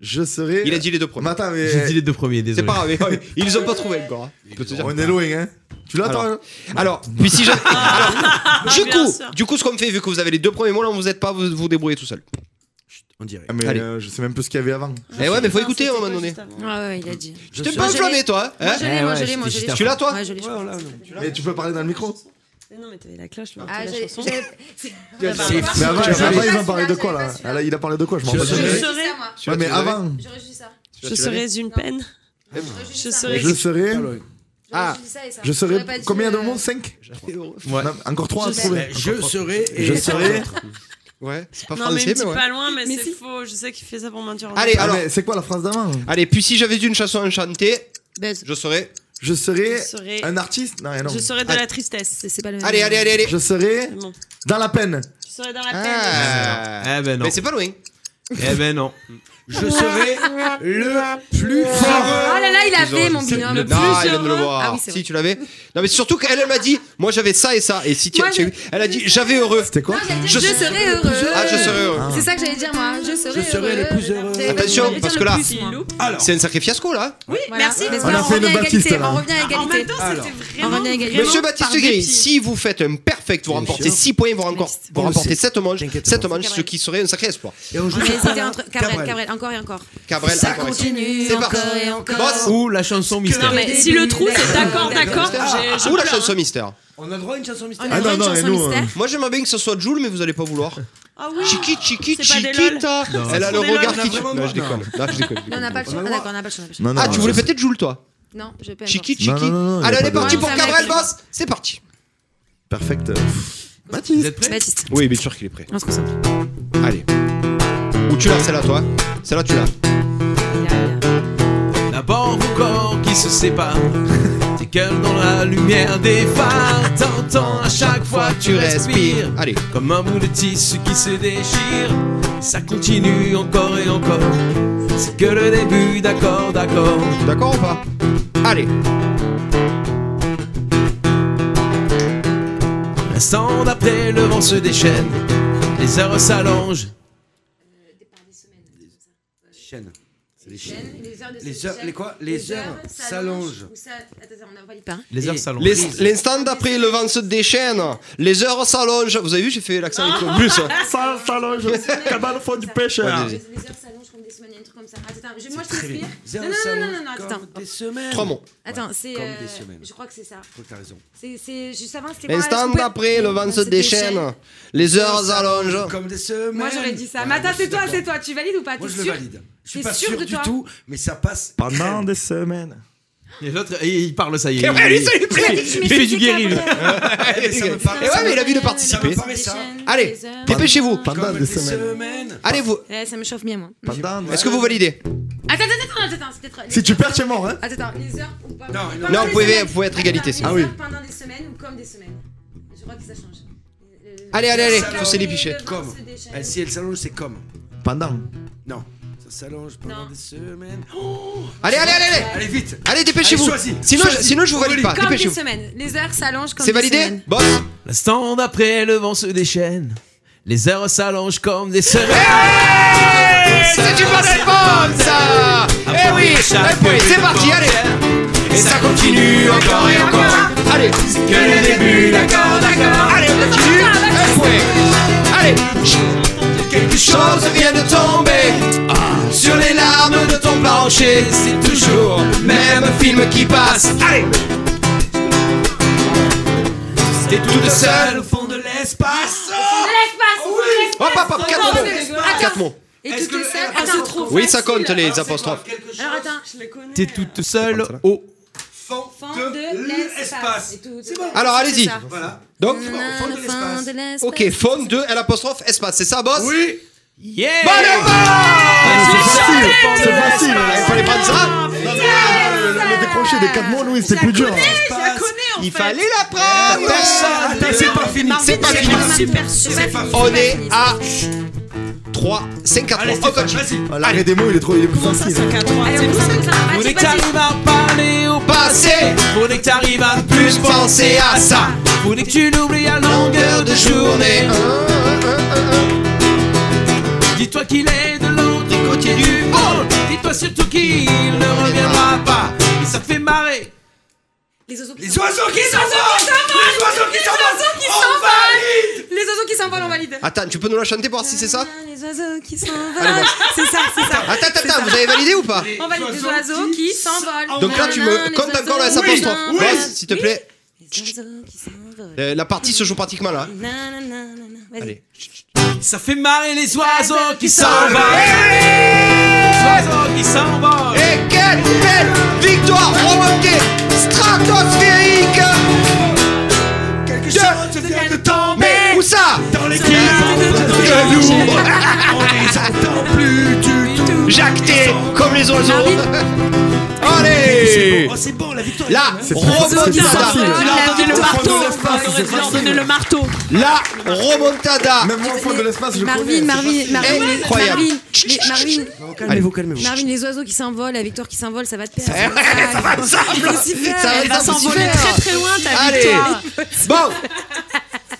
Speaker 3: Je serai.
Speaker 2: Il a dit les deux premiers.
Speaker 3: Mais attends,
Speaker 6: J'ai dit
Speaker 3: mais.
Speaker 6: les deux premiers,
Speaker 2: C'est
Speaker 6: désolé.
Speaker 2: pas grave, mais- ils les ont pas trouvé encore. hein. Je peux te dire.
Speaker 3: On est loin, hein. Tu
Speaker 2: Alors.
Speaker 3: l'attends
Speaker 2: Alors, puis
Speaker 3: <laughs>
Speaker 2: si j'avais. Alors, du
Speaker 4: bien sûr.
Speaker 2: coup, du coup, ce qu'on fait, vu que vous avez les deux premiers mots là, on vous aide pas, vous vous débrouillez tout seul.
Speaker 5: On dirait.
Speaker 3: Mais
Speaker 2: Allez.
Speaker 3: euh, je sais même plus ce qu'il y avait avant.
Speaker 2: Eh ouais, mais faut
Speaker 4: Non,
Speaker 2: écouter à un
Speaker 4: c'était
Speaker 2: moment
Speaker 4: quoi
Speaker 2: donné.
Speaker 4: juste avant
Speaker 7: Ouais, ouais, il a dit.
Speaker 2: Tu t'es
Speaker 5: sais.
Speaker 2: pas
Speaker 7: Moi, je l'ai.
Speaker 2: enflammé, toi, hein
Speaker 7: Moi je l'ai, moi
Speaker 5: ouais,
Speaker 7: je l'ai, moi
Speaker 5: j'étais
Speaker 7: je l'ai.
Speaker 5: juste
Speaker 2: Tu l'as, toi
Speaker 7: Ouais, je l'ai. je l'ai.
Speaker 3: Mais tu peux parler dans le micro
Speaker 4: Non, mais t'avais la cloche. là,
Speaker 7: Ah,
Speaker 4: la
Speaker 7: j'ai-
Speaker 4: chanson.
Speaker 7: j'ai-
Speaker 5: C'est fou.
Speaker 3: Mais avant,
Speaker 5: Tu l'as
Speaker 3: avant,
Speaker 7: pas,
Speaker 3: ils ont parlé
Speaker 7: celui-là,
Speaker 3: de quoi
Speaker 7: je l'ai
Speaker 3: là
Speaker 7: pas, celui-là.
Speaker 3: Ah, là, Il a parlé de quoi Je m'en rappelle
Speaker 4: Je
Speaker 3: plus.
Speaker 2: l'avais.
Speaker 4: serais-
Speaker 3: Ouais, mais avant.
Speaker 7: Je réjouis ça.
Speaker 4: Je serais une peine. Je serais.
Speaker 3: Je serai. Ah,
Speaker 7: Ah, ça et ça.
Speaker 3: Je serai.
Speaker 7: J'aurais pas dit,
Speaker 3: Combien de
Speaker 7: euh,
Speaker 3: mots 5
Speaker 6: Ouais.
Speaker 3: Encore 3 à
Speaker 7: Je
Speaker 3: trouver.
Speaker 5: Bah, Je serai. et-
Speaker 3: Je serai.
Speaker 2: Ouais, c'est pas
Speaker 4: Non, mais
Speaker 2: français, mais
Speaker 4: me dis
Speaker 2: ouais.
Speaker 4: pas loin, mais
Speaker 7: Mais
Speaker 4: c'est
Speaker 7: si.
Speaker 4: faux. Je sais qu'il fait ça pour m'induire. en
Speaker 2: Allez,
Speaker 4: erreur.
Speaker 3: Ah,
Speaker 2: alors.
Speaker 3: mais c'est quoi la phrase d'avant
Speaker 2: Allez, puis si j'avais une chanson à chanter,
Speaker 7: Baise.
Speaker 2: je serais.
Speaker 3: Je serai
Speaker 4: Je serais-
Speaker 3: un artiste Non, non.
Speaker 4: Je serais de
Speaker 2: Allez.
Speaker 4: la tristesse.
Speaker 7: C'est- C'est pas le même.
Speaker 2: Allez, allez, allez, allez.
Speaker 3: Je serai
Speaker 4: C'est bon.
Speaker 3: dans la peine.
Speaker 4: Je serais dans la peine.
Speaker 2: Ah.
Speaker 6: Eh ben non.
Speaker 2: Mais c'est pas loin.
Speaker 6: Eh ben non.
Speaker 5: je serai le plus fort.
Speaker 7: Oh là là, il avait mon
Speaker 2: C'est-
Speaker 7: binôme.
Speaker 2: le- non, elle vient de le voir.
Speaker 7: Ah oui, c'est
Speaker 2: si
Speaker 7: vrai.
Speaker 2: tu l'avais. Non, mais surtout qu'elle, elle m'a dit, moi j'avais ça et ça. Et si tu
Speaker 7: Moi,
Speaker 2: tu as
Speaker 7: j'ai-
Speaker 2: eu- elle a dit, j'avais heureux.
Speaker 3: C'était quoi
Speaker 7: Non, j'allais dire,
Speaker 2: Je
Speaker 7: je,
Speaker 2: serai-
Speaker 7: serai heureux.
Speaker 2: Ah, je serai heureux.
Speaker 7: C'est ça que j'allais dire, moi. Je serai,
Speaker 5: Je serai le plus heureux.
Speaker 7: J'avais pas dit-
Speaker 2: Attention,
Speaker 7: j'allais dire
Speaker 2: parce
Speaker 7: le
Speaker 2: que là-
Speaker 7: plus, moi.
Speaker 5: Alors,
Speaker 2: C'est un sacré fiasco là.
Speaker 4: Oui,
Speaker 7: Voilà.
Speaker 4: merci.
Speaker 7: Mais c'est
Speaker 3: On
Speaker 7: pas-
Speaker 3: a fait
Speaker 7: revient à
Speaker 3: le Baptiste,
Speaker 7: égalité,
Speaker 3: là.
Speaker 7: On revient à
Speaker 4: En même
Speaker 7: égalité.
Speaker 4: temps,
Speaker 5: Alors.
Speaker 4: c'était vraiment.
Speaker 7: revient à égalité.
Speaker 4: vraiment
Speaker 2: Monsieur
Speaker 4: par
Speaker 2: Baptiste Gris,
Speaker 4: dépit.
Speaker 2: si vous faites un perfect, vous
Speaker 5: Bien
Speaker 2: remportez
Speaker 5: sûr.
Speaker 2: 6 points, vous, encore,
Speaker 7: Merci.
Speaker 2: vous
Speaker 5: On le
Speaker 2: remportez
Speaker 5: sait.
Speaker 2: 7 manches,
Speaker 5: T'inquiète
Speaker 2: sept
Speaker 5: pas.
Speaker 2: manches ce
Speaker 7: Cabrel.
Speaker 2: qui serait un sacré espoir.
Speaker 5: et on joue
Speaker 7: On a
Speaker 5: sur
Speaker 7: hésité
Speaker 5: Cabrel.
Speaker 7: entre Cabrel,
Speaker 5: Cabrel.
Speaker 7: Cabrel, encore et encore.
Speaker 2: Cabrel,
Speaker 5: Ça
Speaker 2: encore.
Speaker 7: continue
Speaker 2: C'est parti.
Speaker 7: encore et encore.
Speaker 2: Boss.
Speaker 6: Ou la chanson mystère.
Speaker 4: Non, mais si le trou, c'est d'accord, d'accord. j'ai- je
Speaker 2: Ou la
Speaker 4: pleure,
Speaker 2: chanson mystère.
Speaker 5: On a droit à une chanson mystère.
Speaker 7: On
Speaker 3: Ah,
Speaker 7: a
Speaker 3: non,
Speaker 7: une
Speaker 3: non, mais
Speaker 7: chanson
Speaker 3: nous,
Speaker 7: mystère.
Speaker 2: Moi j'aimerais bien que ce soit Jules, mais vous allez pas vouloir.
Speaker 4: Ah oui.
Speaker 2: Chiqui, chiqui,
Speaker 4: C'est pas des
Speaker 2: chiquita. Elle a
Speaker 4: C'est
Speaker 2: le
Speaker 4: des lol,
Speaker 2: regard
Speaker 4: on a
Speaker 2: qui tue.
Speaker 5: vraiment
Speaker 2: Non, je
Speaker 5: marre.
Speaker 2: déconne. Non, je déconne.
Speaker 7: Non, on n'a pas le choix.
Speaker 5: On a
Speaker 7: Ah,
Speaker 5: le droit.
Speaker 7: d'accord, on n'a pas le choix. on n'a pas le choix.
Speaker 3: Non, non,
Speaker 2: Ah, tu
Speaker 3: non,
Speaker 2: voulais
Speaker 3: ça-
Speaker 2: peut-être Jules toi
Speaker 7: Non, je peux
Speaker 2: Chiqui,
Speaker 3: Non,
Speaker 2: chiqui.
Speaker 3: non, non, non, y a
Speaker 2: Allez,
Speaker 3: pas
Speaker 2: on est
Speaker 3: de-
Speaker 2: parti
Speaker 7: Ouais,
Speaker 2: pour
Speaker 7: ça
Speaker 2: Cabrel,
Speaker 7: m'aide.
Speaker 2: boss C'est parti
Speaker 3: Perfect.
Speaker 6: Vous
Speaker 3: Baptiste.
Speaker 6: êtes prêts
Speaker 7: Baptiste,
Speaker 2: Oui, bien sûr qu'il est prêt.
Speaker 7: on se concentre.
Speaker 2: Allez. Ou tu l'as, celle-là, toi Celle-là, tu l'as.
Speaker 6: D'abord vos corps qui se séparent. Tes cœurs dans la lumière des phares. T'entends à chaque fois que tu respires.
Speaker 2: Allez.
Speaker 6: Comme un bout de tissu qui se déchire. Ça continue encore et encore. C'est que le début, d'accord, d'accord.
Speaker 2: D'accord ou pas Allez.
Speaker 6: L'instant d'après, le vent se déchaîne. Les heures s'allongent.
Speaker 5: Chaîne. C'est les chaînes.
Speaker 7: Les heures,
Speaker 5: Les heures- les quoi Les heures s'allongent.
Speaker 7: Ou ça- Attends, on n'a pas dit pas.
Speaker 6: Les heures
Speaker 5: Et
Speaker 6: s'allongent.
Speaker 2: Les- L'instant d'après, le vent se déchaîne. Les heures s'allongent. Vous avez vu, j'ai fait l'accent avec le plus. hein.
Speaker 3: Ça, ça loge. Cabane fond du pêcheur.
Speaker 7: Les les heures s'allongent comme des semaines, il y a un truc comme ça. Attends, je- moi je
Speaker 5: Très bien.
Speaker 7: t'inspire.
Speaker 5: Zéro
Speaker 7: Non, non, non,
Speaker 5: salon,
Speaker 7: non, non,
Speaker 5: comme
Speaker 7: attends.
Speaker 5: Des semaines.
Speaker 2: Trois mots.
Speaker 7: Attends, c'est.
Speaker 5: Comme
Speaker 7: euh,
Speaker 5: des semaines.
Speaker 7: Je crois que c'est ça.
Speaker 5: Je crois que t'as raison.
Speaker 7: C'est, c'est, je savais c'était quoi, je
Speaker 2: L'instant
Speaker 7: pouvais-
Speaker 2: d'après, le vent se déchaîne. Les heures s'allongent.
Speaker 5: Comme des semaines.
Speaker 7: Moi j'aurais dit ça.
Speaker 5: Ouais,
Speaker 7: Mais
Speaker 5: moi,
Speaker 7: attends,
Speaker 5: je suis
Speaker 7: c'est toi,
Speaker 5: d'accord.
Speaker 7: c'est toi. Tu valides ou pas
Speaker 5: Moi
Speaker 7: T'es
Speaker 5: je le
Speaker 7: sûr
Speaker 5: valide. Je suis
Speaker 7: T'es
Speaker 5: pas
Speaker 7: sûr
Speaker 5: sûr
Speaker 7: de
Speaker 5: du
Speaker 7: toi
Speaker 5: tout, mais ça passe. <laughs>
Speaker 3: Pendant des semaines.
Speaker 6: Et l'autre, il il parle, Eh, ça y est.
Speaker 2: Ouais, lui, ça lui
Speaker 7: Tu m'as
Speaker 2: plaît.
Speaker 7: dit, tu
Speaker 6: Il fait
Speaker 7: m'expliquais
Speaker 6: du Euh, guéril.
Speaker 7: après.
Speaker 5: Eh, mais ça me paraît-
Speaker 2: Et ouais, mais il a vu de
Speaker 7: euh,
Speaker 2: participer.
Speaker 5: Ça me paraît ça.
Speaker 2: Allez,
Speaker 7: Les heures-
Speaker 2: dépêchez-vous.
Speaker 3: Pendant
Speaker 5: Comme
Speaker 3: des
Speaker 5: des
Speaker 3: semaines.
Speaker 5: semaines.
Speaker 2: Allez, vous.
Speaker 7: Ouais, ça me chauffe bien, moi.
Speaker 3: Pendant des-
Speaker 2: Est-ce que vous validez
Speaker 7: Attends, attends, attends, attends, c'est peut-être.
Speaker 3: Si tu perds, tu es mort, hein.
Speaker 7: Attends, attends, les heures ou pas
Speaker 5: Non,
Speaker 7: pas
Speaker 5: non.
Speaker 7: pendant
Speaker 2: Non, vous
Speaker 7: des
Speaker 2: pouvez,
Speaker 7: semaines.
Speaker 2: vous pouvez être égalité.
Speaker 7: Attends,
Speaker 2: si.
Speaker 7: les
Speaker 3: Ah oui.
Speaker 7: heures Pendant des semaines ou comme des semaines Je crois que ça change. Euh,
Speaker 2: Allez, allez, allez,
Speaker 7: les heures
Speaker 2: faut s'élépicher.
Speaker 7: et le vent
Speaker 5: Comme.
Speaker 7: se déchaîne.
Speaker 5: Eh, Si elle s'allonge, c'est comme.
Speaker 3: Pendant.
Speaker 5: Non. Ça s'allonge pendant
Speaker 7: Non.
Speaker 5: des semaines.
Speaker 2: Allez, allez, allez, allez.
Speaker 5: Allez vite.
Speaker 2: Allez, dépêchez-vous.
Speaker 5: Allez, choisis.
Speaker 2: Sinon, je,
Speaker 5: Choisis.
Speaker 2: sinon, je vous valide pas.
Speaker 7: Comme des
Speaker 2: Dépêchez-vous.
Speaker 7: semaines. Les heures s'allongent comme
Speaker 2: C'est
Speaker 7: des
Speaker 2: validé
Speaker 7: semaines.
Speaker 2: Boss
Speaker 6: L'instant d'après, le vent se déchaîne. Les heures s'allongent comme des semaines.
Speaker 2: C'est une bonne réponse ça Eh oui Eh oui, c'est parti, allez Et ça continue encore et encore. Allez C'est que le début, d'accord, d'accord. Allez, on continue Eh oui Allez Quelque chose vient de tomber ah, sur les larmes de ton plancher. C'est toujours le même film qui passe. Allez T'es toute
Speaker 5: Seul
Speaker 2: seule.
Speaker 5: au fond de l'espace.
Speaker 7: On l'espace on l'espace.
Speaker 2: Hop, hop, hop, quatre
Speaker 7: Attends,
Speaker 2: mots.
Speaker 7: attends.
Speaker 2: Quatre mots.
Speaker 7: Et
Speaker 5: Ah Est-ce
Speaker 7: tout
Speaker 5: que
Speaker 7: est
Speaker 5: le-
Speaker 7: seul.
Speaker 5: Ah,
Speaker 7: Attends,
Speaker 5: c'est
Speaker 7: on trouve
Speaker 2: Oui, ça compte
Speaker 7: facile.
Speaker 2: les
Speaker 5: C'est quoi,
Speaker 2: apostrophes.
Speaker 5: Quelque chose
Speaker 7: Alors attends,
Speaker 4: Je le connais.
Speaker 6: T'es toute seule au
Speaker 5: fond
Speaker 7: Fin
Speaker 5: de l'espace.
Speaker 7: Et tout-
Speaker 5: C'est bon.
Speaker 2: Alors, allez-y.
Speaker 7: C'est ça.
Speaker 5: Voilà.
Speaker 2: Donc,
Speaker 5: C'est bon, au fond de
Speaker 7: Fin de
Speaker 5: l'espace.
Speaker 7: l'espace.
Speaker 2: Ok, faune 2, L apostrophe, espace, c'est ça, boss
Speaker 5: Oui.
Speaker 6: yeah.
Speaker 2: Bonne réponse
Speaker 3: C'est facile. C'est facile.
Speaker 2: Il fallait prendre
Speaker 5: Ah,
Speaker 2: ça
Speaker 3: Le le décroché des 4 mois, nous, c'était plus dur.
Speaker 4: Je la connais en
Speaker 2: Il
Speaker 4: fait.
Speaker 2: fallait la prendre
Speaker 5: Attends, c'est pas fini.
Speaker 2: C'est pas fini
Speaker 4: Marvin, super
Speaker 5: C'est
Speaker 4: super.
Speaker 5: pas fini.
Speaker 2: On est à 3, 5, 4,
Speaker 5: Allez,
Speaker 2: 3, on
Speaker 5: Stéphane,
Speaker 2: continue
Speaker 5: vas-y.
Speaker 3: Ah, L'arrêt des mots, il est trop il est plus
Speaker 4: Comment ça,
Speaker 3: facile.
Speaker 4: 5 à 3
Speaker 7: Allez,
Speaker 4: C'est
Speaker 7: on
Speaker 4: nous,
Speaker 7: fait
Speaker 4: ça
Speaker 7: ça, ça.
Speaker 6: Faut
Speaker 7: Vas-y,
Speaker 6: que
Speaker 7: vas-y.
Speaker 6: t'arrives à parler au passé. Faut que t'arrives à
Speaker 2: Plus
Speaker 6: plus penser.
Speaker 2: penser à ça
Speaker 6: Faut que tu l'oublies à longueur de journée. Dis-toi qu'il est de l'autre côté du monde. Dis-toi surtout qu'il ne reviendra pas. Et ça fait marrer.
Speaker 7: Les oiseaux qui
Speaker 5: Les
Speaker 7: s'envolent.
Speaker 5: oiseaux qui s'envolent. Les oiseaux qui s'envolent. On valide.
Speaker 7: Les oiseaux qui s'envolent, on valide.
Speaker 2: Attends, tu peux nous la chanter pour voir si c'est ça
Speaker 7: Les oiseaux qui s'envolent. C'est ça, c'est ça.
Speaker 2: Attends, attends, attends, vous avez validé ou pas
Speaker 7: On valide les oiseaux qui s'envolent.
Speaker 2: Donc là, tu me comptes encore le S apostrophe Boss, s'il te plaît,
Speaker 7: Les oiseaux qui s'envolent.
Speaker 2: euh, la partie se joue pratiquement là
Speaker 7: Nanana,
Speaker 2: Allez.
Speaker 7: Vas-y.
Speaker 6: Ça fait marrer les oiseaux qui s'envolent. Les oiseaux qui s'envolent.
Speaker 2: Et quelle belle victoire remontée stratosphérique
Speaker 5: Quelque chose vient de tomber.
Speaker 2: Mais où ça
Speaker 5: Dans les cœurs de nous. On les attend plus du tout.
Speaker 2: Jacté comme les oiseaux Allez
Speaker 5: Oh, c'est bon, la victoire.
Speaker 2: Là,
Speaker 3: facile,
Speaker 2: remontée
Speaker 3: c'est
Speaker 2: madame.
Speaker 3: facile.
Speaker 5: Il a entendu
Speaker 4: donné le
Speaker 3: Au fond de
Speaker 4: marteau.
Speaker 3: l'espace,
Speaker 4: On aurait
Speaker 3: c'est
Speaker 4: dû leur
Speaker 3: facile.
Speaker 4: donner le marteau.
Speaker 2: La remontada.
Speaker 3: Même moi, au fond de l'espace, je
Speaker 7: Marvin,
Speaker 3: connais.
Speaker 7: Marvin, Marvin, les-
Speaker 2: Incroyable.
Speaker 7: Marvin, les- Marvin,
Speaker 5: Calmez-vous, calmez-vous.
Speaker 7: Marvin, les oiseaux qui s'envolent, la victoire qui s'envole, ça va te perdre. Eh, Ça
Speaker 2: Ah,
Speaker 7: va te faire.
Speaker 2: Ça va
Speaker 7: Elle
Speaker 2: te
Speaker 7: va
Speaker 2: faire
Speaker 7: s'envoler
Speaker 2: super.
Speaker 7: très très loin ta
Speaker 2: Allez.
Speaker 7: victoire.
Speaker 2: Bon.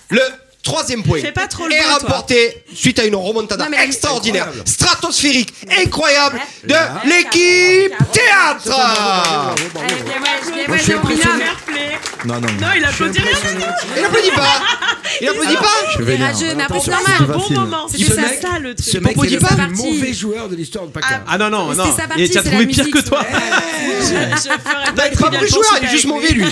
Speaker 2: Le troisième point
Speaker 4: Fais pas trop le
Speaker 2: est
Speaker 4: beau, toi.
Speaker 2: remporté suite à une remontada
Speaker 7: Non, mais-
Speaker 2: extraordinaire, stratosphérique, incroyable de l'équipe théâtre.
Speaker 7: Allez, bien, ouais, bien,
Speaker 3: Moi,
Speaker 7: ouais,
Speaker 3: je suis
Speaker 7: Léon,
Speaker 3: impressionné.
Speaker 7: Léon.
Speaker 4: Fair play.
Speaker 3: Non, non,
Speaker 4: Non, il applaudit rien du tout.
Speaker 2: Il applaudit pas. Il applaudit pas.
Speaker 3: Je
Speaker 7: C'est rageux, mais après c'est
Speaker 4: C'est un
Speaker 7: normal.
Speaker 4: bon
Speaker 3: facile.
Speaker 4: moment.
Speaker 7: Ce
Speaker 4: C'était ça,
Speaker 5: mec-
Speaker 4: ça le
Speaker 5: Ce
Speaker 4: truc.
Speaker 5: mec,
Speaker 7: Propos
Speaker 5: c'est le
Speaker 7: du
Speaker 5: plus
Speaker 7: parti.
Speaker 5: mauvais joueur de l'histoire de PACA.
Speaker 6: Ah non, non,
Speaker 7: C'était
Speaker 6: non.
Speaker 7: sa partie,
Speaker 6: Il t'as
Speaker 7: c'est
Speaker 6: trouvé
Speaker 7: la
Speaker 6: pire que
Speaker 7: musique,
Speaker 6: toi.
Speaker 4: Je ferais
Speaker 2: Bah,
Speaker 4: pas
Speaker 2: il est pas mauvais joueur, il est juste mauvais lui.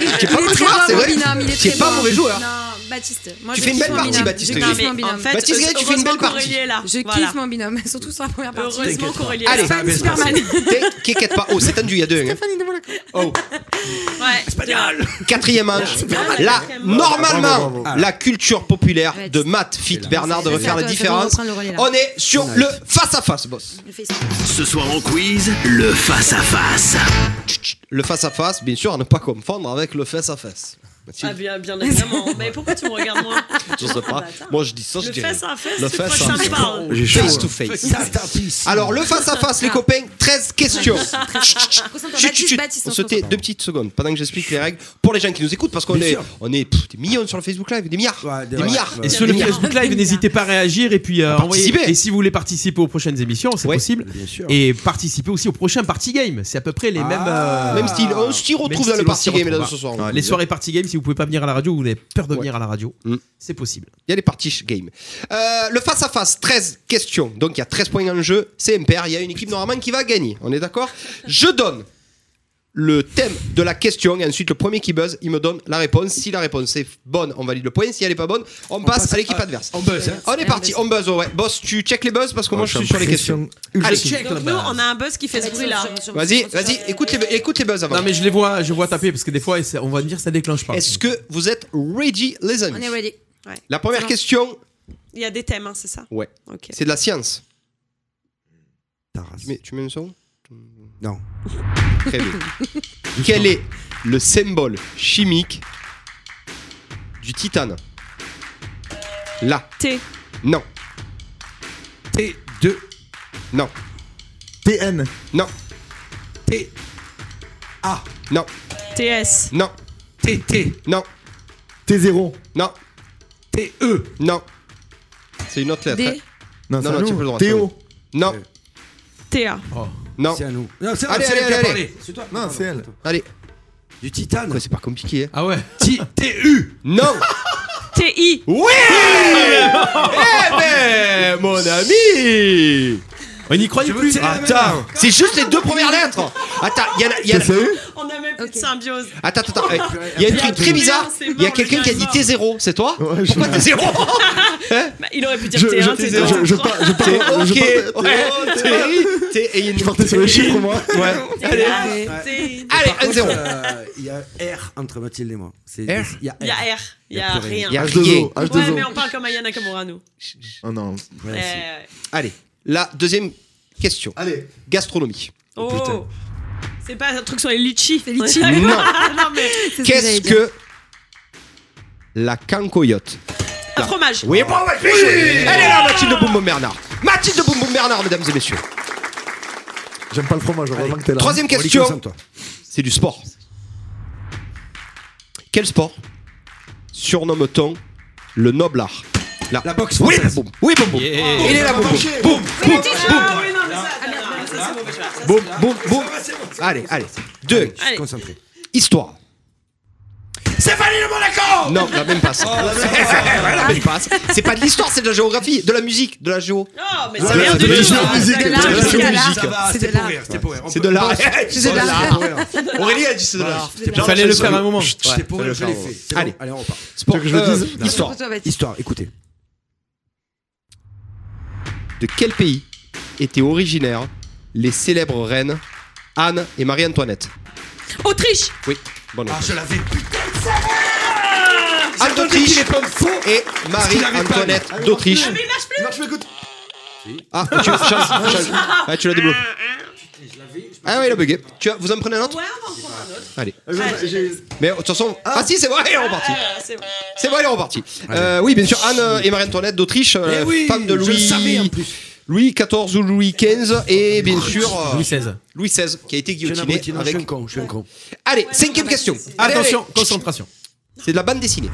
Speaker 7: Il est
Speaker 2: pas mauvais
Speaker 7: très
Speaker 2: joueur, c'est
Speaker 7: bon en
Speaker 2: vrai.
Speaker 7: binôme, il est
Speaker 2: Tu es
Speaker 7: très
Speaker 2: pas
Speaker 7: bon.
Speaker 2: mauvais joueur.
Speaker 7: Non, Baptiste. Moi,
Speaker 2: Tu
Speaker 7: je
Speaker 2: fais une
Speaker 7: kiffe
Speaker 2: belle
Speaker 7: mon
Speaker 2: partie,
Speaker 7: binôme.
Speaker 2: Baptiste,
Speaker 7: Je
Speaker 2: les
Speaker 4: Non,
Speaker 7: kiffe
Speaker 4: mais
Speaker 7: mon
Speaker 4: en
Speaker 7: binôme.
Speaker 4: fait,
Speaker 2: Baptiste Gay, tu fais une belle
Speaker 4: heureusement
Speaker 2: partie.
Speaker 4: qu'Aurélie est là.
Speaker 7: Je
Speaker 4: Voilà.
Speaker 7: kiffe mon binôme, surtout sur la première partie.
Speaker 4: Heureusement qu'Aurélie est là.
Speaker 2: Allez,
Speaker 7: Stéphane Superman.
Speaker 2: T'es- t'inquiète pas. Oh, c'est tendu, il y a deux. hein. Oh.
Speaker 4: Ouais.
Speaker 2: Quatrième manche.
Speaker 4: Superman.
Speaker 2: Là,
Speaker 3: Bravo,
Speaker 2: normalement,
Speaker 3: bravo, bravo.
Speaker 2: la culture populaire
Speaker 7: Ouais,
Speaker 2: de Matt, Fit, Bernard devrait faire
Speaker 7: ça,
Speaker 2: la
Speaker 7: toi,
Speaker 2: différence.
Speaker 7: toi, on va reprendre le relais, là.
Speaker 2: On est sur le face-à-face, boss.
Speaker 7: Je fais ça.
Speaker 1: Ce soir en quiz, le face-à-face.
Speaker 2: Le face-à-face, bien sûr, à ne pas confondre avec le face-à-face. Mathilde,
Speaker 4: Ah bien, bien
Speaker 2: <laughs>
Speaker 4: évidemment. Mais pourquoi tu me regardes moi
Speaker 2: je
Speaker 4: <laughs>
Speaker 2: sais pas.
Speaker 4: bâtard.
Speaker 2: Moi, je dis ça, je
Speaker 4: Le
Speaker 2: dis rien.
Speaker 4: face à face,
Speaker 2: Le
Speaker 4: c'est pas
Speaker 2: face à
Speaker 4: ça
Speaker 2: face.
Speaker 4: me parle.
Speaker 3: J'ai chaud.
Speaker 2: Face to face.
Speaker 5: Tatarpis.
Speaker 2: Alors, le face-à-face,
Speaker 4: Ah.
Speaker 2: les copains, 13 questions.
Speaker 7: Concentre-toi,
Speaker 2: Chut, chut,
Speaker 7: Baptiste,
Speaker 2: chut.
Speaker 7: Baptiste,
Speaker 2: On
Speaker 7: on
Speaker 2: se tait
Speaker 7: concentre.
Speaker 2: deux petites secondes pendant que j'explique les règles pour les gens qui nous écoutent parce qu'on
Speaker 5: Bien
Speaker 2: est,
Speaker 5: sûr.
Speaker 2: on est pff, des millions sur le Facebook Live, des milliards.
Speaker 5: Ouais,
Speaker 2: des
Speaker 5: ouais,
Speaker 2: milliards.
Speaker 5: ouais.
Speaker 6: Et
Speaker 5: Et
Speaker 6: sur
Speaker 2: Des
Speaker 6: le
Speaker 2: milliards.
Speaker 6: Facebook Live, n'hésitez pas à réagir et puis euh, envoyer-
Speaker 2: participer.
Speaker 6: Et si vous voulez participer aux prochaines émissions, c'est
Speaker 2: Ouais,
Speaker 6: possible.
Speaker 5: bien sûr.
Speaker 6: Et participer aussi au prochain Party Game. C'est à peu près les mêmes. euh,
Speaker 2: Même style, on s'y retrouve
Speaker 6: Même
Speaker 2: dans le
Speaker 6: style, on s'y
Speaker 2: party game là,
Speaker 6: retrouve.
Speaker 2: de ce soir.
Speaker 3: Ouais.
Speaker 6: Ah, les soirées Party Game, si vous pouvez pas venir à la radio, ou vous avez peur de
Speaker 2: Ouais.
Speaker 6: venir à la radio,
Speaker 2: Mm.
Speaker 6: c'est possible.
Speaker 2: Il y a les parties game. Euh, le face-à-face, 13 questions. Donc il y a 13 points en jeu. C'est impair. Il y a une équipe normalement qui va gagner. On est d'accord Je donne le thème de la question et ensuite le premier qui buzz, il me donne la réponse. Si la réponse est bonne, on valide le point. Si elle est pas bonne, on, passe, à l'équipe adverse.
Speaker 5: On buzz, hein.
Speaker 2: On est parti, on buzz, ouais. Boss, tu check les buzz parce que moi je suis sur les questions. Allez,
Speaker 4: Donc nous, on a un buzz qui fait ce bruit là.
Speaker 2: Vas-y, vas-y, écoute les, écoute les buzz avant.
Speaker 6: Non, mais je les vois, je vois taper parce que des fois, c'est- on va me dire ça déclenche pas.
Speaker 2: Est-ce que vous êtes ready, les
Speaker 7: On
Speaker 2: amis
Speaker 7: est ready.
Speaker 2: La première question,
Speaker 4: Il y a des thèmes, hein, c'est ça
Speaker 2: ouais,
Speaker 4: Ok.
Speaker 2: c'est de la science. Tu mets, tu mets une son
Speaker 5: Non.
Speaker 2: Très
Speaker 5: <laughs>
Speaker 2: bien. Quel est le symbole chimique du titane Là.
Speaker 4: T.
Speaker 2: Non.
Speaker 5: T2,
Speaker 2: Non.
Speaker 3: TN.
Speaker 2: Non.
Speaker 5: T,
Speaker 2: Non.
Speaker 4: TS.
Speaker 2: Non.
Speaker 5: T, T,
Speaker 2: Non.
Speaker 3: T0.
Speaker 2: Non.
Speaker 5: T, E.
Speaker 2: Non. C'est une autre lettre.
Speaker 7: D.
Speaker 2: hein.
Speaker 3: Non,
Speaker 2: non, tu
Speaker 3: c'est
Speaker 2: as pas le
Speaker 3: nous.
Speaker 2: droit,
Speaker 3: Théo.
Speaker 2: Non.
Speaker 4: TA.
Speaker 5: Oh,
Speaker 2: Non.
Speaker 5: Euh, c'est à nous. Non, c'est
Speaker 2: Allez,
Speaker 5: c'est elle
Speaker 2: allez,
Speaker 5: qui a
Speaker 2: allez.
Speaker 5: parlé. C'est toi.
Speaker 3: Non, c'est elle.
Speaker 2: Allez.
Speaker 5: Du titane.
Speaker 2: Quoi, c'est pas compliqué. hein.
Speaker 6: Ah
Speaker 2: <laughs>
Speaker 6: ouais.
Speaker 5: Ti- TU.
Speaker 2: Non. <laughs>
Speaker 4: TI.
Speaker 2: Oui Eh ben, mon ami
Speaker 6: On n'y croyait
Speaker 5: veux-
Speaker 6: plus.
Speaker 5: c'est-
Speaker 2: Attends, c'est juste les deux premières lettres. Attends, il y en a, il y en a-
Speaker 3: TCE
Speaker 4: On a même plus de
Speaker 7: Ok.
Speaker 4: symbiose.
Speaker 2: Attends, attends,
Speaker 4: <laughs>
Speaker 2: attends. euh, Il y a une truc très bizarre.
Speaker 4: C'est
Speaker 2: Il y a
Speaker 4: mort,
Speaker 2: quelqu'un
Speaker 4: le
Speaker 2: qui a
Speaker 4: gars
Speaker 2: dit
Speaker 4: est
Speaker 2: T0, c'est toi
Speaker 3: Ouais, je-
Speaker 2: Pourquoi T0
Speaker 4: Bah, il aurait pu
Speaker 3: Je-
Speaker 4: dire
Speaker 3: je-
Speaker 4: T1,
Speaker 3: je-
Speaker 4: T2, T3.
Speaker 3: je- je pars- je
Speaker 2: T'es
Speaker 3: pars-
Speaker 2: ok,
Speaker 3: je
Speaker 2: ouais,
Speaker 3: pars- ouais,
Speaker 2: t'es- t'es- et il y a une-
Speaker 3: Je partais sur les chiffres, moi.
Speaker 2: Ouais.
Speaker 4: T1, T-
Speaker 2: Allez,
Speaker 5: Par contre,
Speaker 2: 1-0.
Speaker 5: euh, Il y a R entre Mathilde et moi. C'est-
Speaker 2: R
Speaker 5: Il y a
Speaker 4: Il y a R. Il y a
Speaker 5: plus rien.
Speaker 4: rien.
Speaker 2: Il y a rien.
Speaker 3: H2O.
Speaker 4: Ouais, mais
Speaker 3: H2O.
Speaker 4: on parle comme Ayana Kamura, nous.
Speaker 3: Oh non.
Speaker 4: Euh,
Speaker 2: Allez, la deuxième question.
Speaker 3: Allez.
Speaker 2: Gastronomie.
Speaker 4: Oh. C'est pas un truc sur les litchis.
Speaker 7: Les litchis.
Speaker 4: non.
Speaker 2: Non.
Speaker 4: <laughs> non, mais.
Speaker 7: C'est ce
Speaker 2: Qu'est-ce
Speaker 7: j'allais dire.
Speaker 2: que la cancoyote
Speaker 4: Un fromage.
Speaker 2: Oui, bon, ouais, bien joué. Elle est là, Mathilde Boum Boum Bernard. Mathilde Boum Boum Bernard, mesdames et messieurs.
Speaker 3: J'aime pas le fromage, heureusement que t'es là.
Speaker 2: Troisième
Speaker 5: Rolly
Speaker 2: question.
Speaker 5: Consent, toi.
Speaker 2: C'est du sport. Quel sport surnomme-t-on le noble art Là.
Speaker 5: La boxe
Speaker 2: Oui,
Speaker 5: française.
Speaker 2: boum, oui, boum, boum.
Speaker 6: Yeah.
Speaker 2: Il est là, boum, boum,
Speaker 3: Marché.
Speaker 2: boum, boum,
Speaker 4: Ah oui, non, mais ça. Ah, merde, non, ça, c'est mauvais choix.
Speaker 2: boum, boum, boum. Allez, allez. Deux.
Speaker 5: Je suis
Speaker 4: Allez.
Speaker 5: concentré.
Speaker 2: Histoire. Stéphanie de Monaco Non, la même passe. <laughs> la même passe. C'est pas de l'histoire, c'est de la géographie, de la musique, de la géo.
Speaker 4: Oh, mais
Speaker 2: Ouais,
Speaker 4: ça vient
Speaker 2: c'est
Speaker 4: du
Speaker 2: de
Speaker 4: tout.
Speaker 2: la
Speaker 4: Ah,
Speaker 3: musique,
Speaker 4: d'accord.
Speaker 7: de la musique.
Speaker 5: Ça va,
Speaker 7: C'est
Speaker 5: c'était
Speaker 7: de
Speaker 5: pour
Speaker 7: l'art.
Speaker 5: rire, Ah, c'était pour rire. On
Speaker 2: C'est
Speaker 5: peut-
Speaker 2: de l'art.
Speaker 5: Bon,
Speaker 2: C'est de
Speaker 7: l'art.
Speaker 2: l'art. Aurélie a dit c'est de l'art.
Speaker 6: Il fallait le faire à un moment.
Speaker 5: Chut, C'était pour rire, je l'ai fait. C'est bon.
Speaker 2: Allez.
Speaker 5: Allez, on repart.
Speaker 2: Sport,
Speaker 3: Tu veux que je le
Speaker 2: euh,
Speaker 3: dise
Speaker 2: Histoire.
Speaker 7: Concentre-toi, Baptiste.
Speaker 5: Histoire, écoutez.
Speaker 2: De quel pays étaient originaires les célèbres reines Anne et Marie-Antoinette
Speaker 4: Autriche.
Speaker 2: Oui, bonne
Speaker 5: Ah,
Speaker 2: réponse.
Speaker 5: je l'avais.
Speaker 2: Antoine
Speaker 5: Il est pas faux.
Speaker 2: et Marie-Antoinette d'Autriche.
Speaker 4: Ah, mais il marche plus.
Speaker 3: Non, tu m'écoutes.
Speaker 5: Ah,
Speaker 2: Ah, tu, Charles, Charles, ouais, tu l'as débloqué. Ah oui, il a bugué. Tu vois, vous en prenez un autre
Speaker 4: Ouais, on va en prendre un autre.
Speaker 2: Allez.
Speaker 5: Euh,
Speaker 3: J'ai-
Speaker 4: Ah,
Speaker 3: j'ai-
Speaker 2: Mais de toute façon. Ah, si, c'est vrai, il est reparti.
Speaker 4: Ah, c'est bon.
Speaker 2: C'est bon, il est reparti. Euh, oui, bien sûr, Anne euh, et Marie-Antoinette d'Autriche, euh,
Speaker 5: Eh oui,
Speaker 2: femme de
Speaker 5: je le
Speaker 2: Louis.
Speaker 5: savais, en plus. Oh,
Speaker 2: Louis XIV ou Louis XV, et bien sûr. euh,
Speaker 6: Louis XVI.
Speaker 2: Louis XVI, qui a été
Speaker 5: Je suis un
Speaker 2: guillotiné
Speaker 5: abruti, non, je suis un
Speaker 2: avec.
Speaker 5: con, je suis un con.
Speaker 2: Allez,
Speaker 4: Ouais,
Speaker 2: cinquième
Speaker 4: non,
Speaker 2: question.
Speaker 4: c'est-
Speaker 2: Allez,
Speaker 6: Attention,
Speaker 2: allez.
Speaker 6: concentration.
Speaker 2: C'est de la bande dessinée.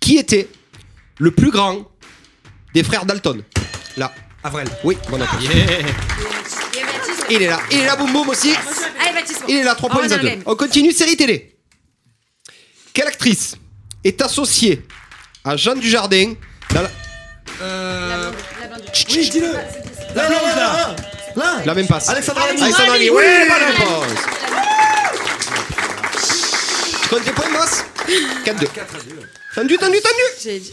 Speaker 2: Qui était le plus grand des frères Dalton Là.
Speaker 6: Avril.
Speaker 2: Oui, bon appel.
Speaker 7: Il y a Baptiste.
Speaker 2: Il est là. Il est là, boum boum aussi.
Speaker 7: Allez, Baptiste.
Speaker 2: Il est là, 3
Speaker 7: Oh,
Speaker 2: points à
Speaker 7: non,
Speaker 2: 2.
Speaker 7: l'aime.
Speaker 2: On continue, série télé. Quelle actrice est associée à Jeanne Dujardin dans la,
Speaker 7: La blonde, la blonde.
Speaker 3: Oui, dis-le.
Speaker 5: La blonde, là
Speaker 3: là, là.
Speaker 2: la même passe Ah,
Speaker 3: Alexandra Lamy.
Speaker 2: Alexandre
Speaker 7: Alexandre
Speaker 2: Ali,
Speaker 7: Ali.
Speaker 2: oui,
Speaker 7: Oui.
Speaker 2: bonne réponse. Tu comptes les points, Moss 4-2. Tendu, tendu, tendu.
Speaker 7: J'ai dit-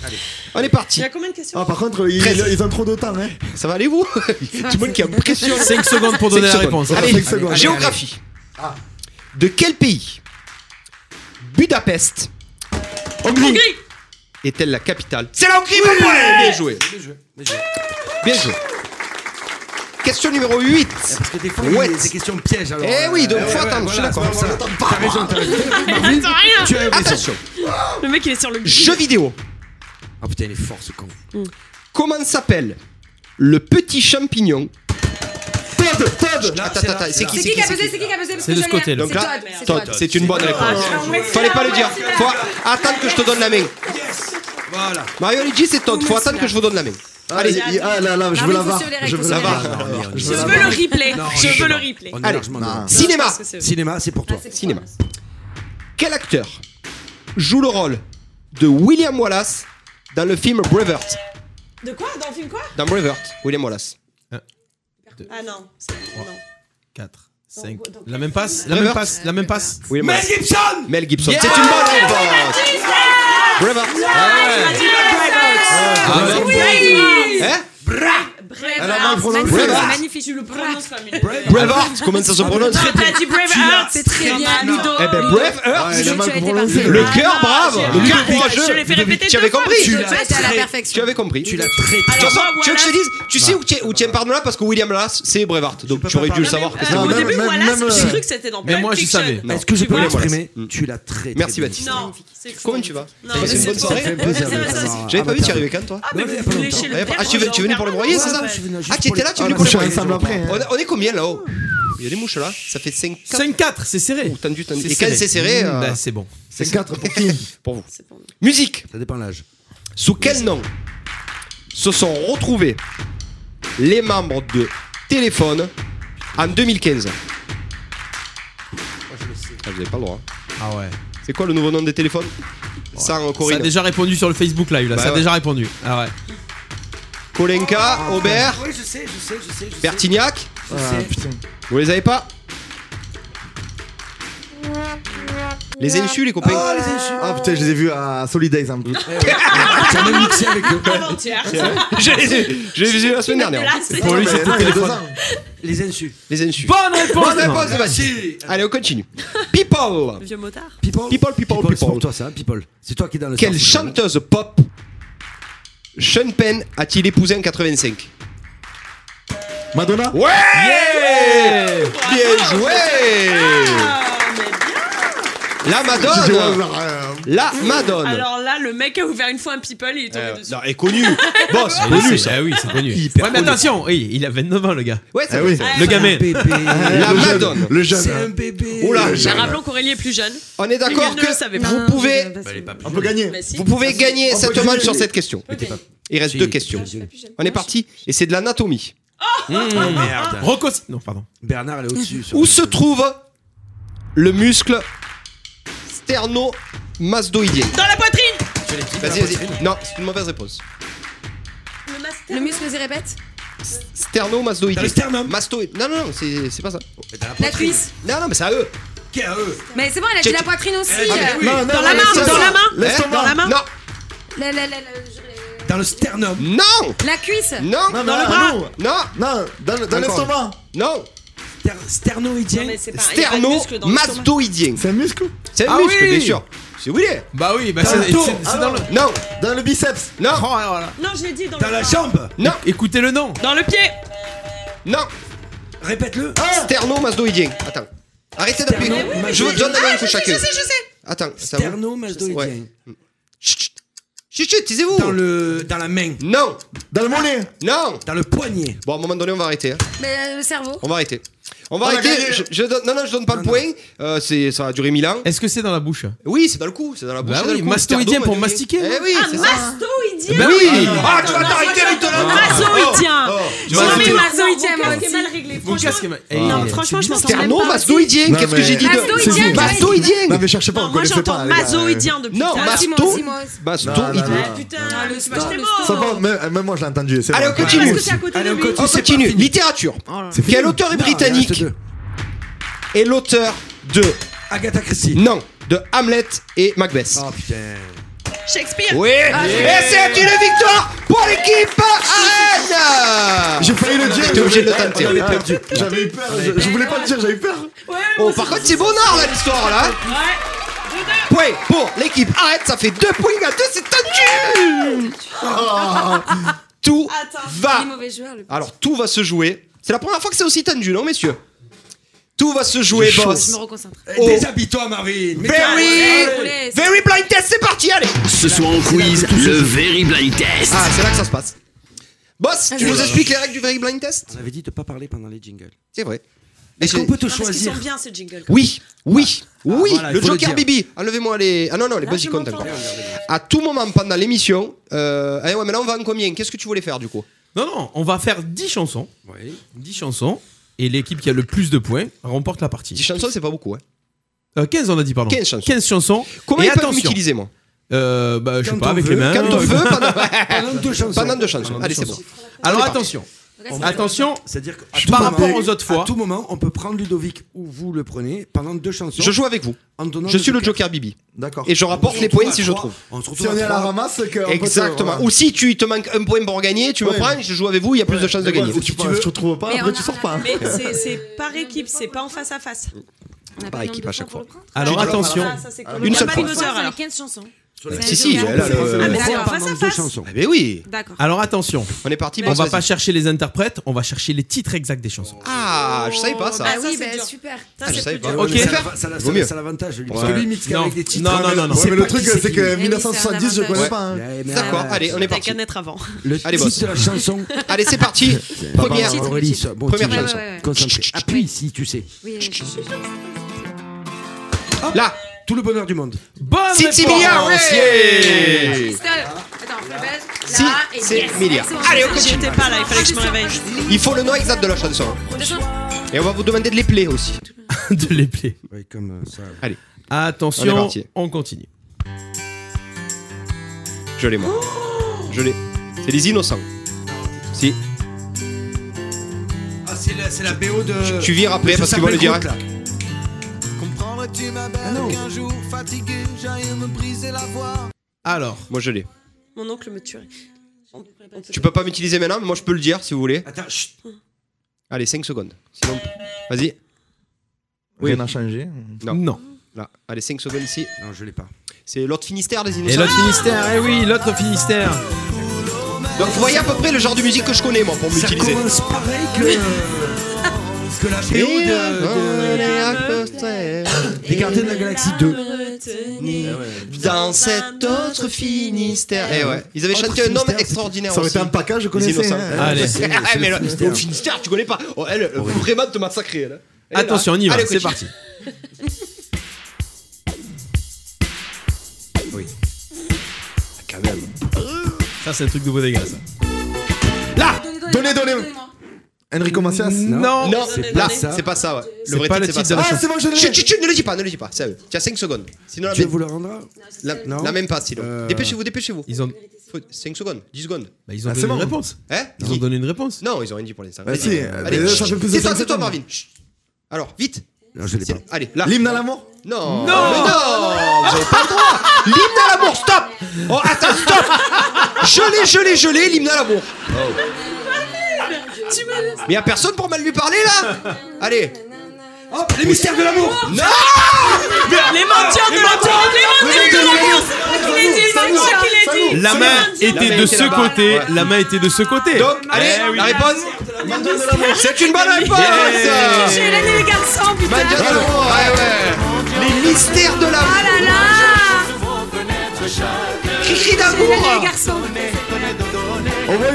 Speaker 2: On est parti.
Speaker 4: Il y a combien de questions
Speaker 3: Ah, par contre, ils,
Speaker 2: Treize.
Speaker 3: ils ont trop de temps, hein.
Speaker 2: Ça va aller, vous
Speaker 7: Ah,
Speaker 2: Tout le monde qui a pression.
Speaker 6: 5 secondes pour donner la
Speaker 2: Cinq
Speaker 6: réponse.
Speaker 2: secondes. Allez,
Speaker 3: Cinq secondes.
Speaker 2: géographie. De quel pays Budapest Hongrie est-elle la capitale C'est la Hongrie, bonne réponse. Bien joué. Bien joué. Question numéro 8.
Speaker 5: Parce que des fois,
Speaker 2: Ouais.
Speaker 5: il y a des questions pièges alors.
Speaker 2: Eh oui, donc
Speaker 5: euh,
Speaker 2: faut
Speaker 5: ouais,
Speaker 2: attendre, je suis
Speaker 5: voilà,
Speaker 2: d'accord.
Speaker 5: comme ça. T'as raison, t'as raison.
Speaker 4: Attends, rien
Speaker 5: Tu as raison.
Speaker 2: Attention,
Speaker 4: Le mec, il est sur le
Speaker 2: jeux vidéo.
Speaker 5: Ah putain, il est fort ce con.
Speaker 2: Comment s'appelle le petit champignon
Speaker 3: Todd, Todd.
Speaker 5: Là,
Speaker 2: Attends,
Speaker 5: c'est là,
Speaker 2: attends,
Speaker 5: c'est
Speaker 2: c'est
Speaker 5: là.
Speaker 2: qui
Speaker 7: C'est qui qui a pesé C'est qui qui a pesé Parce
Speaker 6: C'est
Speaker 7: que
Speaker 6: de
Speaker 7: je
Speaker 6: ce
Speaker 7: l'ai.
Speaker 6: côté-là.
Speaker 2: Donc
Speaker 7: C'est
Speaker 2: là,
Speaker 7: Todd, c'est
Speaker 2: Todd,
Speaker 7: Todd.
Speaker 2: c'est une bonne réponse.
Speaker 4: Ah, ouais,
Speaker 2: Fallait pas le dire.
Speaker 4: c'est là.
Speaker 2: Faut attendre que je te donne la main.
Speaker 5: Voilà.
Speaker 2: Mario Luigi, c'est Todd. Faut attendre que je vous donne la main.
Speaker 3: Allez, il- ah là là, je veux
Speaker 7: Non, mais
Speaker 3: la
Speaker 7: il faut
Speaker 3: voir.
Speaker 7: se les
Speaker 3: Je veux la
Speaker 7: règles,
Speaker 2: on
Speaker 3: voir.
Speaker 2: se les
Speaker 5: règles.
Speaker 3: Alors,
Speaker 4: Je
Speaker 3: la
Speaker 4: veux le
Speaker 3: voir.
Speaker 4: replay.
Speaker 5: Non,
Speaker 4: je
Speaker 5: on est
Speaker 4: veux le
Speaker 5: dedans.
Speaker 4: replay.
Speaker 5: On est
Speaker 2: Allez.
Speaker 5: largement dedans.
Speaker 4: Non, je
Speaker 2: Cinéma.
Speaker 4: pense que c'est eux.
Speaker 5: Cinéma, c'est pour toi.
Speaker 7: Ah, c'est
Speaker 2: Cinéma.
Speaker 7: pour toi,
Speaker 2: Quel acteur joue le rôle de William Wallace dans le film Braveheart
Speaker 4: De quoi Dans le film quoi
Speaker 2: Dans Braveheart, William Wallace.
Speaker 4: Ah non. c'est- non.
Speaker 6: 4,
Speaker 4: Donc,
Speaker 6: 5.
Speaker 4: donc-
Speaker 6: La même passe, la même
Speaker 2: Revers.
Speaker 6: passe, la même passe.
Speaker 2: William
Speaker 5: Mel
Speaker 2: Wallace.
Speaker 5: Gibson
Speaker 2: Mel Gibson.
Speaker 6: Yeah.
Speaker 2: c'est une bonne réponse. Braveheart.
Speaker 6: Ah ouais.
Speaker 2: Hein
Speaker 4: Braveheart.
Speaker 3: Elle a mal prononcé.
Speaker 7: Magnifique,
Speaker 2: Braveheart.
Speaker 7: Magnifique, je le prononce.
Speaker 4: Braveheart.
Speaker 2: Braveheart. Comment ça se prononce
Speaker 4: Ah, t'as dit Braveheart. C'est très bien. Ludo.
Speaker 2: Eh ben Braveheart.
Speaker 3: Ouais, il a mal
Speaker 7: Tu as été
Speaker 3: prononcé.
Speaker 7: parfait.
Speaker 2: Le
Speaker 4: Ah,
Speaker 2: cœur
Speaker 4: non,
Speaker 2: brave.
Speaker 4: j'ai-
Speaker 2: Le cœur
Speaker 4: Ludovic,
Speaker 2: courageux.
Speaker 4: je l'ai fait répéter
Speaker 2: Tu
Speaker 4: deux
Speaker 2: avais
Speaker 4: fois.
Speaker 2: compris.
Speaker 4: Tu
Speaker 7: Tu l'as fait à la
Speaker 2: Tu
Speaker 7: perfection.
Speaker 2: avais compris.
Speaker 5: Tu l'as très
Speaker 2: De toute façon,
Speaker 4: Alors,
Speaker 2: tu veux que je te
Speaker 4: Wallace-
Speaker 2: dise, tu sais où tu es, où tu es pardon là parce que William Wallace c'est Braveheart, donc tu aurais dû le savoir. que
Speaker 4: Euh,
Speaker 2: c'est
Speaker 3: Non,
Speaker 4: au
Speaker 2: Braveheart.
Speaker 3: même-
Speaker 4: début,
Speaker 3: même-
Speaker 4: voilà,
Speaker 3: même,
Speaker 4: j'ai
Speaker 3: euh,
Speaker 4: cru que c'était dans
Speaker 6: mais
Speaker 4: Pulp
Speaker 6: moi, je
Speaker 4: Fiction.
Speaker 6: savais.
Speaker 5: Est-ce que je
Speaker 4: Tu
Speaker 5: peux
Speaker 4: vois
Speaker 5: l'exprimer Tu l'as très, très
Speaker 2: Merci,
Speaker 5: bien
Speaker 2: Baptiste.
Speaker 5: dit.
Speaker 4: Non, c'est fou.
Speaker 2: Comment tu vas
Speaker 4: Non,
Speaker 2: T'as
Speaker 4: mais
Speaker 2: passé une
Speaker 4: c'est
Speaker 2: bonne
Speaker 4: trop-
Speaker 2: soirée
Speaker 3: Ça fait plaisir de
Speaker 4: Ouais,
Speaker 3: le
Speaker 4: ça va, ça
Speaker 3: savoir.
Speaker 4: va.
Speaker 2: J'avais pas
Speaker 3: Ah, bah,
Speaker 2: vu, tu
Speaker 3: tiens.
Speaker 2: arrivé quand toi
Speaker 4: Ah, mais
Speaker 5: Non, il y a
Speaker 4: vous
Speaker 5: pas
Speaker 4: voulez
Speaker 5: longtemps.
Speaker 4: chez le
Speaker 2: Ouais,
Speaker 4: père
Speaker 2: ah, tu es venu- tu es venu pour le broyer, c'est ça
Speaker 4: Ouais,
Speaker 5: Je
Speaker 4: ouais.
Speaker 5: venais juste
Speaker 2: Ah,
Speaker 5: pour
Speaker 2: tu étais là, tu es venu
Speaker 3: On
Speaker 2: pour
Speaker 5: les-
Speaker 2: le
Speaker 3: se
Speaker 2: broyer.
Speaker 3: rassemble après. hein.
Speaker 2: On, on est combien là-haut Il y a des mouches là, ça fait 5 4
Speaker 6: 5-4, c'est serré.
Speaker 2: ou tendu, tendu.
Speaker 6: C'est
Speaker 2: Et quand
Speaker 6: serré.
Speaker 2: c'est serré, euh,
Speaker 6: Mmh, bah, c'est bon.
Speaker 3: C'est 4 pour qui
Speaker 2: pour vous.
Speaker 4: C'est pour nous.
Speaker 2: Musique
Speaker 5: Ça dépend l'âge.
Speaker 2: Sous quel nom se sont retrouvés les membres de Téléphone en 2015 Ah, vous avez pas le droit.
Speaker 6: Ah ouais.
Speaker 2: C'est quoi le nouveau nom des téléphones Sans euh,
Speaker 6: Ça a
Speaker 2: Corinne.
Speaker 6: déjà répondu sur le Facebook Live là,
Speaker 2: Bah
Speaker 6: ça a
Speaker 2: ouais.
Speaker 6: déjà répondu. Ah ouais.
Speaker 2: Kolenka, Aubert,
Speaker 5: Oui, je sais, je sais, je sais. Je
Speaker 2: Bertignac.
Speaker 3: Ah putain.
Speaker 2: Vous les avez pas Les insus, les copains.
Speaker 3: Ah, les insus. Ah putain, je les ai vus à Solidays. hein.
Speaker 5: Ah, Tu as même mixé avec eux.
Speaker 4: Avant-hier.
Speaker 2: je <laughs> les ai, je les ai vus la semaine
Speaker 4: Mais
Speaker 2: dernière.
Speaker 4: là, c'est-
Speaker 5: Pour lui,
Speaker 3: Mais
Speaker 5: c'était
Speaker 3: non, il y a deux
Speaker 5: téléphone.
Speaker 3: ans.
Speaker 5: <laughs> Les insus.
Speaker 2: Les insus.
Speaker 6: Bonne réponse.
Speaker 2: Bonne réponse, Sébastien.
Speaker 5: Merci.
Speaker 2: Allez, on continue. People
Speaker 4: Le vieux motard.
Speaker 5: People.
Speaker 2: People, people,
Speaker 5: People, c'est
Speaker 2: people.
Speaker 5: pour toi ça, hein, people. C'est toi qui es dans le
Speaker 2: Quelle
Speaker 5: sens.
Speaker 2: chanteuse pop Sean Penn a-t-il épousé en 85
Speaker 3: Madonna
Speaker 2: Ouais Bien joué
Speaker 4: Ah, mais bien.
Speaker 2: La
Speaker 3: J'ai dit, ouais,
Speaker 2: Madone
Speaker 3: genre, euh,
Speaker 2: La Madone
Speaker 4: Alors là, le mec a ouvert une fois un people, il est tombé
Speaker 2: Euh,
Speaker 4: dessus.
Speaker 2: Non, est connu Boss,
Speaker 6: Ah,
Speaker 2: connu
Speaker 6: c'est-
Speaker 2: ça
Speaker 6: ah oui, c'est connu.
Speaker 5: Hyper
Speaker 6: ouais, mais attention, oui, il a 29 ans le gars.
Speaker 2: Ouais,
Speaker 3: Eh
Speaker 2: c'est
Speaker 3: oui.
Speaker 2: vrai.
Speaker 6: Le
Speaker 5: C'est un
Speaker 2: <laughs>
Speaker 6: gamin.
Speaker 5: bébé.
Speaker 2: La
Speaker 3: le jeune,
Speaker 2: Madone
Speaker 3: Le
Speaker 5: C'est un
Speaker 3: jeune.
Speaker 5: bébé.
Speaker 2: Oh là,
Speaker 4: Bah, Rappelons qu'Aurélie est plus jeune.
Speaker 2: On est d'accord
Speaker 4: Il ne le
Speaker 2: que
Speaker 4: savait pas.
Speaker 2: vous pouvez,
Speaker 3: On peut gagner.
Speaker 4: Mais si.
Speaker 2: vous pouvez gagner
Speaker 3: On peut
Speaker 2: cette
Speaker 3: gagner.
Speaker 2: manche sur cette question. Il reste
Speaker 5: Si.
Speaker 2: deux questions. On est parti et c'est de l'anatomie.
Speaker 5: Oh, merde.
Speaker 6: Rocco. Non, pardon.
Speaker 5: Bernard, elle est au-dessus. sur-
Speaker 2: Où se trouve le muscle sterno-mastoïdien
Speaker 4: Dans la poitrine
Speaker 2: Vas-y, vas-y. Non, c'est une mauvaise réponse.
Speaker 4: Le master.
Speaker 7: Le muscle se répète
Speaker 2: Sterno-mastoïdien.
Speaker 5: Dans le sternum.
Speaker 2: Masto... Non, non, non, c'est c'est pas ça.
Speaker 7: La cuisse.
Speaker 2: Non, non, mais c'est à eux. Ah,
Speaker 5: Qui est à eux
Speaker 7: Mais c'est bon, elle a
Speaker 2: J'ai-
Speaker 7: dit la poitrine aussi.
Speaker 5: Elle a dit-
Speaker 7: euh,
Speaker 5: Oui.
Speaker 3: Non, non,
Speaker 4: Dans la
Speaker 3: non,
Speaker 4: main,
Speaker 3: laisse
Speaker 4: dans
Speaker 2: Hein
Speaker 3: tomber.
Speaker 4: la main.
Speaker 3: Laisse tomber.
Speaker 4: Dans la main.
Speaker 2: Non,
Speaker 7: La, la, la, la, je-
Speaker 5: Dans le sternum.
Speaker 2: non,
Speaker 7: la cuisse.
Speaker 2: non,
Speaker 3: Non,
Speaker 2: non,
Speaker 3: non,
Speaker 4: le
Speaker 3: ah,
Speaker 4: bras.
Speaker 3: non.
Speaker 2: non,
Speaker 3: Non, dans, dans
Speaker 2: Encore.
Speaker 3: l'estomac.
Speaker 2: non.
Speaker 5: Ster- Sternoïdien.
Speaker 4: Non, mais c'est pas- il y a pas de muscle dans le stomac.
Speaker 2: Sterno-mastoïdien.
Speaker 3: C'est un muscle
Speaker 2: C'est un
Speaker 6: Ah
Speaker 2: muscle,
Speaker 6: oui
Speaker 2: bien sûr. C'est où il est
Speaker 6: Bah oui, bah
Speaker 5: Dans
Speaker 6: c'est
Speaker 5: le dos.
Speaker 6: c'est- c'est dans le.
Speaker 2: Non,
Speaker 3: Dans le biceps.
Speaker 2: non,
Speaker 6: Oh, alors là.
Speaker 4: Non, je l'ai dit dans,
Speaker 5: Dans
Speaker 4: le
Speaker 5: la
Speaker 4: bras.
Speaker 5: jambe.
Speaker 2: non,
Speaker 6: Écoutez le nom.
Speaker 4: Dans le pied.
Speaker 2: non.
Speaker 5: Répète-le.
Speaker 2: Sterno-mastoïdien. Attends. Arrêtez d'appuyer.
Speaker 5: Sterno- Mais oui,
Speaker 2: Je vous
Speaker 5: mais
Speaker 2: donne la main
Speaker 4: Ah, je
Speaker 2: pour
Speaker 4: sais,
Speaker 2: chacun.
Speaker 4: je sais, je sais.
Speaker 2: Attends, ça va
Speaker 5: Terno-mastoïdien.
Speaker 2: Ouais. Chut, chut. Chut, chut, taisez-vous.
Speaker 5: Dans le, dans la main,
Speaker 2: Non,
Speaker 3: Dans le monnaie
Speaker 2: non.
Speaker 5: dans le poignet.
Speaker 2: Bon, à un moment donné, on va arrêter. hein.
Speaker 7: Mais euh, le cerveau.
Speaker 2: On va arrêter. On va
Speaker 3: On a
Speaker 2: arrêter.
Speaker 3: gagné.
Speaker 2: Je, je donne- non, non, je donne pas le point. Euh, c'est, ça va durer mille ans.
Speaker 6: Est-ce que c'est dans la bouche
Speaker 2: Oui, c'est dans le cou, c'est dans la bouche.
Speaker 6: Bah
Speaker 2: c'est dans
Speaker 6: oui,
Speaker 2: le cou.
Speaker 6: mastoïdien
Speaker 2: Sterno,
Speaker 6: pour
Speaker 2: mastoïdien.
Speaker 6: mastiquer,
Speaker 2: Eh oui, c'est ça.
Speaker 4: Ah, Mastoïdien.
Speaker 2: Ben oui.
Speaker 4: non,
Speaker 2: Ah,
Speaker 4: non,
Speaker 2: tu
Speaker 4: non,
Speaker 2: vas
Speaker 4: non,
Speaker 2: t'arrêter
Speaker 4: non,
Speaker 2: avec ton
Speaker 4: non,
Speaker 2: langue.
Speaker 4: Mastoïdien.
Speaker 6: vois,
Speaker 4: Non, mais
Speaker 6: c'était-
Speaker 4: mastoïdien,
Speaker 7: Mon
Speaker 4: mon
Speaker 7: casque
Speaker 4: casque est mal réglé.
Speaker 6: Mon
Speaker 4: franchement.
Speaker 6: casque est mal-
Speaker 4: Non,
Speaker 6: Eh,
Speaker 4: franchement, je m'en sors même
Speaker 2: Sterno,
Speaker 4: pas.
Speaker 2: mastoïdien.
Speaker 3: Non,
Speaker 2: Qu'est-ce que
Speaker 3: mais-
Speaker 2: j'ai dit de
Speaker 7: Mastoïdien.
Speaker 2: Mastoïdien
Speaker 3: Non, mais cherchez pas,
Speaker 4: Non,
Speaker 3: on
Speaker 4: moi
Speaker 3: connaissait pas.
Speaker 4: j'entends
Speaker 3: les gars.
Speaker 4: mastoïdien depuis
Speaker 2: Non,
Speaker 4: tout à l'heure.
Speaker 7: Simon,
Speaker 2: masto.
Speaker 7: Simon.
Speaker 3: Non, non,
Speaker 2: Mastoïdien.
Speaker 3: non.
Speaker 4: Ah, Putain, le
Speaker 7: le
Speaker 4: smash des
Speaker 7: store,
Speaker 3: Ça
Speaker 4: mots.
Speaker 3: va, même, même moi je l'ai entendu. c'est
Speaker 2: Allez,
Speaker 3: vrai.
Speaker 2: on continue.
Speaker 4: Parce que c'est à côté
Speaker 5: Allez,
Speaker 4: de
Speaker 5: on
Speaker 4: lui.
Speaker 5: continue.
Speaker 2: On
Speaker 5: Oh, c'est pas
Speaker 2: continue.
Speaker 5: fini. Oh
Speaker 2: Littérature.
Speaker 3: C'est fini
Speaker 2: Quel auteur est
Speaker 5: Non, il en reste
Speaker 2: britannique
Speaker 5: deux.
Speaker 2: Et l'auteur de.
Speaker 5: Agatha Christie.
Speaker 2: Non, de Hamlet et Macbeth.
Speaker 5: Oh putain.
Speaker 4: Shakespeare.
Speaker 2: Oui, et c'est une victoire pour l'équipe Arène
Speaker 3: J'ai failli le dire.
Speaker 2: J'étais obligé de le
Speaker 3: j'avais-
Speaker 2: tenter.
Speaker 3: Ah, J'avais eu peur. Je, je voulais pas le dire, j'avais eu peur.
Speaker 4: Ouais,
Speaker 2: Oh,
Speaker 4: moi,
Speaker 2: par contre, c'est bonheur là l'histoire là
Speaker 4: c'est- Ouais. Deux, deux.
Speaker 2: Point pour l'équipe Arène, ça fait 2 points à 2, c'est un
Speaker 5: <laughs>
Speaker 2: cul Tout
Speaker 4: Attends,
Speaker 2: va
Speaker 7: Il est mauvais joueur. Le...
Speaker 2: Alors, tout va se jouer. C'est la première fois que c'est aussi tendu, non, messieurs Tout va se jouer,
Speaker 7: Je me
Speaker 2: boss
Speaker 7: reconcentre.
Speaker 2: Oh.
Speaker 5: Déshabille-toi, Marvin. Mais t'as-
Speaker 2: Very,
Speaker 7: Allez, c'est-
Speaker 2: very blind test, c'est parti, allez
Speaker 1: Ce soir en quiz, le Very Blind Test.
Speaker 2: Ah, c'est là que ça se passe. Boss, tu
Speaker 7: Vas-y.
Speaker 2: nous expliques les règles du very blind test
Speaker 5: On avait dit de pas parler pendant les jingles.
Speaker 2: C'est vrai.
Speaker 5: Est-ce qu'on peut te
Speaker 4: Non, parce qu'ils
Speaker 5: choisir
Speaker 4: sont bien ces jingles.
Speaker 2: Oui, oui, oui,
Speaker 5: voilà, il
Speaker 2: le
Speaker 5: faut le
Speaker 2: Joker
Speaker 5: dire.
Speaker 2: Bibi. Enlevez-moi les. Ah non, non, les
Speaker 4: Là,
Speaker 2: buzz
Speaker 4: je
Speaker 2: icônes
Speaker 4: m'entends.
Speaker 2: encore. À tout moment pendant l'émission. Euh... Ah ouais, mais là on va en combien Qu'est-ce que tu voulais faire du coup
Speaker 6: Non, non, on va faire 10 chansons.
Speaker 5: Oui.
Speaker 6: 10 chansons. Et l'équipe qui a le plus de points remporte la
Speaker 2: 10
Speaker 6: partie.
Speaker 2: chansons, c'est pas beaucoup. Hein.
Speaker 6: Euh, 15, on a dit, pardon.
Speaker 2: 15 chansons.
Speaker 6: chansons.
Speaker 2: Comment
Speaker 6: et
Speaker 2: ils peuvent
Speaker 6: attention.
Speaker 2: m'utiliser, moi
Speaker 6: Euh, bah, je sais
Speaker 5: Quand
Speaker 6: pas,
Speaker 5: on
Speaker 6: avec
Speaker 5: veut,
Speaker 6: les mains.
Speaker 2: Quand on
Speaker 6: euh,
Speaker 2: veut, pendant,
Speaker 5: Ah, <laughs> Pendant deux chansons.
Speaker 2: Ah. pendant deux chansons.
Speaker 6: pendant
Speaker 2: Allez,
Speaker 6: deux
Speaker 2: c'est bon.
Speaker 6: chansons. Alors
Speaker 2: C'est parti.
Speaker 6: attention.
Speaker 7: Regarde, c'est-
Speaker 6: Attention.
Speaker 5: C'est-à-dire que
Speaker 6: Par rapport aux autres fois.
Speaker 5: à tout moment, on peut prendre Ludovic ou vous le prenez pendant deux chansons.
Speaker 2: Je joue avec vous.
Speaker 5: en donnant
Speaker 2: Je
Speaker 5: deux
Speaker 2: suis le
Speaker 5: Jokers.
Speaker 2: Joker Bibi.
Speaker 3: D'accord.
Speaker 2: Et je rapporte les points si je trouve.
Speaker 5: On se retrouve
Speaker 3: Si on est à la
Speaker 5: trois.
Speaker 3: ramasse, que. on peut se-
Speaker 2: Exactement.
Speaker 3: voilà.
Speaker 2: Ou si tu te manques un point pour gagner, tu me
Speaker 3: Ouais.
Speaker 2: prends, je joue avec vous, il y a plus de chances de
Speaker 3: Ouais,
Speaker 2: gagner.
Speaker 3: Ou tu,
Speaker 5: Si tu
Speaker 3: peux-
Speaker 5: veux.
Speaker 3: je te retrouve pas,
Speaker 7: Mais
Speaker 3: après
Speaker 7: on
Speaker 3: tu
Speaker 7: a-
Speaker 3: sors pas.
Speaker 4: Mais c'est- c'est par équipe, c'est pas en face à face.
Speaker 7: On a
Speaker 2: Pas
Speaker 7: pas le nombre
Speaker 2: équipe
Speaker 7: de
Speaker 2: à
Speaker 7: fois
Speaker 2: chaque
Speaker 7: pour
Speaker 2: fois.
Speaker 7: le prendre.
Speaker 6: Ah, Alors
Speaker 2: Tu dois
Speaker 6: attention.
Speaker 4: Ah, ça, c'est cool.
Speaker 2: Une
Speaker 4: On a
Speaker 2: seule
Speaker 4: pas
Speaker 2: fois.
Speaker 4: de
Speaker 7: Une fois
Speaker 4: dinosaure
Speaker 7: sur les
Speaker 4: alors.
Speaker 7: 15 chansons.
Speaker 5: Sur les-
Speaker 7: C'est
Speaker 2: Si,
Speaker 7: un
Speaker 2: si,
Speaker 7: joker.
Speaker 2: elle a le-
Speaker 4: Ah, mais
Speaker 5: Trois
Speaker 4: d'accord,
Speaker 5: pendant
Speaker 4: face à
Speaker 5: deux
Speaker 4: face.
Speaker 5: chansons.
Speaker 2: Ah, Mais oui.
Speaker 7: D'accord.
Speaker 6: Alors attention.
Speaker 2: On est parti.
Speaker 6: On
Speaker 2: boss,
Speaker 6: va
Speaker 2: vas-y.
Speaker 6: pas chercher les interprètes, on va chercher les titres exacts des chansons.
Speaker 2: Ah, je savais pas ça.
Speaker 4: Ah,
Speaker 7: Bah
Speaker 4: ça,
Speaker 7: oui,
Speaker 4: c'est
Speaker 7: bah
Speaker 4: dur.
Speaker 7: super.
Speaker 4: Ça,
Speaker 2: Ah, je
Speaker 4: c'est
Speaker 2: savais
Speaker 4: plus
Speaker 2: pas.
Speaker 4: dur.
Speaker 5: Ouais,
Speaker 2: Ok.
Speaker 5: mais Bah, ça l'a- Ça
Speaker 2: Vaut mieux.
Speaker 5: l'a- ça l'a l'avantage, lui. Parce que
Speaker 2: Ouais.
Speaker 5: lui, il mixe
Speaker 6: Non.
Speaker 5: qu'avec des titres.
Speaker 6: Non,
Speaker 5: Ouais,
Speaker 6: non,
Speaker 5: mais-
Speaker 6: non, non.
Speaker 5: ouais,
Speaker 3: Ouais,
Speaker 5: mais
Speaker 3: mais le truc,
Speaker 5: qui
Speaker 3: c'est
Speaker 5: qui
Speaker 3: que
Speaker 5: est.
Speaker 3: 1970, je connais
Speaker 7: Ouais.
Speaker 3: pas. hein.
Speaker 5: Ouais, mais
Speaker 2: D'accord,
Speaker 5: alors,
Speaker 2: allez, on est
Speaker 4: T'as
Speaker 2: parti.
Speaker 4: qu'à naître avant.
Speaker 5: Le
Speaker 2: Allez, boss.
Speaker 5: titre de la chanson.
Speaker 2: Allez, c'est parti. Première.
Speaker 7: titre,
Speaker 5: Aurélie,
Speaker 7: le
Speaker 5: ça-
Speaker 7: titre.
Speaker 5: bon,
Speaker 2: Première
Speaker 5: tiens,
Speaker 2: chanson.
Speaker 7: Ouais, ouais, ouais.
Speaker 5: Concentré. Appuie ici, tu sais.
Speaker 7: Oui, oui.
Speaker 2: Là.
Speaker 5: Tout le bonheur du monde.
Speaker 6: Bonne
Speaker 2: City
Speaker 6: réponse.
Speaker 2: Milliard, ouais.
Speaker 7: Stop. Attends, le buzz.
Speaker 2: Si,
Speaker 7: Là, et
Speaker 2: c'est
Speaker 7: yes.
Speaker 2: milliard.
Speaker 7: Excellent.
Speaker 2: Allez, on
Speaker 4: J'y
Speaker 2: continue.
Speaker 4: étais pas là, il fallait que je me réveille.
Speaker 2: Il faut le nom exact de la chanson. Et on va vous demander de les play aussi.
Speaker 6: de les plaies.
Speaker 5: Ouais, comme euh, ça.
Speaker 2: On est
Speaker 6: Attention,
Speaker 2: parti.
Speaker 6: on continue.
Speaker 2: Je l'ai, moi. Je l'ai. C'est les innocents. Si.
Speaker 5: Ah, c'est la, c'est la BO de.
Speaker 2: Tu vires après
Speaker 5: Ça
Speaker 2: parce qu'ils vont le
Speaker 5: s'appelle
Speaker 2: dire. hein.
Speaker 5: Groot, là. Ah non.
Speaker 6: Alors,
Speaker 2: Moi, je l'ai.
Speaker 4: Mon oncle me tuerait. On- on peut-
Speaker 2: Tu peux pas m'utiliser maintenant, mais moi, je peux le dire si vous voulez.
Speaker 5: Attends, chut.
Speaker 2: Allez, 5 secondes. Sinon, vas-y.
Speaker 3: Oui, on a changé.
Speaker 2: Non.
Speaker 6: non.
Speaker 2: Là. Allez, 5 secondes ici.
Speaker 5: Non, je l'ai pas.
Speaker 2: C'est l'autre Finistère, les
Speaker 6: Et
Speaker 2: innocents.
Speaker 6: l'autre Finistère, eh oui, l'autre Finistère.
Speaker 2: Donc, vous voyez à peu près le genre de musique que je connais, moi, pour
Speaker 5: Ça
Speaker 2: m'utiliser.
Speaker 5: commence pareil que. euh, que la BO de- de. Des Gardiens de la Galaxie 2.
Speaker 2: Dans cet autre Finistère. Eh ouais. Ils avaient
Speaker 5: Autre
Speaker 2: chanté un homme
Speaker 5: Finistère,
Speaker 2: extraordinaire
Speaker 3: Ça aurait
Speaker 2: aussi.
Speaker 3: été un paca, je
Speaker 2: Les
Speaker 3: connaissais.
Speaker 2: innocents.
Speaker 3: hein.
Speaker 6: Allez.
Speaker 2: <laughs>
Speaker 5: c'est-
Speaker 2: Ah,
Speaker 5: c'est
Speaker 2: mais
Speaker 5: le
Speaker 2: le,
Speaker 5: Finistère.
Speaker 2: le Finistère, tu connais pas. Oh, elle, euh, vraiment de te massacrer. Elle. Elle est
Speaker 6: Attention,
Speaker 2: là.
Speaker 6: on y va,
Speaker 2: Allez,
Speaker 6: c'est
Speaker 2: continue.
Speaker 6: parti. <laughs>
Speaker 2: Quand même.
Speaker 6: Ah, Ça, c'est un truc de beau dégât, ça.
Speaker 3: Donnez, donnez. Euh, Enrico Macias
Speaker 2: Mm.
Speaker 6: Non,
Speaker 2: Non,
Speaker 4: c'est
Speaker 2: là,
Speaker 4: pas
Speaker 5: ça.
Speaker 2: c'est pas ça. Ouais.
Speaker 6: C'est pas le titre de la
Speaker 3: Ah, c'est bon, je l'ai.
Speaker 2: hein. Chut, chut, chut, ne le dis pas, ne le dis pas. Sérieux. Tu as 5 secondes. Sinon, la,
Speaker 5: Dieu
Speaker 2: même,
Speaker 5: vous le rendra.
Speaker 2: la,
Speaker 5: non.
Speaker 2: la même pas, sinon.
Speaker 5: Euh.
Speaker 2: Dépêchez-vous, dépêchez-vous.
Speaker 6: Ils ont,
Speaker 2: 5 secondes, 10 secondes.
Speaker 6: bah, ils ont
Speaker 3: Ah,
Speaker 6: donné
Speaker 3: c'est
Speaker 6: une
Speaker 3: bon.
Speaker 6: réponse.
Speaker 2: Hein
Speaker 6: Ils ont donné une réponse.
Speaker 2: Non, ils ont rien dit pour l'instant.
Speaker 3: Bah, si, euh,
Speaker 2: Allez,
Speaker 3: mais là, ça
Speaker 2: chut,
Speaker 3: fait plus de
Speaker 2: c'est toi,
Speaker 3: cinq
Speaker 2: c'est toi,
Speaker 3: secondes.
Speaker 2: Marvin. Chut. Alors, vite.
Speaker 5: Non, je l'ai
Speaker 2: C'est-
Speaker 5: pas.
Speaker 2: Allez, là.
Speaker 3: L'hymne à l'amour
Speaker 2: Non mais Non Vous avez pas le droit L'hymne à l'amour, stop Oh, attends, stop Je l'ai, je l'ai, je l'ai, l'hymne à l'amour Mais y'a personne pour mal lui parler, là Allez
Speaker 5: Hop, les mystères de l'amour
Speaker 2: Non
Speaker 4: Les menteurs de l'entour Les menteurs de l'entour C'est moi qui l'ai dit, c'est moi qui l'ai dit
Speaker 6: La la main était de ce côté. La main était de ce côté.
Speaker 2: Donc, allez,
Speaker 6: Eh oui.
Speaker 2: la réponse C'est une bonne réponse
Speaker 6: Yeah.
Speaker 7: J'ai l'année des garçons, putain.
Speaker 2: Mandia de l'amour, ouais, ouais. Les mystères de
Speaker 7: Oh
Speaker 4: Ah
Speaker 2: l'amour
Speaker 7: là là
Speaker 2: Cri-cri
Speaker 7: J'ai l'année des
Speaker 2: d'amour
Speaker 7: garçons.
Speaker 3: En vrai,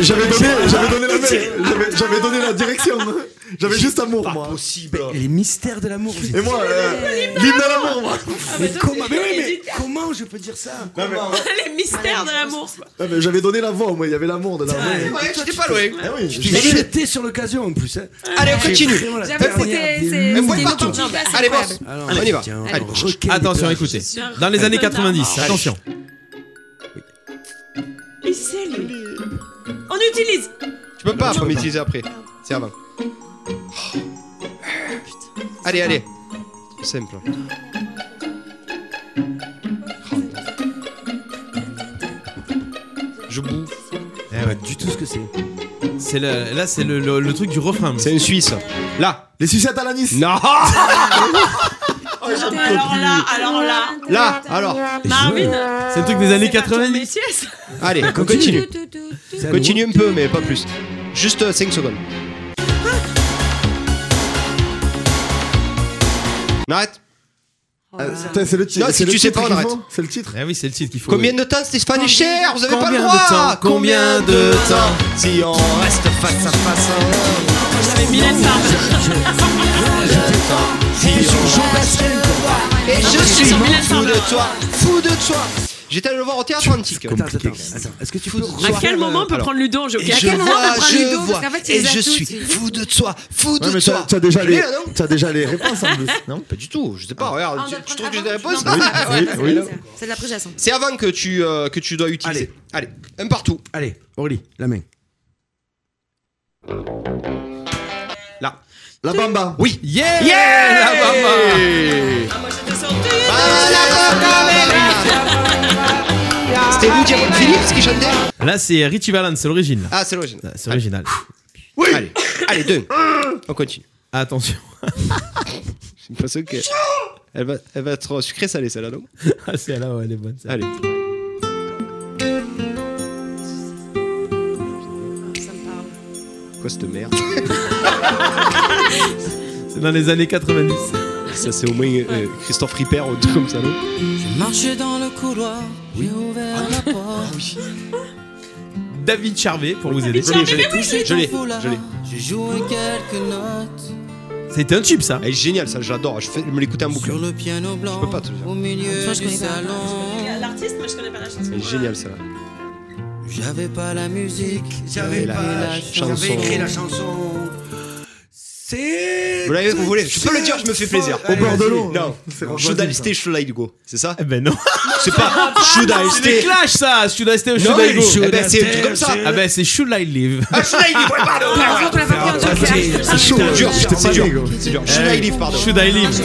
Speaker 3: j'avais donné, j'avais donné la, j'avais- j'avais donné la direction. hein. J'avais juste amour, moi.
Speaker 2: Possible
Speaker 5: Les mystères de l'amour. vous êtes-
Speaker 3: Et moi, euh, l'hymne à l'amour, moi.
Speaker 5: Mais comment mais oui, mais comment je peux dire ça
Speaker 4: Les mystères de l'amour.
Speaker 3: Ah, mais J'avais donné la voix, moi. Il y avait l'amour de la voix.
Speaker 2: Ouais, j'étais pas loin
Speaker 3: Ah oui, je-
Speaker 5: Mais
Speaker 3: je-
Speaker 5: j'étais sur l'occasion en plus. hein.
Speaker 2: Allez, Ah, on continue
Speaker 5: Vraiment la
Speaker 7: J'avoue,
Speaker 5: dernière
Speaker 7: c'était-
Speaker 5: des
Speaker 7: c'est-
Speaker 2: Vous
Speaker 5: loups.
Speaker 2: pouvez
Speaker 7: C'était
Speaker 2: partir
Speaker 7: tout.
Speaker 2: Allez, boss
Speaker 5: Alors,
Speaker 2: On y va
Speaker 5: tiens,
Speaker 2: Allez.
Speaker 5: un requin des
Speaker 6: Attention,
Speaker 5: plages.
Speaker 6: écoutez.
Speaker 4: suis un
Speaker 6: Dans les
Speaker 4: requin
Speaker 6: années
Speaker 4: de la
Speaker 6: 90,
Speaker 4: marche.
Speaker 6: attention.
Speaker 4: Et c'est les- On utilise.
Speaker 2: Tu peux pas, faut m'utiliser après. C'est avant. Allez, allez. Simple. Je bouffe.
Speaker 5: Eh ouais, du tout ce que c'est.
Speaker 6: C'est le- là, c'est le, le- le truc du refrain.
Speaker 2: C'est une Suisse. Là.
Speaker 3: Les sucettes à l'anis.
Speaker 2: Non Oh,
Speaker 4: Alors là, alors là.
Speaker 2: Là, alors.
Speaker 4: Marvin.
Speaker 6: C'est le truc des années 90.
Speaker 4: Messieurs, ça.
Speaker 2: Allez, on continue.
Speaker 5: C'est à
Speaker 2: Continue un peu, mais pas plus. Juste 5 secondes. Arrête.
Speaker 3: Euh, putain, c'est le titre.
Speaker 2: Non, si
Speaker 3: c'est le
Speaker 2: tu sais
Speaker 3: titre
Speaker 2: pas, on
Speaker 3: qu'il
Speaker 2: arrête.
Speaker 3: faut C'est le titre.
Speaker 6: Ah oui, c'est le titre qu'il faut.
Speaker 2: Combien de temps Stéphane est cher Vous avez pas le
Speaker 6: Combien
Speaker 2: droit hein.
Speaker 6: de temps Combien de temps
Speaker 2: Si on reste face à face. hein.
Speaker 4: J'avais Mylène Farmer.
Speaker 2: Et je suis
Speaker 4: sur
Speaker 2: fou
Speaker 4: Mylène Farmer.
Speaker 2: de toi, fou de toi. J'étais allé le voir au théâtre antique.
Speaker 5: Attends, attends, attends. Est-ce que tu peux.
Speaker 4: À quel moment on peut
Speaker 2: Alors.
Speaker 4: prendre Ludo en jeu
Speaker 2: Et
Speaker 4: À
Speaker 2: je
Speaker 4: quel moment on
Speaker 2: vois,
Speaker 4: peut prendre
Speaker 2: je
Speaker 4: Ludo
Speaker 2: vois,
Speaker 7: qu'en fait, tu
Speaker 2: et
Speaker 7: les as
Speaker 2: je
Speaker 7: tous,
Speaker 2: suis
Speaker 7: tu-
Speaker 2: fou de toi, fou
Speaker 3: Ouais,
Speaker 2: de
Speaker 3: mais
Speaker 2: toi.
Speaker 3: t'as- t'as déjà
Speaker 2: Je
Speaker 3: les,
Speaker 2: l'ai, là, non
Speaker 3: t'as déjà les réponses en plus, non
Speaker 2: Pas du tout, je sais pas,
Speaker 7: Ah, on
Speaker 2: regarde,
Speaker 7: doit
Speaker 2: tu, tu
Speaker 7: prendre
Speaker 2: trouves que j'ai
Speaker 7: avant,
Speaker 2: des réponses
Speaker 7: non,
Speaker 2: là
Speaker 7: c'est ça,
Speaker 3: oui.
Speaker 7: c'est ça. C'est de la pré-jacente.
Speaker 2: C'est avant que tu, euh, que tu dois utiliser. Allez, un partout.
Speaker 5: Allez, Aurélie, la main.
Speaker 2: Là.
Speaker 3: La bamba.
Speaker 2: Oui.
Speaker 6: Yeah,
Speaker 2: Yeah bah,
Speaker 6: la bamba.
Speaker 4: Ah, moi j'étais sur
Speaker 2: Ah, la bamba C'était Woody Allen Phillips qui chantait
Speaker 6: Là, c'est Richie Valens, c'est l'origine. là.
Speaker 2: Ah, c'est l'origine.
Speaker 6: C'est original.
Speaker 2: Oui Allez, allez deux. On continue.
Speaker 6: Attention. <laughs>
Speaker 2: Je pense que. Elle va, elle va être sucrée salée celle-là, non
Speaker 6: Ah, celle-là, ouais, elle est bonne. celle-là.
Speaker 2: Allez. Quoi cette merde
Speaker 6: C'est dans les années 90.
Speaker 2: Ça c'est au moins euh, Christophe Ripper ou un truc comme ça, non
Speaker 1: Marcher dans le couloir, j'ai ouvert la porte.
Speaker 6: David Charvet pour vous aider.
Speaker 2: Je l'ai, je l'ai, je l'ai.
Speaker 1: J'ai joué quelques notes
Speaker 6: C'était un tube, ça.
Speaker 2: Elle est géniale ça, j'adore, je, fais- je me l'écoute en boucle.
Speaker 1: sur le piano blanc.
Speaker 2: Je peux pas te le dire.
Speaker 1: Au milieu
Speaker 7: Franchement, je
Speaker 1: du
Speaker 7: connais pas.
Speaker 1: salon.
Speaker 4: L'artiste, moi je connais pas la chanson.
Speaker 2: Elle est géniale ça.
Speaker 1: J'avais pas la musique.
Speaker 5: J'avais
Speaker 2: la
Speaker 5: pas la
Speaker 2: chanson.
Speaker 5: chanson. J'avais écrit la chanson. C'est.
Speaker 2: Vous l'avez- vous voulez Je peux le dire, je me fais plaisir.
Speaker 5: Allez,
Speaker 3: Au bord de
Speaker 5: vas-y.
Speaker 3: l'eau.
Speaker 2: Non,
Speaker 3: C'est vraiment
Speaker 2: Should
Speaker 3: facile,
Speaker 2: I stay, should I go C'est ça
Speaker 6: Eh ben non.
Speaker 2: C'est pas Should I
Speaker 6: C'est des
Speaker 2: stay
Speaker 6: clashs, ça. Should I stay or should
Speaker 2: Non,
Speaker 6: I go
Speaker 2: should
Speaker 6: Eh ben,
Speaker 2: I stay, un truc comme ça.
Speaker 6: Ah ben, c'est Should I live.
Speaker 2: Ah, Should I live, ouais, pardon
Speaker 7: Heureusement qu'on l'a pas pris en deux,
Speaker 2: Ah,
Speaker 7: c'est
Speaker 2: C'est chaud,
Speaker 6: putain,
Speaker 2: dur,
Speaker 3: putain,
Speaker 2: c'est
Speaker 3: pas
Speaker 2: dur.
Speaker 3: né, gros. Eh,
Speaker 2: C'est dur. Should I live, pardon.
Speaker 6: Should I live
Speaker 2: Ah,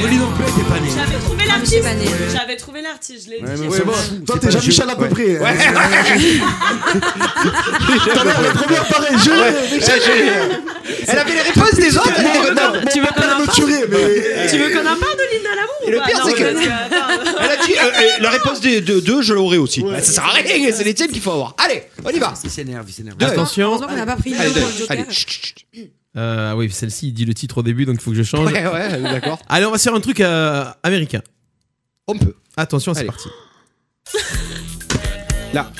Speaker 5: Aurélie non plus était pas née.
Speaker 4: J'avais trouvé
Speaker 7: suis pas
Speaker 4: l'artiste.
Speaker 7: née.
Speaker 4: J'avais trouvé l'artiste, je l'ai dit.
Speaker 3: Ouais, bon, toi t'es Jean-Michel à peu près. Ouais. T'as l'air le premier à parler. Je l'ai.
Speaker 2: Ouais, j'ai- Elle avait les réponses des autres elle
Speaker 6: Eh,
Speaker 2: était contente.
Speaker 4: Tu veux qu'on en
Speaker 3: me
Speaker 4: parle
Speaker 3: tuerai, mais.
Speaker 4: Tu veux qu'on en parle de l'île de l'amour
Speaker 2: Et le
Speaker 4: ou pas
Speaker 2: pire,
Speaker 4: Ah, Non,
Speaker 2: c'est que-
Speaker 4: parce attends,
Speaker 2: Elle a dit euh, euh, la réponse des deux, deux, je l'aurai aussi. Bah, ça sert à rien, c'est les tiennes qu'il faut avoir. Allez, on y va.
Speaker 5: Il s'énerve, il s'énerve.
Speaker 2: Deux.
Speaker 6: Attention.
Speaker 7: Heureusement qu'on n'a pas pris
Speaker 2: Allez,
Speaker 7: Ludo
Speaker 2: deux.
Speaker 7: pour le Joker.
Speaker 2: Allez. chut, chut, chut.
Speaker 6: Euh, ah oui, celle-ci, il dit le titre au début, donc il faut que je change.
Speaker 2: Ouais, ouais, d'accord.
Speaker 6: Allez, on va se faire un truc euh, américain.
Speaker 2: On peut.
Speaker 6: Attention, c'est
Speaker 2: Allez.
Speaker 6: parti.
Speaker 2: Là.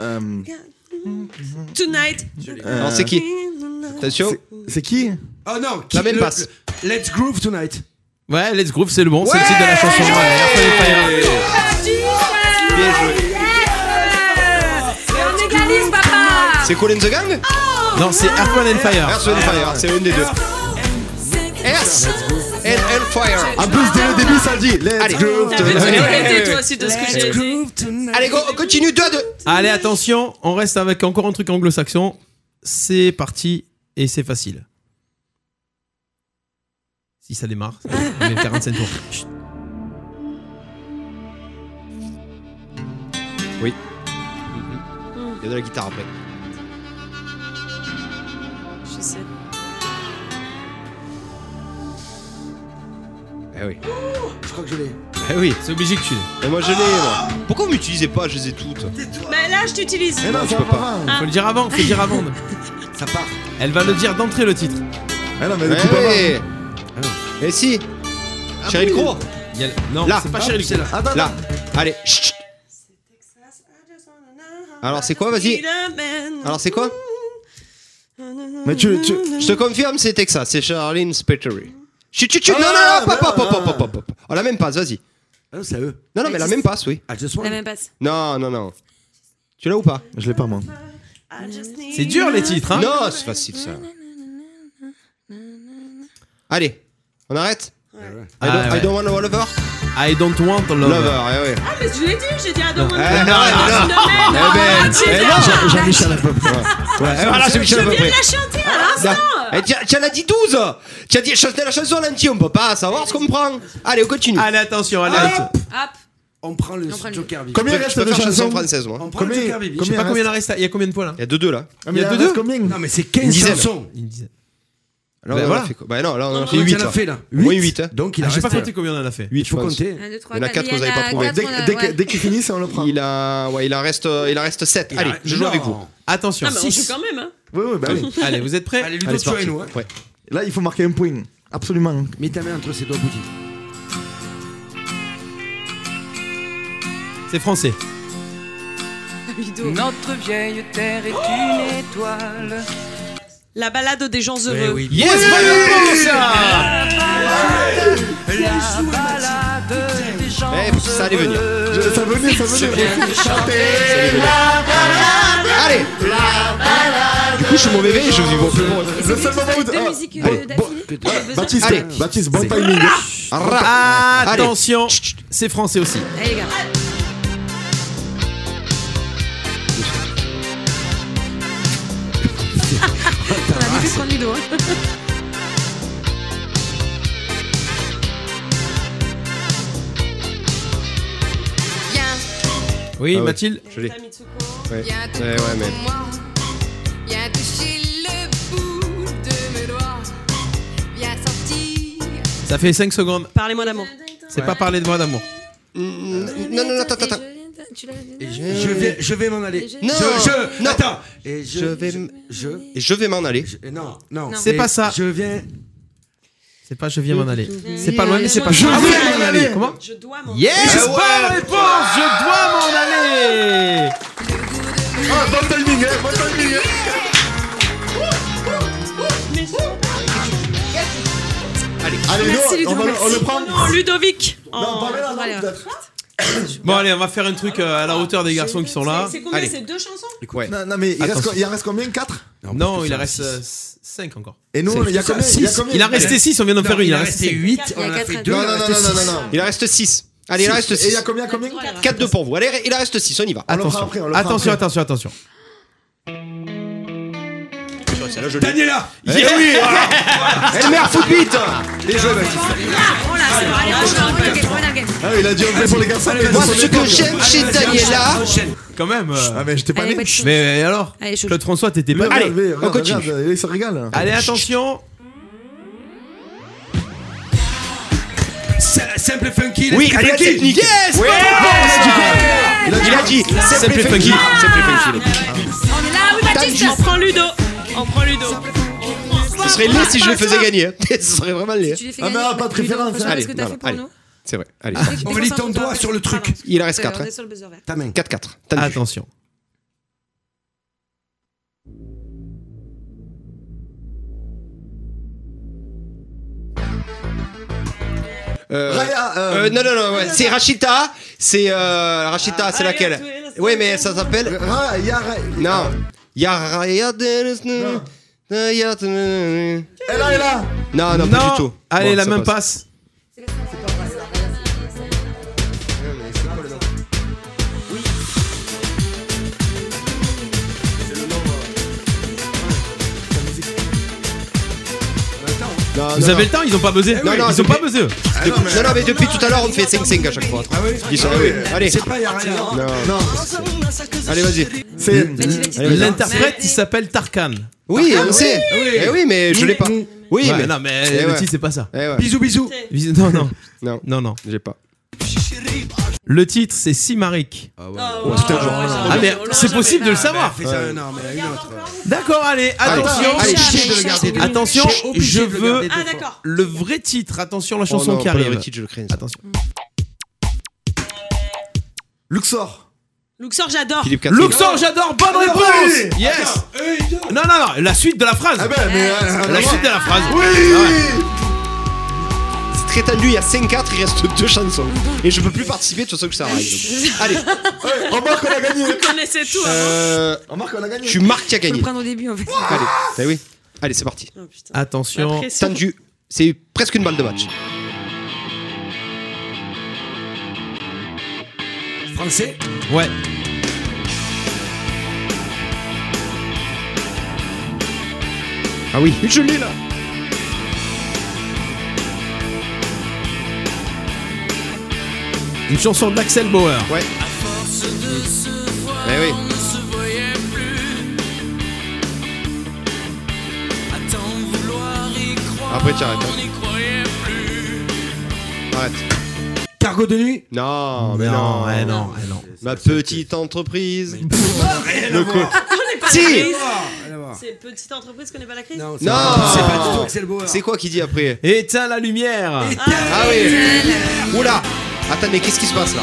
Speaker 3: Euh,
Speaker 4: attends. Tonight.
Speaker 2: Alors, c'est qui Attention.
Speaker 3: C'est qui
Speaker 5: Oh non, qui
Speaker 2: La même
Speaker 5: le-
Speaker 2: passe.
Speaker 5: le- Let's groove tonight.
Speaker 6: Ouais, Let's Groove, c'est le bon. c'est le titre de la chanson. Ouais, Earth, Wind and Fire.
Speaker 2: Bien joué.
Speaker 7: Et on égalise, papa
Speaker 2: C'est Colin the Gang
Speaker 6: Non, c'est Earth, Wind and Fire.
Speaker 2: Earth, Wind and Fire, c'est une des deux. Earth and Fire.
Speaker 3: En plus, dès le début, ça le dit. Let's
Speaker 2: Allez.
Speaker 3: go.
Speaker 4: T'avais
Speaker 2: Ouais,
Speaker 4: trouvé
Speaker 2: ouais,
Speaker 4: l'été,
Speaker 2: ouais.
Speaker 4: toi aussi de ce que j'ai dit.
Speaker 5: Let's groove tonight.
Speaker 2: Allez, go, on continue 2 à 2.
Speaker 6: Allez, attention, on reste avec encore un truc anglo-saxon. C'est parti et c'est facile. Si ça démarre, c'est bon, on est 45 tours. Chut.
Speaker 2: Il y a de la guitare après.
Speaker 4: Je sais.
Speaker 2: Eh oui.
Speaker 5: Je crois que je l'ai.
Speaker 2: Eh oui.
Speaker 6: C'est obligé que tu l'aies.
Speaker 2: Et Eh moi je l'ai, moi. Pourquoi vous m'utilisez pas Je les ai toutes. Eh
Speaker 4: Bah là, je t'utilise.
Speaker 3: Mais Eh non,
Speaker 2: je
Speaker 3: ça
Speaker 2: peux
Speaker 3: va
Speaker 2: pas.
Speaker 3: pas.
Speaker 6: Faut le dire avant, faut le dire avant.
Speaker 3: Ça part.
Speaker 6: Elle va le dire d'entrée le titre.
Speaker 3: Eh non, mais
Speaker 2: Eh
Speaker 3: le coup pas mal.
Speaker 2: oui. Eh si. Cheryl
Speaker 3: oui.
Speaker 2: Crow.
Speaker 6: Il y a- Ah Non,
Speaker 2: Là.
Speaker 6: c'est pas Cheryl Crow.
Speaker 3: Attends,
Speaker 2: Là.
Speaker 3: attends.
Speaker 2: Allez. Chut, chut. Alors, c'est quoi, vas-y Alors c'est quoi
Speaker 3: Mais tu, tu...
Speaker 2: Je te confirme, c'est Texas, c'est Charlene Spittery. Chut, chut, chut. Non, non,
Speaker 3: Ah,
Speaker 2: non, pop,
Speaker 3: non,
Speaker 2: pop, pop,
Speaker 3: non.
Speaker 2: pop, pop, pop. Oh, la même passe, vas-y.
Speaker 5: Ah non, c'est à eux.
Speaker 2: Non, non, mais la même passe, oui.
Speaker 5: I just want.
Speaker 8: La même passe.
Speaker 2: Non, non, non. Tu l'as ou pas
Speaker 3: Je l'ai pas, moi.
Speaker 6: C'est dur les titres, hein
Speaker 2: Non, c'est facile ça. Allez, on arrête I, don't,
Speaker 6: Ah, ouais.
Speaker 2: I don't want a lover.
Speaker 6: I don't want love.
Speaker 2: Lover, eh ouais.
Speaker 4: Ah, mais je l'ai dit, j'ai dit Adam
Speaker 2: Eh, non, non, non. Eh ben,
Speaker 4: Ah,
Speaker 2: eh non.
Speaker 3: Jean- Jean-Michel à peu près.
Speaker 2: Eh, voilà, c'est Michel à
Speaker 4: Je
Speaker 2: peu
Speaker 4: viens de
Speaker 2: près.
Speaker 4: la chanter hein. à
Speaker 2: Non.
Speaker 4: l'instant
Speaker 2: Eh, tiens, tiens, elle a dit 12 Tiens, dit, chanter la chanson l'anti, on peut pas savoir ce qu'on prend. Allez, on continue.
Speaker 6: Allez, attention, allez. attention.
Speaker 8: Hop.
Speaker 5: On prend le
Speaker 8: On prend le-
Speaker 5: Joker Bibi.
Speaker 3: Combien il
Speaker 2: Je
Speaker 3: reste
Speaker 2: peux
Speaker 3: de
Speaker 2: faire chanson
Speaker 3: chansons
Speaker 2: française, moi.
Speaker 5: On prend
Speaker 3: Combien-
Speaker 5: le Joker Bibi.
Speaker 6: Je sais
Speaker 3: combien
Speaker 6: pas combien
Speaker 3: reste
Speaker 6: il en reste. là. Il y a combien de points là
Speaker 2: Il y a deux deux là.
Speaker 3: Ah, mais
Speaker 6: Il y a
Speaker 3: en
Speaker 6: deux,
Speaker 3: reste
Speaker 6: deux
Speaker 3: Combien
Speaker 5: Non, mais c'est
Speaker 2: Une
Speaker 5: 15
Speaker 2: dizaine.
Speaker 5: chansons.
Speaker 6: Une dizaine.
Speaker 2: Là,
Speaker 6: Ben
Speaker 2: on en
Speaker 6: voilà.
Speaker 2: a fait quoi Bah non, là, on en a fait
Speaker 5: Combien
Speaker 2: 8.
Speaker 5: il en a fait là
Speaker 2: Moins
Speaker 5: 8.
Speaker 2: huit. hein.
Speaker 5: Donc il
Speaker 6: Ah,
Speaker 5: a
Speaker 6: J'ai pas
Speaker 5: reste-
Speaker 6: compté combien on en a fait.
Speaker 5: Il faut
Speaker 2: pense.
Speaker 5: compter.
Speaker 8: 1, 2, 3,
Speaker 2: Il y en a quatre que vous avez pas trouvé.
Speaker 3: Dès, dès que- dès qu'il finit, ça, on le prend.
Speaker 2: Il, a... ouais, il en reste, euh, il en reste 7. Allez, je joue
Speaker 5: Non.
Speaker 2: avec vous.
Speaker 6: Attention.
Speaker 4: Ah, mais on joue quand même, hein
Speaker 3: Oui, oui, bah oui.
Speaker 6: Allez, vous êtes prêts
Speaker 5: Allez,
Speaker 6: Allez,
Speaker 5: Ludo,
Speaker 6: c'est
Speaker 5: tu as
Speaker 6: parti.
Speaker 5: une ouais.
Speaker 2: Ouais.
Speaker 3: Là, il faut marquer un point. Absolument.
Speaker 5: Mets ta main entre ses doigts boutis.
Speaker 6: C'est français.
Speaker 9: Notre vieille terre est une étoile.
Speaker 4: La balade des
Speaker 2: Eh
Speaker 4: gens heureux.
Speaker 6: Yes, bonne réponse
Speaker 9: Balade des gens.
Speaker 2: Eh, ça allait venir.
Speaker 3: Je-
Speaker 6: Euh,
Speaker 3: Ça venait, ça venait.
Speaker 2: Allez Du coup, je suis mauvais V, je vous vois plus pour-
Speaker 3: Le seul moment où.
Speaker 2: Oh,
Speaker 8: Deux
Speaker 3: Ah,
Speaker 8: musiques euh, d'affilée. J'ai besoin-
Speaker 3: Baptiste,
Speaker 2: Allez.
Speaker 3: Baptiste, bon timing.
Speaker 2: hein. Ra. Allez.
Speaker 6: Attention, c'est français aussi.
Speaker 8: Allez, les gars. On a vu prendre du dos. hein.
Speaker 6: Oui,
Speaker 2: Ah ouais.
Speaker 6: Mathilde.
Speaker 2: Je l'ai.
Speaker 4: Mitsuko.
Speaker 2: Ouais, ouais, ouais, mais.
Speaker 7: Viens toucher le bout de mes doigts. Viens sortir.
Speaker 6: Ça fait 5 secondes.
Speaker 4: Parlez-moi d'amour.
Speaker 6: C'est pas parler de moi d'amour.
Speaker 2: Non, non, non, attends, attends.
Speaker 8: Tu l'as
Speaker 5: Et je, je vais, je vais m'en aller.
Speaker 8: Je-
Speaker 2: Non,
Speaker 5: je, je,
Speaker 2: non.
Speaker 5: attends. Et je,
Speaker 2: Je vais
Speaker 5: je-
Speaker 2: m-
Speaker 5: je,
Speaker 2: Et je vais m'en aller.
Speaker 5: je- euh, non, non.
Speaker 8: Non.
Speaker 6: C'est
Speaker 5: Et
Speaker 6: pas ça.
Speaker 5: Je viens.
Speaker 6: C'est pas je viens m'en aller. C'est pas loin, mais c'est pas
Speaker 4: Je
Speaker 6: Ah oui,
Speaker 4: viens
Speaker 6: m'en
Speaker 4: m'en
Speaker 6: aller. Comment
Speaker 4: Je dois m'en
Speaker 6: Yes,
Speaker 2: Eh ouais.
Speaker 6: bonne réponse. Je dois m'en aller.
Speaker 3: Ah, bon timing, hein, bon timing. hein. Allez,
Speaker 8: Merci,
Speaker 3: Léo, on, va,
Speaker 8: Ludo,
Speaker 3: le- on le prend.
Speaker 4: Oh Non, Ludovic.
Speaker 3: Non,
Speaker 4: Oh.
Speaker 3: pas là,
Speaker 8: Allez,
Speaker 3: non, peut-être.
Speaker 6: Bon allez, on va faire un truc euh, à la hauteur des garçons qui sont là.
Speaker 4: C'est combien
Speaker 2: Allez.
Speaker 4: C'est deux chansons
Speaker 2: Ouais.
Speaker 3: Non, non, mais il reste,
Speaker 6: Attention.
Speaker 3: co- il en reste combien 4
Speaker 6: Non, il en reste 5 encore.
Speaker 3: Et nous,
Speaker 2: C'est-
Speaker 3: il y a combien Il y a
Speaker 6: Six.
Speaker 3: combien
Speaker 6: Il en restait 6, on vient d'en
Speaker 5: Non,
Speaker 6: faire une.
Speaker 5: il
Speaker 6: Il
Speaker 5: a
Speaker 6: en reste
Speaker 5: resté
Speaker 6: six.
Speaker 5: 8,
Speaker 8: Il y a
Speaker 5: on en a
Speaker 8: quatre
Speaker 5: fait
Speaker 8: à
Speaker 5: 2,
Speaker 8: deux.
Speaker 5: il en
Speaker 3: Non, non, non,
Speaker 5: reste
Speaker 3: non, non,
Speaker 5: 6.
Speaker 3: non, non.
Speaker 2: Il en reste 6. Allez, il en reste
Speaker 3: Et il y a
Speaker 2: 6.
Speaker 3: combien, combien
Speaker 8: Quatre.
Speaker 2: 4-2 pour vous. Allez, il en reste 6, on y va.
Speaker 3: On le
Speaker 6: Attention.
Speaker 3: fera après, on le fera
Speaker 6: Attention,
Speaker 3: après.
Speaker 6: attention, attention.
Speaker 2: Là, je l'ai.
Speaker 5: Daniela
Speaker 2: Eh oui, voilà. Eh, merde, foot beat Les jeux, vas-y.
Speaker 8: Oh là, c'est vrai, on est dans le game, on est dans le game.
Speaker 3: Ah, il a dit on le fait pour les garçons. mais
Speaker 2: Moi,
Speaker 3: pour les
Speaker 2: ce que
Speaker 3: femmes.
Speaker 2: j'aime chez Daniela.
Speaker 6: Quand même. euh,
Speaker 3: Ah, mais j'étais pas
Speaker 8: Allez,
Speaker 3: né.
Speaker 8: pas de chou-
Speaker 6: Mais et alors
Speaker 8: Allez, je-
Speaker 6: Claude François, t'étais pas.
Speaker 3: Regarde,
Speaker 2: Allez,
Speaker 3: regarde,
Speaker 2: on
Speaker 3: regarde,
Speaker 2: continue.
Speaker 3: regarde, Il se régale.
Speaker 6: Allez, attention.
Speaker 5: Simple funky.
Speaker 2: Oui,
Speaker 5: Simple
Speaker 2: allez, la
Speaker 5: funky.
Speaker 2: technique. Yes, bonne réponse. Il a dit quoi Il a dit
Speaker 6: Simple
Speaker 2: simple
Speaker 6: funky.
Speaker 2: funky. Simple funky.
Speaker 8: On est là, oui, Baptiste
Speaker 4: On prend Ludo. On prend Ludo.
Speaker 2: Ce serait laid si je le faisais gagner. <laughs> hein. Ce serait vraiment laid.
Speaker 8: Tu
Speaker 2: hein.
Speaker 8: les fais
Speaker 3: Ah, mais
Speaker 8: gagner.
Speaker 3: ah, pas de
Speaker 8: Ludo,
Speaker 3: préférence,
Speaker 8: franchement,
Speaker 3: hein.
Speaker 8: qu'est-ce que t'as
Speaker 2: Allez,
Speaker 8: fait pour
Speaker 2: non,
Speaker 8: nous
Speaker 2: C'est vrai. Allez,
Speaker 7: Ah.
Speaker 5: On valide ton doigt sur le truc.
Speaker 2: il en reste hein. 4.
Speaker 7: Euh,
Speaker 8: On est sur le buzzer vert.
Speaker 5: Ta main.
Speaker 2: 4-4.
Speaker 6: Attention.
Speaker 2: Euh,
Speaker 3: Raya,
Speaker 2: euh,
Speaker 3: euh,
Speaker 2: non, non, non, ouais. c'est Rachita. C'est euh, Rachita, c'est
Speaker 4: Ah,
Speaker 2: laquelle
Speaker 4: Raya, tu es-
Speaker 2: Oui, mais ça s'appelle.
Speaker 3: Raya, Raya.
Speaker 2: Non. Y'a Raya de-
Speaker 3: Non.
Speaker 2: Raya de-
Speaker 3: Elle là, elle là.
Speaker 2: Non, non, pas du tout.
Speaker 6: Allez,
Speaker 2: Bon,
Speaker 6: la
Speaker 2: ça
Speaker 6: main passe.
Speaker 2: Non, Ah, non,
Speaker 6: Vous
Speaker 2: non.
Speaker 6: avez le temps, ils ont pas buzzé.
Speaker 2: oui.
Speaker 6: Ils ont pas buzzé. eux.
Speaker 2: Depuis- non, non, mais depuis tout à l'heure, on fait 5-5 à chaque fois.
Speaker 5: Ah oui
Speaker 2: Ils sont-
Speaker 5: Ah oui.
Speaker 2: Allez.
Speaker 5: C'est pas Yaraya.
Speaker 2: Non.
Speaker 3: Non,
Speaker 4: Ah,
Speaker 2: Allez, vas-y.
Speaker 3: c'est.
Speaker 8: Mais tu l'as dit.
Speaker 2: Allez, vas-y.
Speaker 6: L'interprète, il s'appelle Tarkan.
Speaker 2: Oui, on sait. Eh oui, mais je l'ai pas. Oui,
Speaker 6: Ouais,
Speaker 2: mais.
Speaker 6: non, mais
Speaker 2: Eh
Speaker 6: le
Speaker 2: ouais.
Speaker 6: titre, c'est pas ça.
Speaker 2: Eh ouais.
Speaker 5: Bisous, bisous.
Speaker 6: Vis- Non, non.
Speaker 2: <laughs> Non,
Speaker 6: Non, non.
Speaker 2: j'ai pas.
Speaker 6: Le titre, c'est Simaric. Ah,
Speaker 2: Oh,
Speaker 5: ouais. putain, genre,
Speaker 6: ah, mais c'est possible de le savoir.
Speaker 5: Ben, Fais ça, non, mais une autre.
Speaker 6: D'accord, allez,
Speaker 5: Allez,
Speaker 6: attention.
Speaker 5: allez, chier de le garder deux fois.
Speaker 6: Attention,
Speaker 5: Chier, obligé
Speaker 6: je
Speaker 5: de le garder
Speaker 6: veux
Speaker 5: deux Ah, fois. d'accord.
Speaker 6: le vrai titre. Attention, la
Speaker 5: Oh
Speaker 6: chanson
Speaker 5: non,
Speaker 6: qui
Speaker 5: pas le
Speaker 6: arrive.
Speaker 5: vrai titre, je le craigne, ça.
Speaker 6: Attention.
Speaker 3: Luxor.
Speaker 4: Luxor, j'adore.
Speaker 6: Philippe Catherine. Luxor, j'adore. Bonne
Speaker 4: Ah,
Speaker 6: réponse.
Speaker 4: oui.
Speaker 6: Yes. Non, non, non. La suite de la phrase.
Speaker 3: mais, euh,
Speaker 6: la
Speaker 3: alors-
Speaker 6: suite de la phrase.
Speaker 2: Ah ben, Oui.
Speaker 6: Ah ouais.
Speaker 2: C'est très tendu, il y a 5-4, il reste deux chansons. Et je peux plus participer de toute façon que ça arrive.
Speaker 3: Allez, remarque, on a gagné.
Speaker 4: Vous connaissez tout. hein.
Speaker 2: Euh,
Speaker 3: Remarque, Ah, on a gagné.
Speaker 2: tu marques qui a gagné.
Speaker 7: au début en fait.
Speaker 2: Allez, eh oui. Allez, c'est parti.
Speaker 6: Attention.
Speaker 2: Tendu, c'est presque une balle de match.
Speaker 5: Français
Speaker 6: Ouais.
Speaker 2: Ah oui, je l'ai là.
Speaker 6: Une chanson d'Axel Bauer.
Speaker 2: Ouais.
Speaker 10: Force de se voir,
Speaker 2: Eh oui.
Speaker 10: on ne se voyait plus. À tant vouloir y croire,
Speaker 2: Après, tu arrêtes, hein.
Speaker 10: on n'y croyait plus.
Speaker 2: Arrête.
Speaker 5: Cargo de nuit
Speaker 2: Non, mais non.
Speaker 5: ouais, non, ouais, non.
Speaker 2: Ma petite entreprise.
Speaker 5: <laughs>
Speaker 2: Le co-
Speaker 4: On n'est pas
Speaker 2: Si.
Speaker 4: la crise.
Speaker 5: Rien à Ah, voir.
Speaker 4: C'est petite entreprise qu'on n'est pas la crise.
Speaker 5: Non, c'est
Speaker 2: Non
Speaker 5: pas- c'est pas du tout Axel Bauer.
Speaker 2: C'est quoi qui dit après
Speaker 6: Éteins la lumière.
Speaker 2: Ah oui Oula Attends, mais qu'est-ce qui se passe là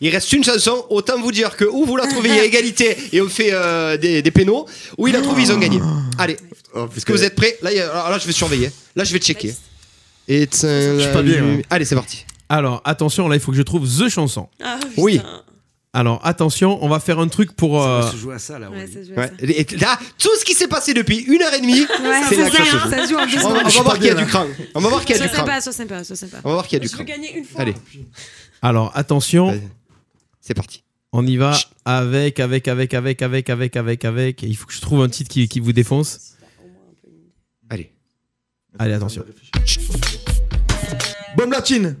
Speaker 2: Il reste une chanson, autant vous dire que où vous la trouvez, il y a égalité et on fait euh, des, des pénaux. Où ils la trouvent, ils ont gagné. Allez,
Speaker 3: Oh,
Speaker 2: est-ce que vous êtes prêts là, il y a- alors là, je vais surveiller. Là, je vais checker. Et je
Speaker 3: suis pas bien, hein.
Speaker 2: Allez, c'est parti.
Speaker 6: Alors, attention, là, il faut que je trouve The chanson.
Speaker 4: Ah, putain.
Speaker 2: Oui.
Speaker 6: Alors, attention, on va faire un truc pour. euh,
Speaker 5: se joue à ça là.
Speaker 7: Ouais, ça se joue à
Speaker 2: Ouais.
Speaker 7: ça.
Speaker 2: Et là, tout ce qui s'est passé depuis une heure et demie,
Speaker 7: Ouais,
Speaker 2: c'est
Speaker 7: ça
Speaker 2: la
Speaker 7: se joue,
Speaker 2: chose.
Speaker 7: hein, ça se joue en deux
Speaker 2: On, on
Speaker 7: secondes.
Speaker 2: va
Speaker 7: Je suis
Speaker 2: voir
Speaker 7: pas
Speaker 2: qu'il y a
Speaker 7: bien,
Speaker 2: du
Speaker 7: là.
Speaker 2: crâne. On va voir qu'il y a
Speaker 7: Sois
Speaker 2: du crâne.
Speaker 7: sympa, sois sympa, sois sympa.
Speaker 2: On va voir qu'il y a du
Speaker 4: Je veux
Speaker 2: crâne.
Speaker 4: gagner une fois.
Speaker 2: Allez,
Speaker 6: Alors, attention,
Speaker 2: c'est parti.
Speaker 6: on y va avec, avec, avec, avec, avec, avec, avec, avec. Il faut que je trouve un titre qui, qui vous défonce.
Speaker 2: Allez.
Speaker 6: Allez, attention.
Speaker 3: Bombe latine.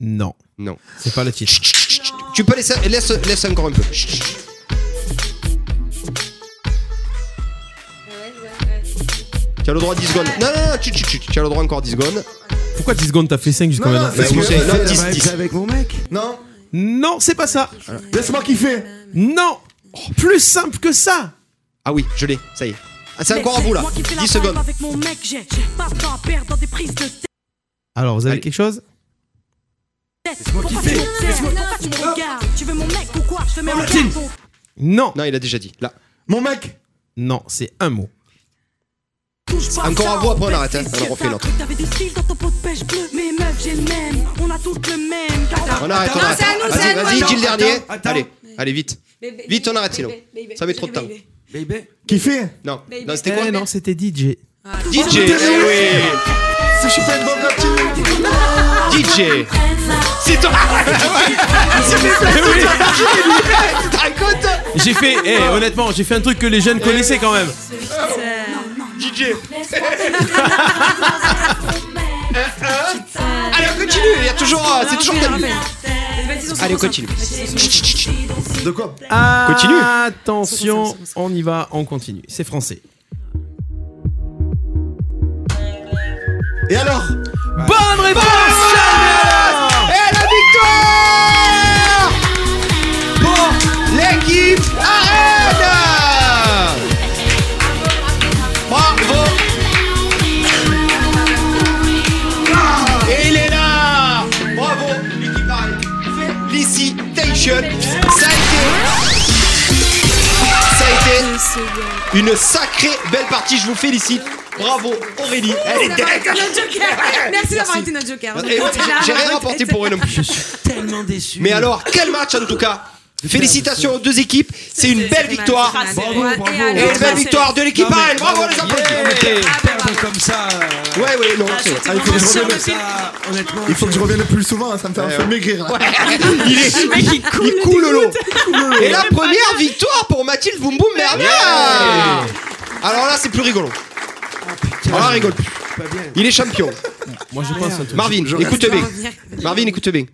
Speaker 6: Non,
Speaker 2: Non.
Speaker 6: c'est pas le titre.
Speaker 2: Tu peux laisser, laisse, laisse encore un peu. Chut, chut, chut. Tu as le droit à 10 secondes. Non, non, non, chut, chut, chut. tu as le droit encore à 10 secondes.
Speaker 6: Pourquoi 10 secondes t'as fait 5 jusqu'à
Speaker 3: Non,
Speaker 6: maintenant
Speaker 3: non,
Speaker 2: Parce que
Speaker 3: Ouais,
Speaker 2: c'est-
Speaker 3: ouais,
Speaker 2: non,
Speaker 3: ouais,
Speaker 2: 10, 10.
Speaker 5: Ah, bah, avec mon mec
Speaker 3: Non,
Speaker 6: Non, c'est pas ça.
Speaker 3: laisse-moi kiffer.
Speaker 6: Non, Oh, plus simple que ça.
Speaker 2: Ah oui, je l'ai, ça y est. Ah, c'est encore à vous là. 10 secondes.
Speaker 6: Alors, vous avez
Speaker 2: Allez.
Speaker 6: quelque chose Non,
Speaker 2: Non, il a déjà dit. Là.
Speaker 3: Mon mec.
Speaker 6: non, c'est un mot.
Speaker 2: Encore à vous, après on arrête. hein. On en refait l'autre. On arrête, on
Speaker 7: Non,
Speaker 2: arrête.
Speaker 7: c'est à nous, c'est
Speaker 2: Vas-y,
Speaker 7: à nous,
Speaker 2: vas-y, dis le
Speaker 5: attends,
Speaker 2: dernier.
Speaker 5: attends.
Speaker 2: Allez, allez, vite.
Speaker 7: Bébé,
Speaker 2: Vite, on arrête
Speaker 7: bébé,
Speaker 2: sinon.
Speaker 7: bébé,
Speaker 2: Ça met trop de temps.
Speaker 7: bébé.
Speaker 5: Baby
Speaker 3: Kiffer.
Speaker 2: Non,
Speaker 7: Baby.
Speaker 2: non c'était quoi
Speaker 6: Eh non, c'était DJ.
Speaker 2: DJ. eh oui.
Speaker 3: Si je suis pas une bombe latine.
Speaker 2: DJ C'est toi Ah <laughs> C'est mes places, c'est toi. T'es raconte
Speaker 6: J'ai fait, eh, honnêtement, j'ai fait un truc que les jeunes connaissaient quand même.
Speaker 2: DJ Allez, on continue, il y a toujours, euh,
Speaker 4: Ah,
Speaker 2: c'est toujours
Speaker 7: Rappelle,
Speaker 2: Tabu.
Speaker 7: rappelle. Vas-y, son, son,
Speaker 2: Allez, on
Speaker 4: <laughs>
Speaker 7: son.
Speaker 2: continue.
Speaker 3: De quoi
Speaker 2: Continue.
Speaker 6: Attention, on y va, on continue. C'est français.
Speaker 3: Et alors
Speaker 6: Bonne réponse Charles
Speaker 2: Et la victoire Pour l'équipe Arène Bravo Et il est là Bravo l'équipe Arène Félicitations Ça a été Ça a été une sacrée belle partie, je vous félicite Bravo Aurélie, elle est dingue
Speaker 7: Notre joker. Merci d'avoir été notre joker. hein,
Speaker 2: et ouais, j'ai- J'ai rien rapporté pour eux non plus.
Speaker 5: Tellement déçu.
Speaker 2: Mais alors, quel match en tout cas Félicitations aux deux équipes, c'est une belle victoire.
Speaker 7: Bravo,
Speaker 5: bravo.
Speaker 2: Et une belle victoire de l'équipe AL, bravo les applaudissements.
Speaker 5: Yeah. Perdre comme ça. euh,
Speaker 2: Ouais, ouais, non, c'est vrai.
Speaker 3: Ah, il, faut que je revienne,
Speaker 5: comme ça, honnêtement.
Speaker 3: il faut que je revienne plus souvent, ça me fait un peu maigrir. là.
Speaker 2: Il, est, il, il coule l'eau. Et la première victoire pour Mathilde Boum Boum Mermier. Alors là, c'est plus rigolo. Alors là, rigole plus.
Speaker 5: Pas bien.
Speaker 2: Il est champion.
Speaker 6: Moi je pense un truc.
Speaker 2: Marvin, écoute bien. Marvin, écoute bien.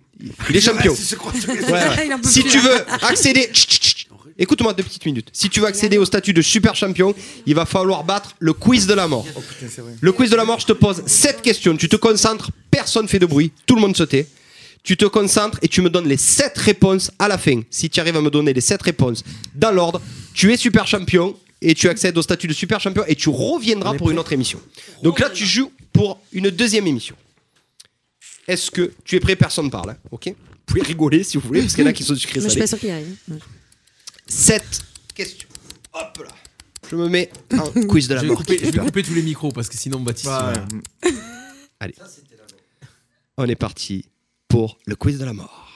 Speaker 2: Il est champion.
Speaker 5: Si je crois que-
Speaker 2: Ouais, ouais. Si tu veux accéder. Chut, chut, chut. Écoute-moi deux petites minutes. Si tu veux accéder au statut de super champion, il va falloir battre le quiz de la mort. Le quiz de la mort, je te pose sept questions. Tu te concentres, personne fait de bruit, tout le monde se tait. Tu te concentres et tu me donnes les sept réponses à la fin. Si tu arrives à me donner les sept réponses dans l'ordre, tu es super champion et tu accèdes au statut de super champion et tu reviendras pour une autre émission.
Speaker 7: Oh
Speaker 2: Donc là, tu joues pour une deuxième émission. Est-ce que tu es prêt Personne parle, hein, ok Vous pouvez rigoler si vous voulez, parce qu'il y en a qui sont sucrés
Speaker 7: Mais je suis
Speaker 2: salés.
Speaker 7: pas sûre qu'il y arrive. Ouais.
Speaker 2: Sept questions. Hop là. Je me mets
Speaker 7: <laughs>
Speaker 2: en quiz de la
Speaker 11: je vais,
Speaker 2: mort.
Speaker 11: couper, je vais couper tous les micros parce que sinon Baptiste. il-
Speaker 2: Allez. On est parti pour le quiz de la mort.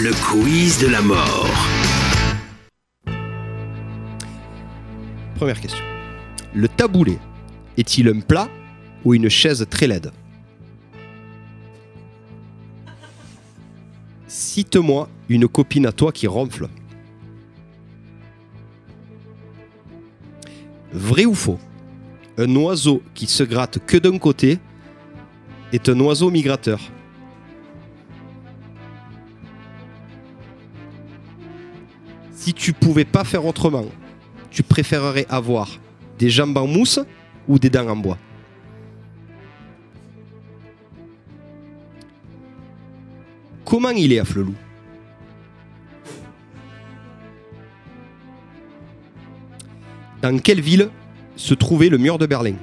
Speaker 1: Le quiz de la mort.
Speaker 2: Première question. Le taboulé est-il un plat ou une chaise très laide Cite-moi une copine à toi qui ronfle. Vrai ou faux Un oiseau qui se gratte que d'un côté est un oiseau migrateur. Si tu pouvais pas faire autrement, tu préférerais avoir des jambes en mousse ou des dents en bois Comment il est à Flelou Dans quelle ville se trouvait le mur de Berlin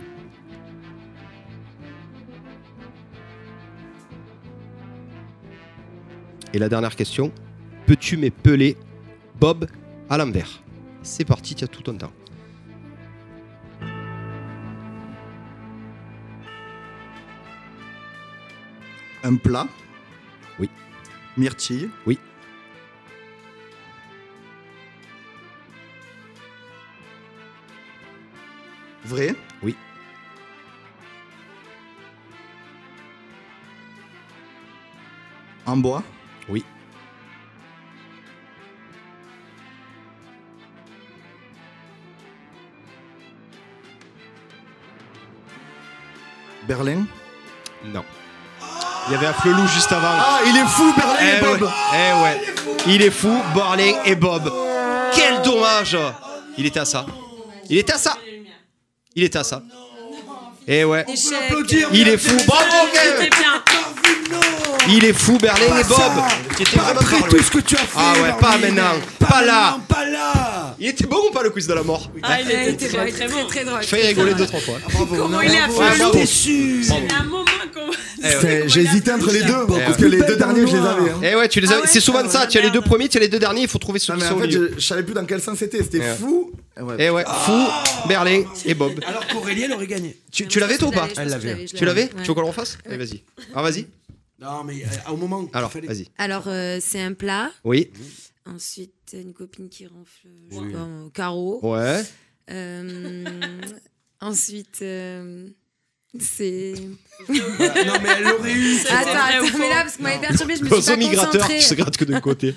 Speaker 2: Et la dernière question, peux-tu m'épeler Bob à l'envers C'est parti, tu as tout ton temps.
Speaker 3: Un plat.
Speaker 2: Oui.
Speaker 3: Myrtille.
Speaker 2: Oui.
Speaker 3: Vrai.
Speaker 2: Oui.
Speaker 3: En bois.
Speaker 2: Oui.
Speaker 3: Berlin.
Speaker 2: Non. Il y avait un flelou juste avant.
Speaker 3: Ah, il est fou, Berlin et
Speaker 2: Eh
Speaker 3: Bob.
Speaker 2: ouais, Eh ouais. Il est fou, Berlin et Bob. Quel dommage Il était à ça. Il était à ça. Il était à ça. Eh ouais.
Speaker 4: Échec.
Speaker 2: Il est fou. Bravo, Gaël.
Speaker 4: C'était bien. Ah,
Speaker 2: Il est fou, Berlin
Speaker 5: Pas
Speaker 2: et Bob.
Speaker 5: ça.
Speaker 2: Qui était
Speaker 5: Pas
Speaker 2: vraiment
Speaker 5: après
Speaker 2: par
Speaker 5: tout
Speaker 2: là.
Speaker 5: ce que tu as fait,
Speaker 2: Ah ouais, pas
Speaker 5: Berlin.
Speaker 2: maintenant.
Speaker 5: Pas
Speaker 2: Pas là.
Speaker 5: maintenant, Pas là.
Speaker 2: Il était bon ou pas le quiz de la mort
Speaker 4: Ah, il
Speaker 7: Ouais,
Speaker 4: était très, très bon.
Speaker 7: drôle.
Speaker 2: Je failli rigoler deux, trois fois.
Speaker 7: Ah,
Speaker 4: Comment il est à
Speaker 2: Ouais,
Speaker 4: flelou
Speaker 2: bravo.
Speaker 5: Déçu.
Speaker 4: Il y a un moment qu'on.
Speaker 2: Eh ouais.
Speaker 3: C'est- J'ai hésité entre les deux,
Speaker 2: Eh, ouais.
Speaker 3: parce que les deux derniers, je les avais. hein.
Speaker 2: Eh ouais, tu les as.
Speaker 4: Ah ouais
Speaker 2: c'est souvent
Speaker 4: Ah
Speaker 2: ça.
Speaker 4: ouais,
Speaker 2: Tu as les deux
Speaker 4: merde.
Speaker 2: premiers, tu as les deux derniers. Il faut trouver ceux
Speaker 3: Non,
Speaker 2: qui
Speaker 3: mais
Speaker 2: sont
Speaker 3: en
Speaker 2: au
Speaker 3: fait,
Speaker 2: milieu.
Speaker 3: je, je savais plus dans quel sens c'était.
Speaker 2: Eh
Speaker 3: C'était
Speaker 2: ouais.
Speaker 3: fou. Eh ouais.
Speaker 2: Eh ouais, fou, Berlin et Bob.
Speaker 5: Alors qu'Aurélie, elle aurait gagné.
Speaker 2: Tu, tu l'avais toi ou pas
Speaker 7: Je l'avais, je l'avais, je
Speaker 2: Tu l'avais
Speaker 7: hein. l'avais.
Speaker 2: Tu veux qu'on le refasse Allez, vas-y. Alors, vas-y.
Speaker 5: Non, mais euh, au moment. où il
Speaker 2: Alors,
Speaker 5: fallait-
Speaker 2: vas-y.
Speaker 7: Alors, euh, c'est un plat.
Speaker 2: Oui.
Speaker 7: Ensuite, une copine qui renfle je sais pas, un carreau.
Speaker 2: Ouais.
Speaker 7: Euh, <laughs> ensuite, euh, c'est.
Speaker 5: Non, mais elle l'aurait eu.
Speaker 4: C'était
Speaker 7: Attends,
Speaker 4: vrai ou
Speaker 7: attends,
Speaker 4: faux
Speaker 7: mais là, parce que vous m'avez perturbée, je me suis
Speaker 2: L'oiseau
Speaker 7: pas
Speaker 2: migrateur
Speaker 7: concentrée.
Speaker 2: qui se gratte que d'un côté.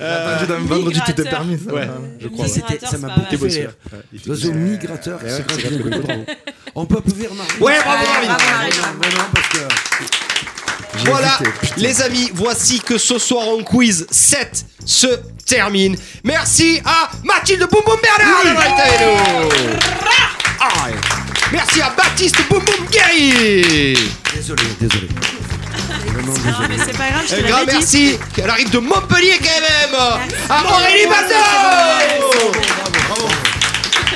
Speaker 2: Euh,
Speaker 3: Dans le vendredi, tout est
Speaker 4: migrateur.
Speaker 3: permis. ça. Ah.
Speaker 2: ouais, je
Speaker 4: Le
Speaker 2: crois.
Speaker 5: Ça,
Speaker 2: ouais.
Speaker 5: c'était- ça m'a
Speaker 4: Migrateur,
Speaker 5: beaucoup
Speaker 4: c'est
Speaker 2: T'es beau,
Speaker 5: fait
Speaker 2: celui-là.
Speaker 5: rire.
Speaker 2: Ouais, il était-
Speaker 5: L'oiseau migrateur.
Speaker 2: Ouais,
Speaker 5: c'est
Speaker 2: ouais,
Speaker 5: grave,
Speaker 2: c'est
Speaker 5: bien,
Speaker 2: grave.
Speaker 5: bravo. On peut applaudir Marie.
Speaker 2: Ouais, bravo, Marvin.
Speaker 5: Vraiment, vraiment, parce que.
Speaker 3: J'ai
Speaker 2: Voilà,
Speaker 3: hésité, putain.
Speaker 2: les amis, voici que ce soir en quiz 7 se termine. Merci à Mathilde Boum Boum Bernard d'avoir été avec nous. Ah, ouais. Merci à Baptiste Boum Boum Guerrier.
Speaker 5: Désolé, désolé.
Speaker 4: Non, mais c'est pas grave, je
Speaker 2: Un
Speaker 4: te
Speaker 2: grand
Speaker 4: l'avais dit.
Speaker 2: merci. Elle arrive de Montpellier quand même. À Aurélie Bateau.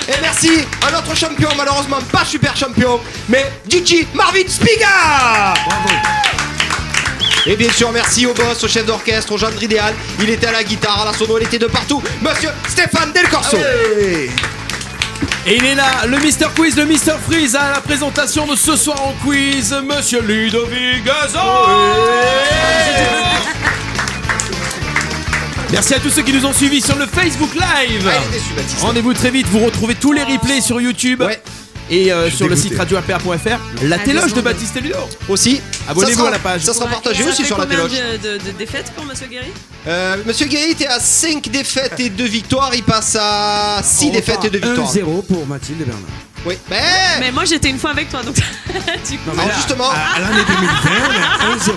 Speaker 2: Et merci à notre champion, malheureusement pas super champion, mais Gigi Marvin Spiga Et bien sûr, merci au boss, au chef d'orchestre, au gendre idéal. Il était à la guitare, à la sono, il était de partout. Monsieur Stéphane Del Corso.
Speaker 11: Et il est là, le Mister Quiz, le Mister Freeze à la présentation de ce soir en quiz, Monsieur Ludovic Gazan. Merci à tous ceux qui nous ont suivis sur le Facebook Live.
Speaker 2: Ah, il est déçu, Baptiste.
Speaker 11: Rendez-vous très vite, vous retrouvez tous les replays sur YouTube
Speaker 2: Ouais.
Speaker 11: et euh, sur le
Speaker 3: dégoûté.
Speaker 11: site radio-rpa.fr. La
Speaker 7: Ah,
Speaker 11: téloge de
Speaker 7: désolé.
Speaker 11: Baptiste et Ludo.
Speaker 2: Aussi,
Speaker 11: Abonnez-vous
Speaker 2: ça sera-
Speaker 11: à la page.
Speaker 2: Ça sera
Speaker 4: Ouais,
Speaker 2: partagé
Speaker 4: et ça
Speaker 2: aussi
Speaker 4: fait
Speaker 2: sur la
Speaker 4: combien
Speaker 2: téloge.
Speaker 4: de, de, de défaites pour Monsieur Guéry
Speaker 2: Euh, Monsieur Guéry était à 5 défaites et 2 victoires. Il passe à 6 défaites et 2 victoires.
Speaker 5: 1-0 pour Mathilde et Bernard.
Speaker 2: Oui, mais.
Speaker 4: Mais moi j'étais une fois avec toi donc. <laughs> du coup.
Speaker 2: Non, justement,
Speaker 5: l'année 2020, on est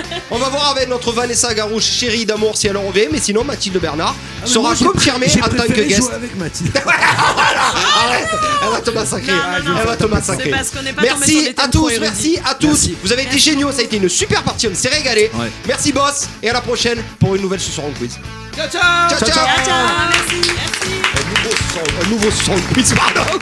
Speaker 5: 1-0.
Speaker 2: On va voir avec notre Vanessa Garouche, chérie d'amour, si elle en revient, mais sinon Mathilde Bernard
Speaker 5: Ah, mais
Speaker 2: sera
Speaker 5: moi, j'ai
Speaker 2: confirmée
Speaker 5: pr- j'ai
Speaker 2: en tant que
Speaker 5: préféré
Speaker 2: guest.
Speaker 5: jouer avec Mathilde.
Speaker 2: Arrête, elle va te massacrer. elle va te massacrer.
Speaker 4: C'est parce qu'on n'est pas tombé sur
Speaker 2: merci
Speaker 4: des
Speaker 2: à
Speaker 4: thèmes
Speaker 2: tous,
Speaker 4: trop
Speaker 2: merci
Speaker 4: érudits.
Speaker 2: à tous. Vous avez été géniaux, ça a été une super partie, on s'est régalé.
Speaker 5: Ouais.
Speaker 2: Merci boss, et à la prochaine pour une nouvelle Susan quiz.
Speaker 11: Ciao, ciao
Speaker 2: Ciao, ciao.
Speaker 4: Ciao, ciao, merci.
Speaker 2: Un nouveau son, un nouveau son quiz, pardon.